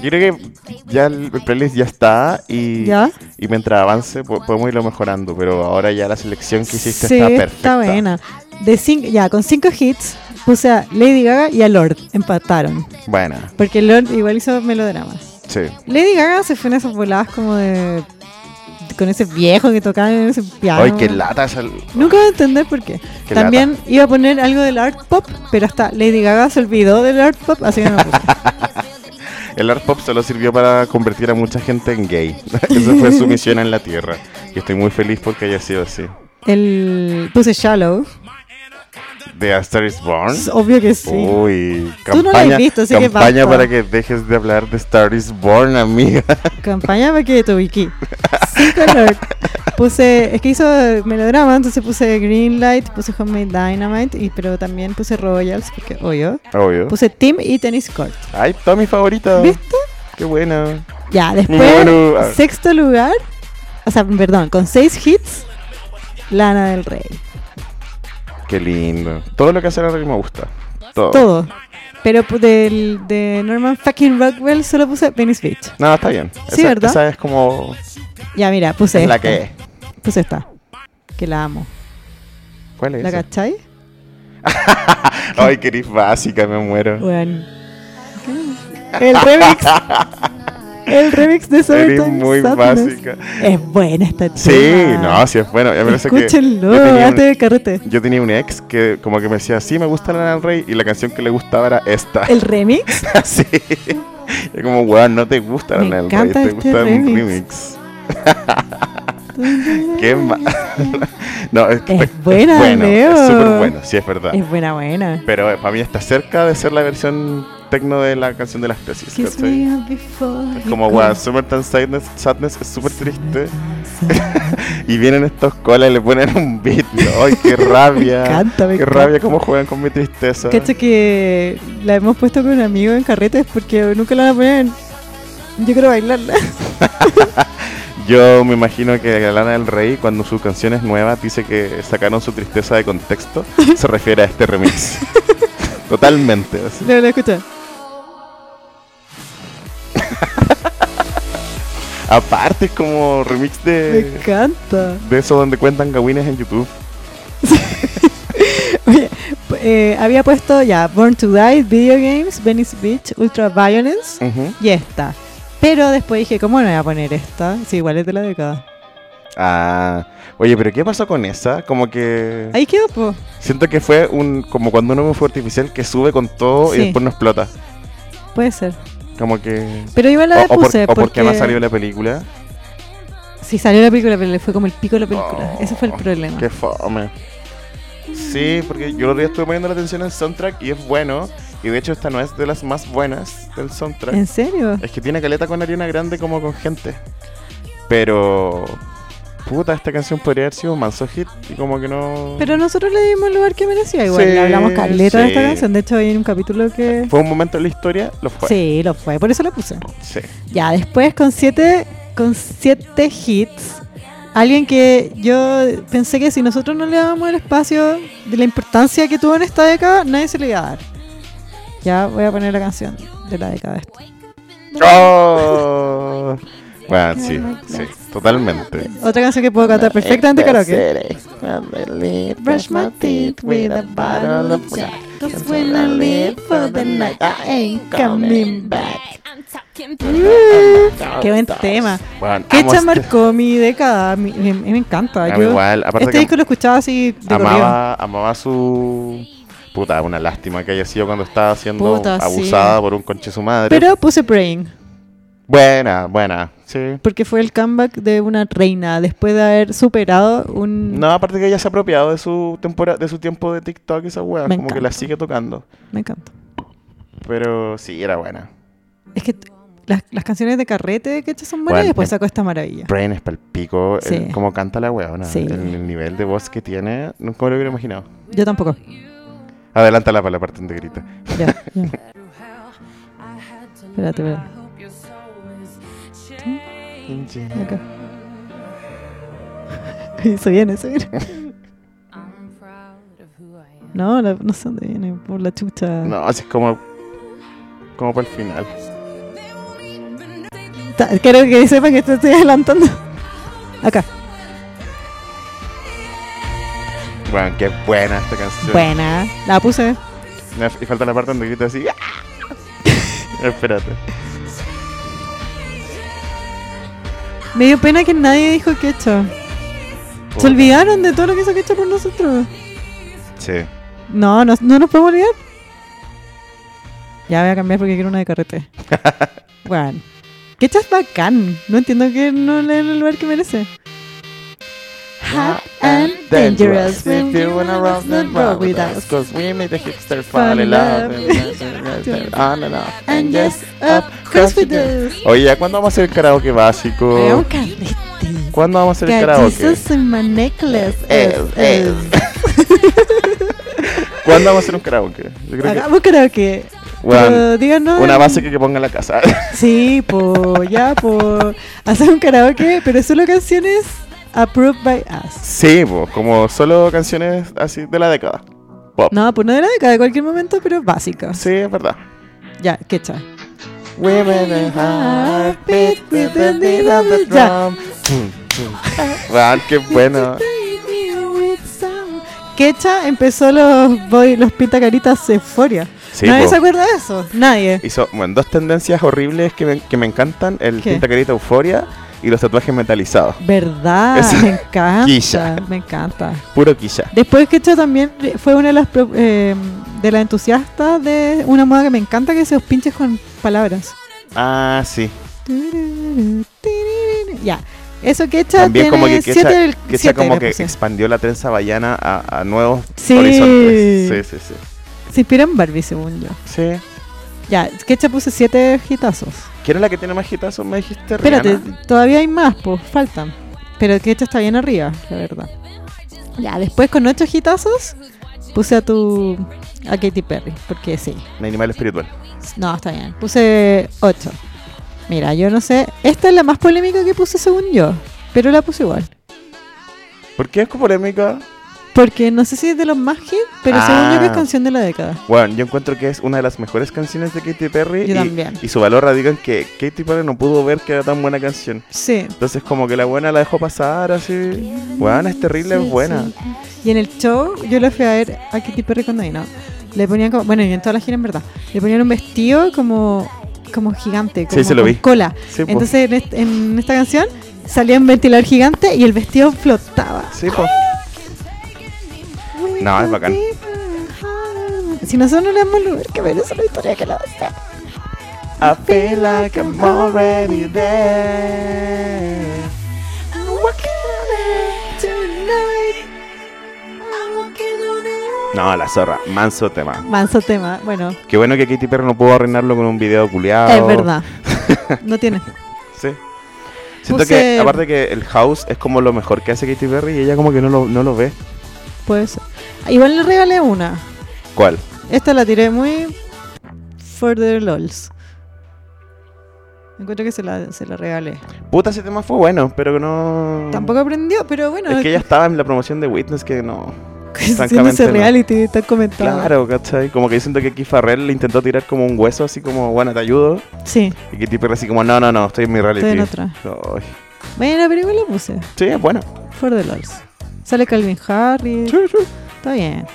S2: Yo creo que ya el playlist ya está y,
S1: ¿Ya?
S2: y mientras avance po- podemos irlo mejorando, pero ahora ya la selección que hiciste
S1: sí,
S2: está perfecta.
S1: buena. De cinco, ya, con cinco hits puse a Lady Gaga y a Lord. Empataron.
S2: Buena,
S1: Porque Lord igual hizo melodramas.
S2: sí.
S1: Lady Gaga se fue en esas voladas como de. con ese viejo que tocaba en ese piano.
S2: Ay, qué lata esa-
S1: Nunca voy a entender por qué.
S2: Qué
S1: También iba a poner algo del art pop, pero hasta Lady Gaga se olvidó del art pop, así que no lo
S2: [laughs]
S1: puse.
S2: El art pop solo sirvió para convertir a mucha gente en gay. [laughs] Esa fue su misión en la tierra. Y estoy muy feliz porque haya sido así.
S1: El, puse Shallow.
S2: ¿De A Star is Born?
S1: Es obvio que sí.
S2: Uy,
S1: Tú
S2: campaña,
S1: no la has visto, así que
S2: campaña
S1: basta.
S2: para que dejes de hablar de Star is Born, amiga. [laughs]
S1: Campaña para que te ubiquí. Cinco Lord. Puse, es que hizo melodrama, entonces puse Green Light, puse Homemade Dynamite, y, pero también puse Royals, porque obvio.
S2: Obvio.
S1: Puse Team y Tennis Court.
S2: Ay, toda mi favorita.
S1: ¿Viste?
S2: Qué buena.
S1: Ya, después,
S2: Bueno, a-
S1: sexto lugar, o sea, perdón, con seis hits, Lana del Rey.
S2: Qué lindo. Todo lo que hace la reina me gusta. Todo.
S1: Todo. Pero pu- del, de Norman fucking Rockwell solo puse Venice Beach.
S2: No, está bien.
S1: Sí,
S2: esa,
S1: ¿verdad?
S2: Esa es como
S1: Ya, mira, puse
S2: es la
S1: esta.
S2: que es.
S1: Puse esta, que la amo.
S2: ¿Cuál es?
S1: ¿La
S2: esa?
S1: cachai?
S2: Ay, querís básica, me muero.
S1: Bueno. El
S2: [laughs]
S1: remix. El remix de
S2: Eres
S1: Summertime
S2: muy
S1: Sadness.
S2: básica.
S1: Es buena esta chica.
S2: Sí, no, sí es bueno. Ya me parece que
S1: Escúchenlo,
S2: yo tenía un-
S1: antes de carrete.
S2: Yo tenía un ex que como que me decía, sí, me gusta Lana del Rey y la canción que le gustaba era esta. [laughs]
S1: El remix.
S2: sí. Yo como, weón, no te gusta
S1: Me
S2: Lana del Rey,
S1: encanta
S2: te
S1: este
S2: gusta un
S1: remix.
S2: remix.
S1: [laughs]
S2: Qué mal. [laughs] no, es,
S1: Es buena,
S2: bueno,
S1: Leo.
S2: Es súper bueno, sí, es verdad.
S1: Es buena, buena.
S2: Pero eh, para mí está cerca de ser la versión tecno de la canción de las especies.
S1: Kiss
S2: ¿cachai?
S1: me up before
S2: Es
S1: you
S2: como,
S1: go.
S2: weón, Summertime Sadness, Sadness es súper triste.
S1: [laughs]
S2: y vienen estos colas y le ponen un beat. ¡Ay,
S1: [laughs]
S2: qué rabia!
S1: encanta, me
S2: ¡Qué
S1: encanta.
S2: rabia cómo juegan con mi tristeza!
S1: Cacha que la hemos puesto con un amigo en carretes porque nunca la van a poner en- Yo quiero bailarla. [laughs]
S2: Yo me imagino que Lana del Rey, cuando su canción es nueva, dice que sacaron su tristeza de
S1: [laughs]
S2: contexto, se refiere a este remix. Totalmente. así.
S1: La voy a escuchar.
S2: Aparte, es como remix
S1: Me
S2: de,
S1: encanta.
S2: de eso donde cuentan gawines en YouTube.
S1: Eh, había puesto ya Born to Die, Video Games, Venice Beach, Ultra Violence.
S2: Ujú.
S1: y esta. Pero después dije, ¿cómo no voy a poner esta? Si igual es de la década.
S2: Ah, oye, pero ¿qué pasó con esa? Como que
S1: Ahí quedó, po.
S2: siento que fue un como cuando uno ve un fuego artificial que sube con todo
S1: Sí.
S2: y después no explota.
S1: Puede ser.
S2: Como que
S1: Pero igual la
S2: o, o por-
S1: puse
S2: o
S1: porque...
S2: porque no salió la película.
S1: Sí, salió la película, pero le fue como el pico de la película.
S2: Oh,
S1: Ese fue el problema.
S2: Qué fome. Sí, porque yo el otro día estuve poniendo la atención al soundtrack y es bueno. Y de hecho esta no es de las más buenas del soundtrack.
S1: ¿En serio?
S2: Es que tiene caleta con Ariana Grande como con gente. Pero... Puta, esta canción podría haber sido un manso hit y como que no...
S1: Pero nosotros le dimos el lugar que merecía. Igual
S2: Sí,
S1: le hablamos carleta de esta
S2: sí.
S1: canción. De hecho, hay un capítulo que...
S2: Fue un momento en la historia, lo fue.
S1: Sí, lo fue. Por eso la puse.
S2: Sí.
S1: Ya, después con siete, con siete hits. Alguien que yo pensé que si nosotros no le dábamos el espacio de la importancia que tuvo en esta década, nadie se le iba a dar. Ya voy a poner la canción de la década esta.
S2: ¡Oh! Bueno, sí, sí, totalmente.
S1: Otra canción que puedo cantar perfectamente karaoke.
S2: karaoke.
S1: Brush my teeth with a bottle of Jack. 'Cause when I leave for the night, I ain't coming back. Qué buen tema.
S2: Bueno,
S1: Que
S2: amo este-
S1: marcó mi década. mi- Me, me encanta.
S2: A mí
S1: Yo,
S2: igual, aparte
S1: este
S2: que
S1: disco lo escuchaba así de corrido.
S2: amaba, amaba su... Puta, una lástima que haya sido cuando estaba siendo
S1: Puta, sí.
S2: abusada por un conche su madre.
S1: Pero puse Praying.
S2: Buena, buena. Sí.
S1: Porque fue el comeback de una reina después de haber superado un.
S2: No, aparte que ella se ha apropiado de su temporada, de su tiempo de TikTok esa weá,
S1: Me
S2: como que la
S1: encanta.
S2: sigue tocando.
S1: Me encanta.
S2: Pero sí, era buena.
S1: Es que t- las, las canciones de carrete que son buenas
S2: Bueno,
S1: y después
S2: eh,
S1: sacó esta maravilla.
S2: Brain es palpico, el-
S1: Sí.
S2: como canta la weona,
S1: Sí.
S2: el, el nivel de voz que tiene, nunca me lo hubiera imaginado.
S1: Yo tampoco.
S2: Adelántala para la parte donde grita.
S1: Ya, ya. Espérate, espérate. Acá. [laughs] se viene, se viene. No, la- no sé dónde viene, por la chucha.
S2: No, así es como, como para el final.
S1: Ta- Quiero que sepa que te estoy adelantando. Acá.
S2: Bueno, qué buena esta canción.
S1: Buena. La puse.
S2: Y falta la parte donde grita así. ¡ah! [laughs] Espérate.
S1: Me dio pena que nadie dijo quecho. Se olvidaron de todo lo que hizo quecho por nosotros.
S2: Sí.
S1: No, no, no nos podemos olvidar. Ya voy a cambiar porque quiero una de carrete. [laughs] bueno. Quecho es bacán. No entiendo que no le den el lugar que merece. Hot and dangerous when you wanna rock the road with us.
S2: Cause we made the hipsters
S1: fall
S2: fall
S1: in
S2: in
S1: love. [laughs] Ah,
S2: love. On and off.
S1: And yes, of course we do. Oh.
S2: Oye, ¿ya cuándo vamos a hacer el karaoke
S1: Veo
S2: básico?
S1: un carrete.
S2: ¿Cuándo vamos a hacer el
S1: Got
S2: karaoke?
S1: Jesus in my necklace. Eh,
S2: Es,
S1: Es,
S2: es.
S1: es.
S2: ¿Cuándo vamos a hacer un karaoke? Yo creo que,
S1: Hagamos karaoke.
S2: bueno,
S1: Pero díganos
S2: una
S1: en-
S2: base que, que ponga en la casa. [laughs]
S1: Sí, po, ya, po. Hacer un karaoke, pero solo canciones approved by us.
S2: sí, po, como solo canciones así de la década. Pop.
S1: No, pues no de la década, de cualquier momento, pero básicas.
S2: Sí, es verdad.
S1: Ya, quecha.
S2: Women
S1: and heartbeat with the beat of the drum.
S2: qué bueno.
S1: Quecha empezó los boy, los pintacaritas euforia.
S2: Sí,
S1: Nadie
S2: po.
S1: se acuerda de eso, nadie.
S2: Hizo bueno, dos tendencias horribles que me, que me encantan: el
S1: ¿Qué?
S2: pinta carita euforia y los tatuajes metalizados.
S1: ¿Verdad?
S2: Esa-
S1: Me encanta,
S2: Quilla.
S1: me encanta.
S2: Puro quilla.
S1: Después Quecha también fue una de las pro- eh, de las entusiastas de una moda que me encanta que se os pinches con palabras.
S2: Ah, sí.
S1: Ya. Eso Quecha
S2: También
S1: tiene
S2: como que quecha,
S1: siete del-
S2: quecha
S1: siete
S2: como
S1: le
S2: que
S1: puse.
S2: expandió la trenza vallana a, a nuevos
S1: Sí.
S2: horizontes. Sí, sí, sí.
S1: Se inspira en Barbie, según yo.
S2: Sí.
S1: Ya, Quecha puse siete hitazos.
S2: ¿Quién es la que tiene más hitazos? Me dijiste.
S1: Espérate,
S2: Rihanna?
S1: todavía hay más, pues faltan. Pero Quecha está bien arriba, la verdad. Ya, después con ocho hitazos puse a tu. a Katy Perry, porque sí.
S2: Un animal espiritual.
S1: No, está bien. Puse 8. Mira, yo no sé. Esta es la más polémica que puse según yo. Pero la puse igual.
S2: ¿Por qué es polémica?
S1: Porque no sé si es de los más hit, pero según yo que es
S2: Ah.
S1: canción de la década.
S2: Bueno, yo encuentro que es una de las mejores canciones de Katy Perry.
S1: Yo
S2: y,
S1: también.
S2: y su valor radica en que Katy Perry no pudo ver que era tan buena canción.
S1: Sí.
S2: Entonces como que la buena la dejó pasar así. Bueno, es terrible, es buena.
S1: Y en el show yo la fui a ver a Katy Perry cuando vino. Le ponían como, bueno, y en toda la gira en verdad. Le ponían un vestido como, como gigante, como
S2: Sí, se lo
S1: con
S2: vi.
S1: cola.
S2: Sí, po.
S1: Entonces en, est- en esta canción salía un ventilador gigante y el vestido flotaba.
S2: Sí, po. No, es bacán.
S1: Si nosotros no le damos lugar que ver, esa es la historia que la hace.
S2: I feel like I'm already there. No, la zorra, manso tema.
S1: Manso tema. Bueno,
S2: Qué bueno que Katy Perry no pudo arruinarlo con un video culiado.
S1: es verdad. No tiene.
S2: Sí. Siento
S1: Puse-
S2: que, aparte que el house es como lo mejor que hace Katy Perry y ella como que no lo, no lo ve.
S1: Puede ser. Igual le regalé una.
S2: ¿Cuál?
S1: Esta la tiré muy. For the lols. Encuentro que se la, se la regalé.
S2: Puta, ese tema fue bueno, pero que no...
S1: Tampoco aprendió, pero bueno.
S2: Mm. Es que
S1: [laughs]
S2: ella estaba en la promoción de Witness que no...
S1: haciendo
S2: francamente
S1: ese
S2: no.
S1: reality, está comentando.
S2: Claro, ¿cachai? Como que yo siento que Keith Farrell le intentó tirar como un hueso así como, bueno, te ayudo.
S1: Sí,
S2: Y Katy Perry así como, no, no, no, estoy en mi reality.
S1: estoy en otra.
S2: Ay.
S1: Bueno, pero igual la puse.
S2: Sí, es bueno.
S1: For the lols. Sale Calvin Harris.
S2: Sí, sí.
S1: Está bien.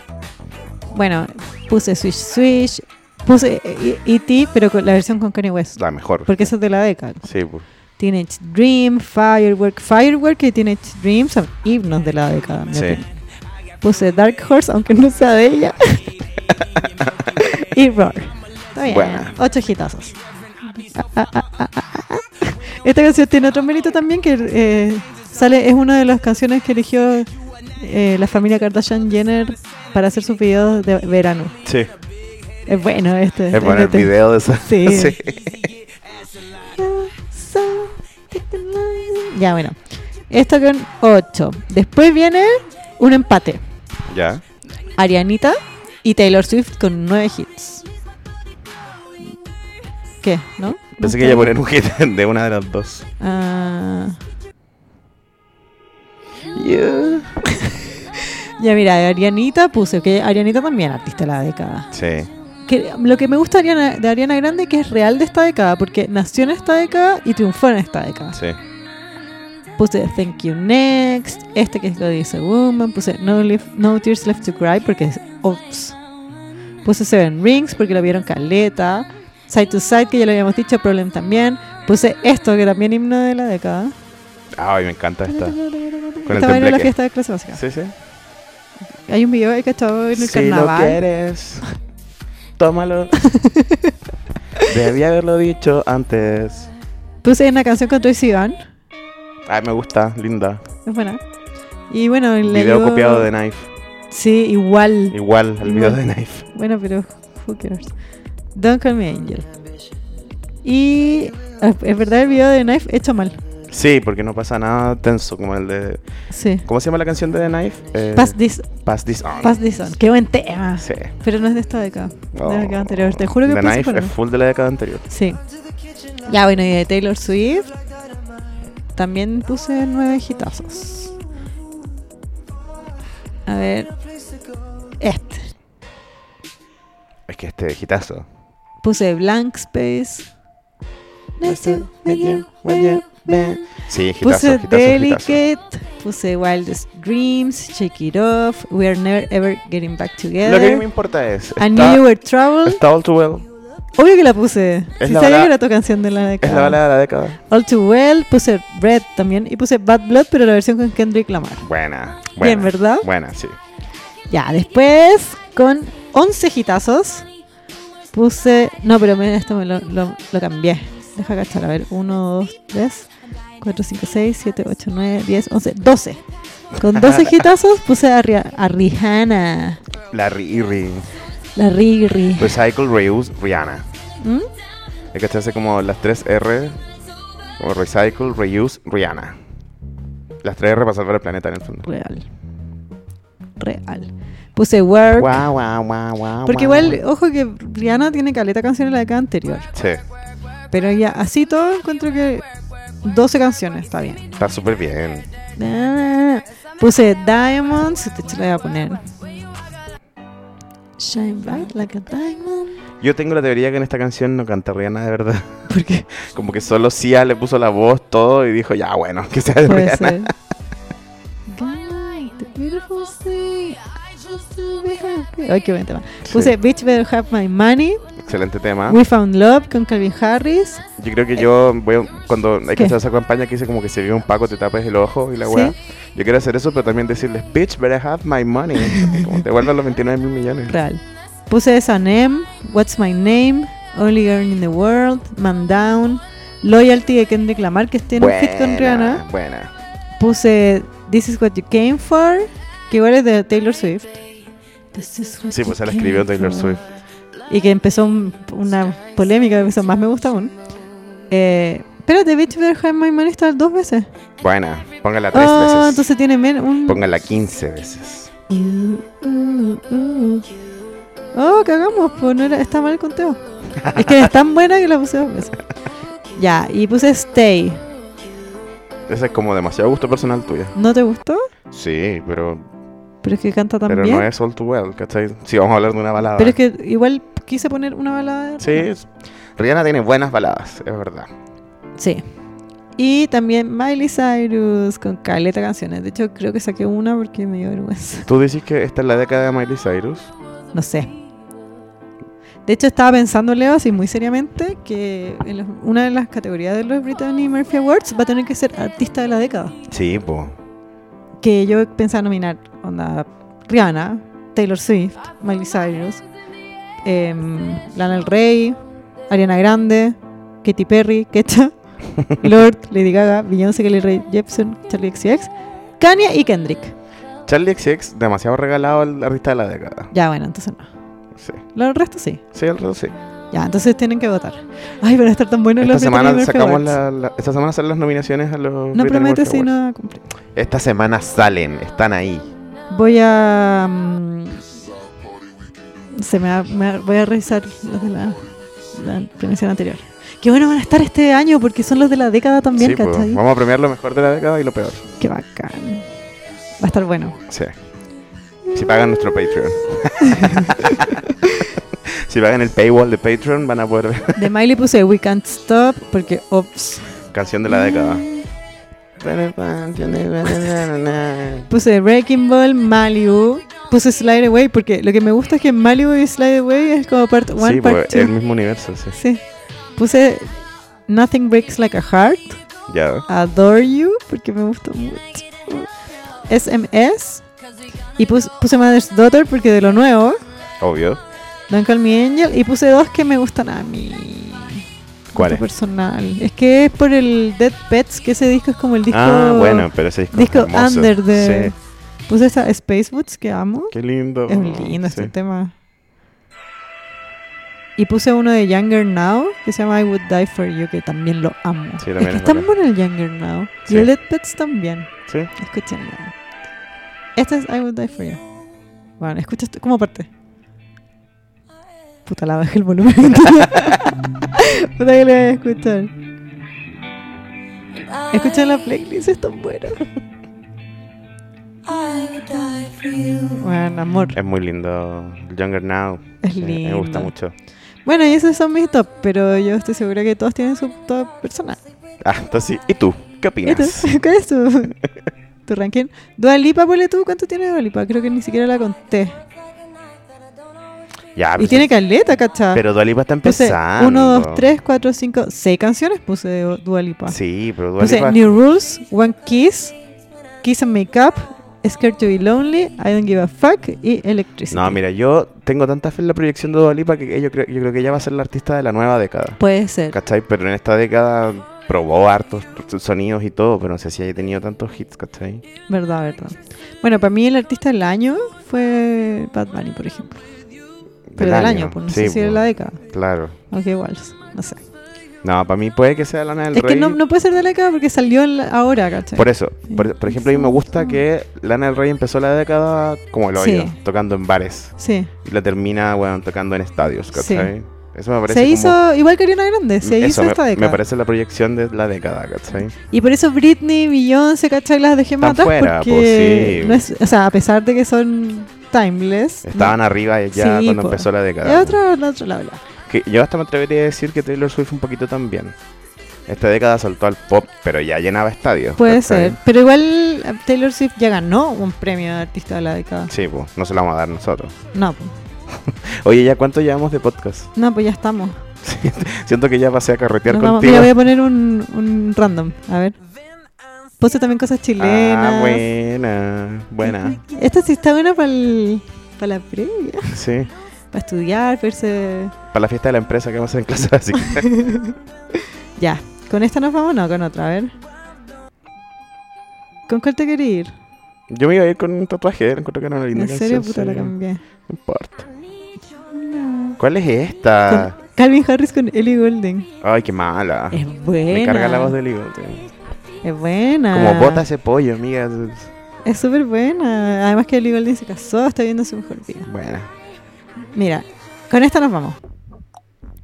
S1: Bueno, puse Swish Swish. Puse E- E- E.T., pero con la versión con Kanye West.
S2: La mejor.
S1: Porque esa es de la década.
S2: Sí, pu.
S1: Teenage Dream, Firework. Firework y Teenage Dream son himnos de la década. en mi
S2: Sí.
S1: opinión. Puse Dark Horse, aunque no sea de
S2: [laughs]
S1: ella. y Roar. Está bien.
S2: Buena.
S1: Ocho hitazos. Ah, Esta canción tiene otro mérito también que eh, sale, es una de las canciones que eligió eh, la familia Kardashian Jenner para hacer sus videos de verano.
S2: Sí.
S1: Es bueno este.
S2: Es bueno el
S1: este.
S2: video de esa. [laughs]
S1: Sí. Ya, bueno. Esto con 8. Después viene un empate.
S2: Ya.
S1: Arianita y Taylor Swift con 9 hits. ¿Qué? ¿No?
S2: Pensé
S1: ¿No
S2: que iba a
S1: está?
S2: poner un hit [laughs] de una de las dos.
S1: Ah,
S2: Yeah.
S1: ya mira, de Arianita puse que Arianita también artista de la década.
S2: Sí.
S1: Que, lo que me gusta de Ariana, de Ariana Grande que es real de esta década, porque nació en esta década y triunfó en esta década.
S2: Sí.
S1: Puse Thank You Next, este que es lo dice Woman, puse No, Lef- no Tears Left to Cry porque es Ops. Puse Seven Rings porque lo vieron Caleta, Side to Side que ya lo habíamos dicho, Problem también. Puse esto que también himno de la década.
S2: Ay, me encanta esta. Con el
S1: Estaba en la
S2: tembleque.
S1: fiesta de clase básica.
S2: Sí, sí.
S1: Hay un video que estaba en el
S2: si lo
S1: carnaval.
S2: quieres,
S1: [laughs]
S2: tómalo. Debí haberlo dicho antes.
S1: Puse una canción con Tracy Van,
S2: Ay, me gusta, linda.
S1: es buena. Y bueno, le
S2: video
S1: digo-
S2: copiado de Knife.
S1: Sí, igual.
S2: Igual al video
S1: Igual.
S2: de Knife.
S1: Bueno, pero who cares. Don't call me angel. Y es es verdad el video de Knife hecho mal.
S2: Sí, porque no pasa nada tenso como el de.
S1: Sí.
S2: ¿Cómo se llama la canción de The Knife? Eh,
S1: Pass this,
S2: Pass This On.
S1: pass this on. Qué buen tema.
S2: Sí.
S1: Pero no es de esta década.
S2: Oh.
S1: De la década anterior. Te juro que
S2: The
S1: puse
S2: Knife
S1: por
S2: es
S1: uno.
S2: full de la década anterior.
S1: Sí. Ya bueno, y de Taylor Swift. También puse nueve hitazos. A ver. Este.
S2: Es que este hitazo.
S1: Puse Blank Space.
S2: Sí, hitazo,
S1: Puse
S2: hitazo, hitazo.
S1: Delicate, puse Wildest Dreams, Shake It Off, We Are Never Ever Getting Back
S2: Lo que a mí me
S1: Together,
S2: importa es.
S1: I
S2: está-
S1: Knew You Were Trouble.
S2: Está All Too Well.
S1: Obvio que la puse.
S2: Es
S1: si
S2: la
S1: sabía
S2: bala-
S1: que era tu canción de la
S2: Es la
S1: década.
S2: balada de la década.
S1: All Too Well, puse Red también y puse Bad Blood, pero la versión con Kendrick Lamar.
S2: Buena. buena
S1: Bien, ¿verdad?
S2: Buena, sí.
S1: Ya, después con 11 hitazos puse. No, pero me, esto me lo, lo- lo cambié. Deja cachar, a ver. 1, 2, 3, 4, 5, 6, 7, 8, 9, 10, 11, 12. Con
S2: [laughs]
S1: 12 hitazos puse a, Ria- a Rihanna,
S2: La Riri.
S1: la Riri.
S2: Recycle, Reuse, Rihanna.
S1: ¿Mm?
S2: Es que hace como las tres R. Como Recycle, Reuse, Rihanna. Las tres R para salvar el planeta en el fondo.
S1: Real. Real. Puse Work.
S2: Guau, guau, guau, guau,
S1: Porque
S2: guau,
S1: igual,
S2: guau.
S1: ojo que Rihanna tiene caleta canciones de la década anterior.
S2: Sí,
S1: Pero ya, así todo, encuentro que 12 canciones está bien.
S2: está súper bien.
S1: Ah, Puse Diamonds, te lo voy a poner. Shine bright like a diamond.
S2: Yo tengo la teoría que en esta canción no canta Rihanna
S1: [laughs]
S2: de verdad.
S1: Porque
S2: Como que solo Sia le puso la voz, todo, y dijo, ya bueno, que sea de
S1: puede
S2: [laughs] Rihanna.
S1: ser. Good night, the beautiful sea, I just to be happy. Ay, qué buen tema.
S2: Sí, Ah.
S1: Puse Bitch Better Have My Money,
S2: Excelente tema.
S1: We Found Love con Calvin Harris.
S2: Yo creo que yo voy a- cuando hay
S1: ¿Qué?
S2: que hacer esa campaña que dice como que si vive un paco te tapes el ojo y la
S1: Sí.
S2: weá. Yo quiero hacer eso, pero también decirles, bitch, better have my money. [laughs] como te guardan los 29 mil millones.
S1: Real. Puse Sanem, What's My Name, Only Girl in the World, Man Down, Loyalty de Kendrick Lamar, que esté en un fit con Rihanna.
S2: Buena.
S1: puse This is what you came for, que igual es de Taylor Swift.
S2: Sí, pues se la escribió Taylor Swift.
S1: Y que empezó un- una polémica que eso más me gusta aún. Eh, pero The Bitch Better Have My Money está dos veces.
S2: Buena. Póngala tres
S1: Ah,
S2: veces.
S1: entonces tiene men un...
S2: Póngala 15 veces.
S1: Oh, cagamos, pues no era- está mal el conteo. Es que es tan buena que la puse dos veces. Ya, y puse Stay.
S2: Ese es como demasiado gusto personal tuyo.
S1: ¿No te gustó?
S2: Sí, pero,
S1: Pero es que canta tan
S2: pero
S1: bien.
S2: no es all too well, ¿cachai? Sí, vamos a hablar de una balada.
S1: Pero es que igual quise poner una balada. de
S2: Sí, es- Rihanna tiene buenas baladas, es verdad.
S1: Sí. Y también Miley Cyrus con caleta canciones. De hecho, creo que saqué una porque me dio vergüenza.
S2: ¿Tú dices que esta es la década de Miley Cyrus?
S1: No sé. De hecho, estaba pensando, Leo, así muy seriamente, que en los- una de las categorías de los Brittany Murphy Awards va a tener que ser Artista de la Década.
S2: Sí, pues.
S1: Que yo pensaba nominar, onda, Rihanna, Taylor Swift, Miley Cyrus, em, Lana Del Rey, Ariana Grande, Katy Perry,
S2: [laughs]
S1: Ketcha, Lord, Lady Gaga, Beyoncé, Kelly Ray Jepsen, Charlie XCX, Kanye y Kendrick.
S2: Charlie XX, demasiado regalado al artista de la década.
S1: Ya, bueno, entonces no.
S2: Sí,
S1: Lo el resto sí.
S2: sí, el resto sí.
S1: Ya, entonces tienen que votar. Ay, van a estar tan buenos
S2: Esta
S1: los
S2: semana,
S1: Brit Awards.
S2: sacamos la, la- esta semana salen las nominaciones a los.
S1: No
S2: Brit
S1: promete
S2: Awards.
S1: si no cumple.
S2: Esta semana salen, están ahí.
S1: Voy a. mm, se me, va- me va- voy a revisar los de la, la premiación anterior. Qué bueno van a estar este año porque son los de la década también,
S2: Sí, pues,
S1: ¿cachai?
S2: vamos a premiar lo mejor de la década y lo peor.
S1: Qué bacán. Va a estar bueno.
S2: Sí. Si pagan
S1: [laughs]
S2: nuestro Patreon. si pagan el paywall de Patreon, van a poder ver [laughs]
S1: De Miley puse We Can't Stop porque ops.
S2: canción de
S1: [laughs]
S2: la década.
S1: Puse Wrecking Ball, Malibu. Puse Slide Away porque lo que me gusta es que Malibu y Slide Away es como part 1,
S2: Sí,
S1: part
S2: pues
S1: 2.
S2: el mismo universo, sí.
S1: Sí. Puse Nothing Breaks Like a Heart.
S2: Ya.
S1: Adore You porque me gustó mucho. SMS y pus- puse Mother's Daughter porque de lo nuevo.
S2: Obvio.
S1: Don't Call Me Angel y puse dos que me gustan a mí.
S2: ¿Cuál
S1: Gusto
S2: es?
S1: Personal. Es que es por el Dead Pets que ese disco es como el disco.
S2: Ah, bueno, pero ese disco. es
S1: disco
S2: hermoso.
S1: under de-
S2: Sí.
S1: Puse esa Space Boots que amo.
S2: Qué lindo.
S1: Es lindo
S2: Sí.
S1: este tema. Y puse uno de Younger Now que se llama I Would Die For You que también lo amo.
S2: Sí, también
S1: es que
S2: es
S1: está
S2: bacán.
S1: bueno el Younger Now.
S2: Sí.
S1: Y el Dead Pets también.
S2: Sí.
S1: Escúchenlo. Este es I Will Die For You. Bueno, escucha esto como parte. Puta, la bajé el volumen. [laughs] Puta que le voy a escuchar. Escuchen la playlist, es tan buena. Bueno, amor,
S2: Es muy lindo. Younger Now.
S1: es
S2: Sí,
S1: lindo.
S2: Me gusta mucho.
S1: Bueno, y esos son mis top, pero yo estoy segura que todos tienen su top personal.
S2: Ah, entonces, ¿y tú? ¿Qué
S1: ¿Y tú?
S2: opinas?
S1: [laughs] ¿Cuál es tu, tu ranking? Dua Lipa, ponle tú, ¿cuánto tiene Dua Lipa? Creo que ni siquiera la conté.
S2: Ya, pero,
S1: Y tiene caleta, ¿cachá?
S2: pero Dua Lipa está
S1: Puse
S2: empezando.
S1: 1, 2, 3, 4, 5, 6 canciones puse de Dua Lipa.
S2: Sí, pero Dua
S1: Puse
S2: Lipa.
S1: New Rules, One Kiss, Kiss and Make Up, Scared to Be Lonely, I Don't Give a Fuck y Electricity.
S2: No, mira, yo tengo tanta fe en la proyección de Dua Lipa que yo creo, yo creo que ella va a ser la artista de la nueva década.
S1: Puede ser.
S2: ¿Cachai? Pero en esta década probó hartos sonidos y todo, pero no sé si haya tenido tantos hits, ¿cachai?
S1: Verdad, verdad. Bueno, para mí el artista del año fue Bad Bunny, por ejemplo. Pero del año, pues no sé
S2: sí,
S1: si de
S2: pues,
S1: la década.
S2: Claro.
S1: Aunque igual, no sé.
S2: No, para mí puede que sea Lana del
S1: es
S2: Rey.
S1: que no, no puede ser de la década porque salió en la- ahora, ¿cachai?
S2: Por e- eso, por, por ejemplo, a mí me gusta que Lana del Rey empezó la década como el hoyo,
S1: Sí.
S2: tocando en bares.
S1: sí.
S2: Y la termina, bueno, tocando en estadios, ¿cachai? Eso me parece
S1: Se
S2: como- mm,
S1: hizo, igual que Ariana Grande, se
S2: Eso
S1: hizo
S2: me,
S1: esta
S2: me
S1: década.
S2: parece la proyección de la década, ¿cachai?
S1: Y por eso Britney, Beyoncé, ¿cachai? Las dejé
S2: Están
S1: matar
S2: fuera,
S1: porque
S2: pues, sí.
S1: no es- o sea, a pesar de que son timeless.
S2: Estaban arriba ya
S1: Sí,
S2: cuando
S1: po.
S2: empezó la
S1: no,
S2: década.
S1: es otro, la otra, la otra.
S2: Que yo hasta me atrevería a decir que Taylor Swift un poquito también. Esta década saltó al pop, pero ya llenaba estadios.
S1: Puede
S2: ¿cachai?
S1: ser. Pero igual eh, Taylor Swift ya ganó un premio de artista de la década.
S2: Sí, pues, no se lo vamos a dar nosotros.
S1: No, pues,
S2: Oye, ¿ya cuánto llevamos de podcast?
S1: no, pues ya estamos.
S2: Siento que ya pasé a carretear
S1: Nos vamos-
S2: contigo.
S1: mira, voy a poner un, un random. A ver. Puse también cosas chilenas.
S2: ah, buena, buena.
S1: Esta sí está buena para la previa.
S2: Sí,
S1: Para estudiar, para
S2: [laughs]
S1: irse.
S2: para la fiesta de la empresa que vamos a hacer en clase [laughs] básica.
S1: Ya, ¿con esta nos vamos o no? Con otra, a ver. ¿Con cuál te quería ir?
S2: Yo me iba a ir con un tatuaje, era, encuentro que era una linda
S1: ¿En serio,
S2: canción,
S1: puta,
S2: sí,
S1: la cambié?
S2: No importa. ¿Cuál es esta?
S1: Con Calvin Harris con Ellie Goulding.
S2: Ay, qué mala.
S1: Es buena.
S2: Ah.
S1: Ah.
S2: Me carga la voz del higo. tío.
S1: Es buena.
S2: Como bota ese pollo, amiga.
S1: Es súper buena. Además que Ellie Goulding se casó, está viendo su mejor vida.
S2: Buena,
S1: Mira, con esta nos vamos.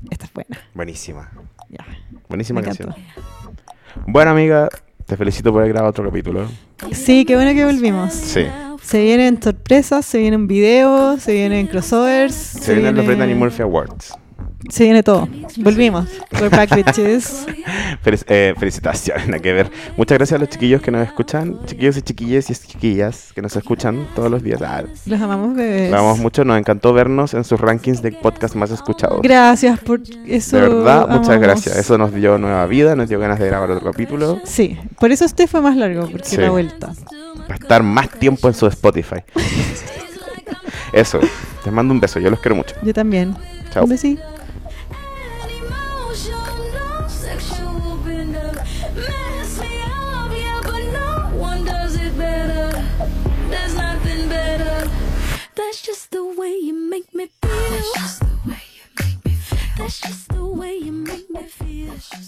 S1: Esta es buena.
S2: buenísima.
S1: Ya, me
S2: Buenísima
S1: encantó.
S2: canción. Bueno, amiga, te felicito por haber grabado otro capítulo.
S1: Sí, qué bueno que volvimos.
S2: Sí.
S1: Se vienen sorpresas, se vienen videos, se vienen crossovers.
S2: Se vienen los
S1: viene-
S2: Brittany Murphy Awards.
S1: Se viene todo. Volvimos. We're back, bitches.
S2: Felic- eh, felicitaciones, [laughs] nada que ver. Muchas gracias a los chiquillos que nos escuchan, chiquillos y chiquillas y chiquillas que nos escuchan todos los días. Ah,
S1: Los amamos, bebés.
S2: los amamos mucho, nos encantó vernos en sus rankings de podcast más escuchados.
S1: Gracias por eso.
S2: de verdad, muchas
S1: amamos.
S2: gracias. Eso nos dio nueva vida, nos dio ganas de grabar otro capítulo.
S1: Sí, por eso este fue más largo, porque
S2: Sí.
S1: la vuelta.
S2: para estar más tiempo en su Spotify. Eso, les mando un beso, yo los quiero mucho.
S1: Yo también.
S2: Chao.
S1: Un besito.
S4: Emotional mess me up.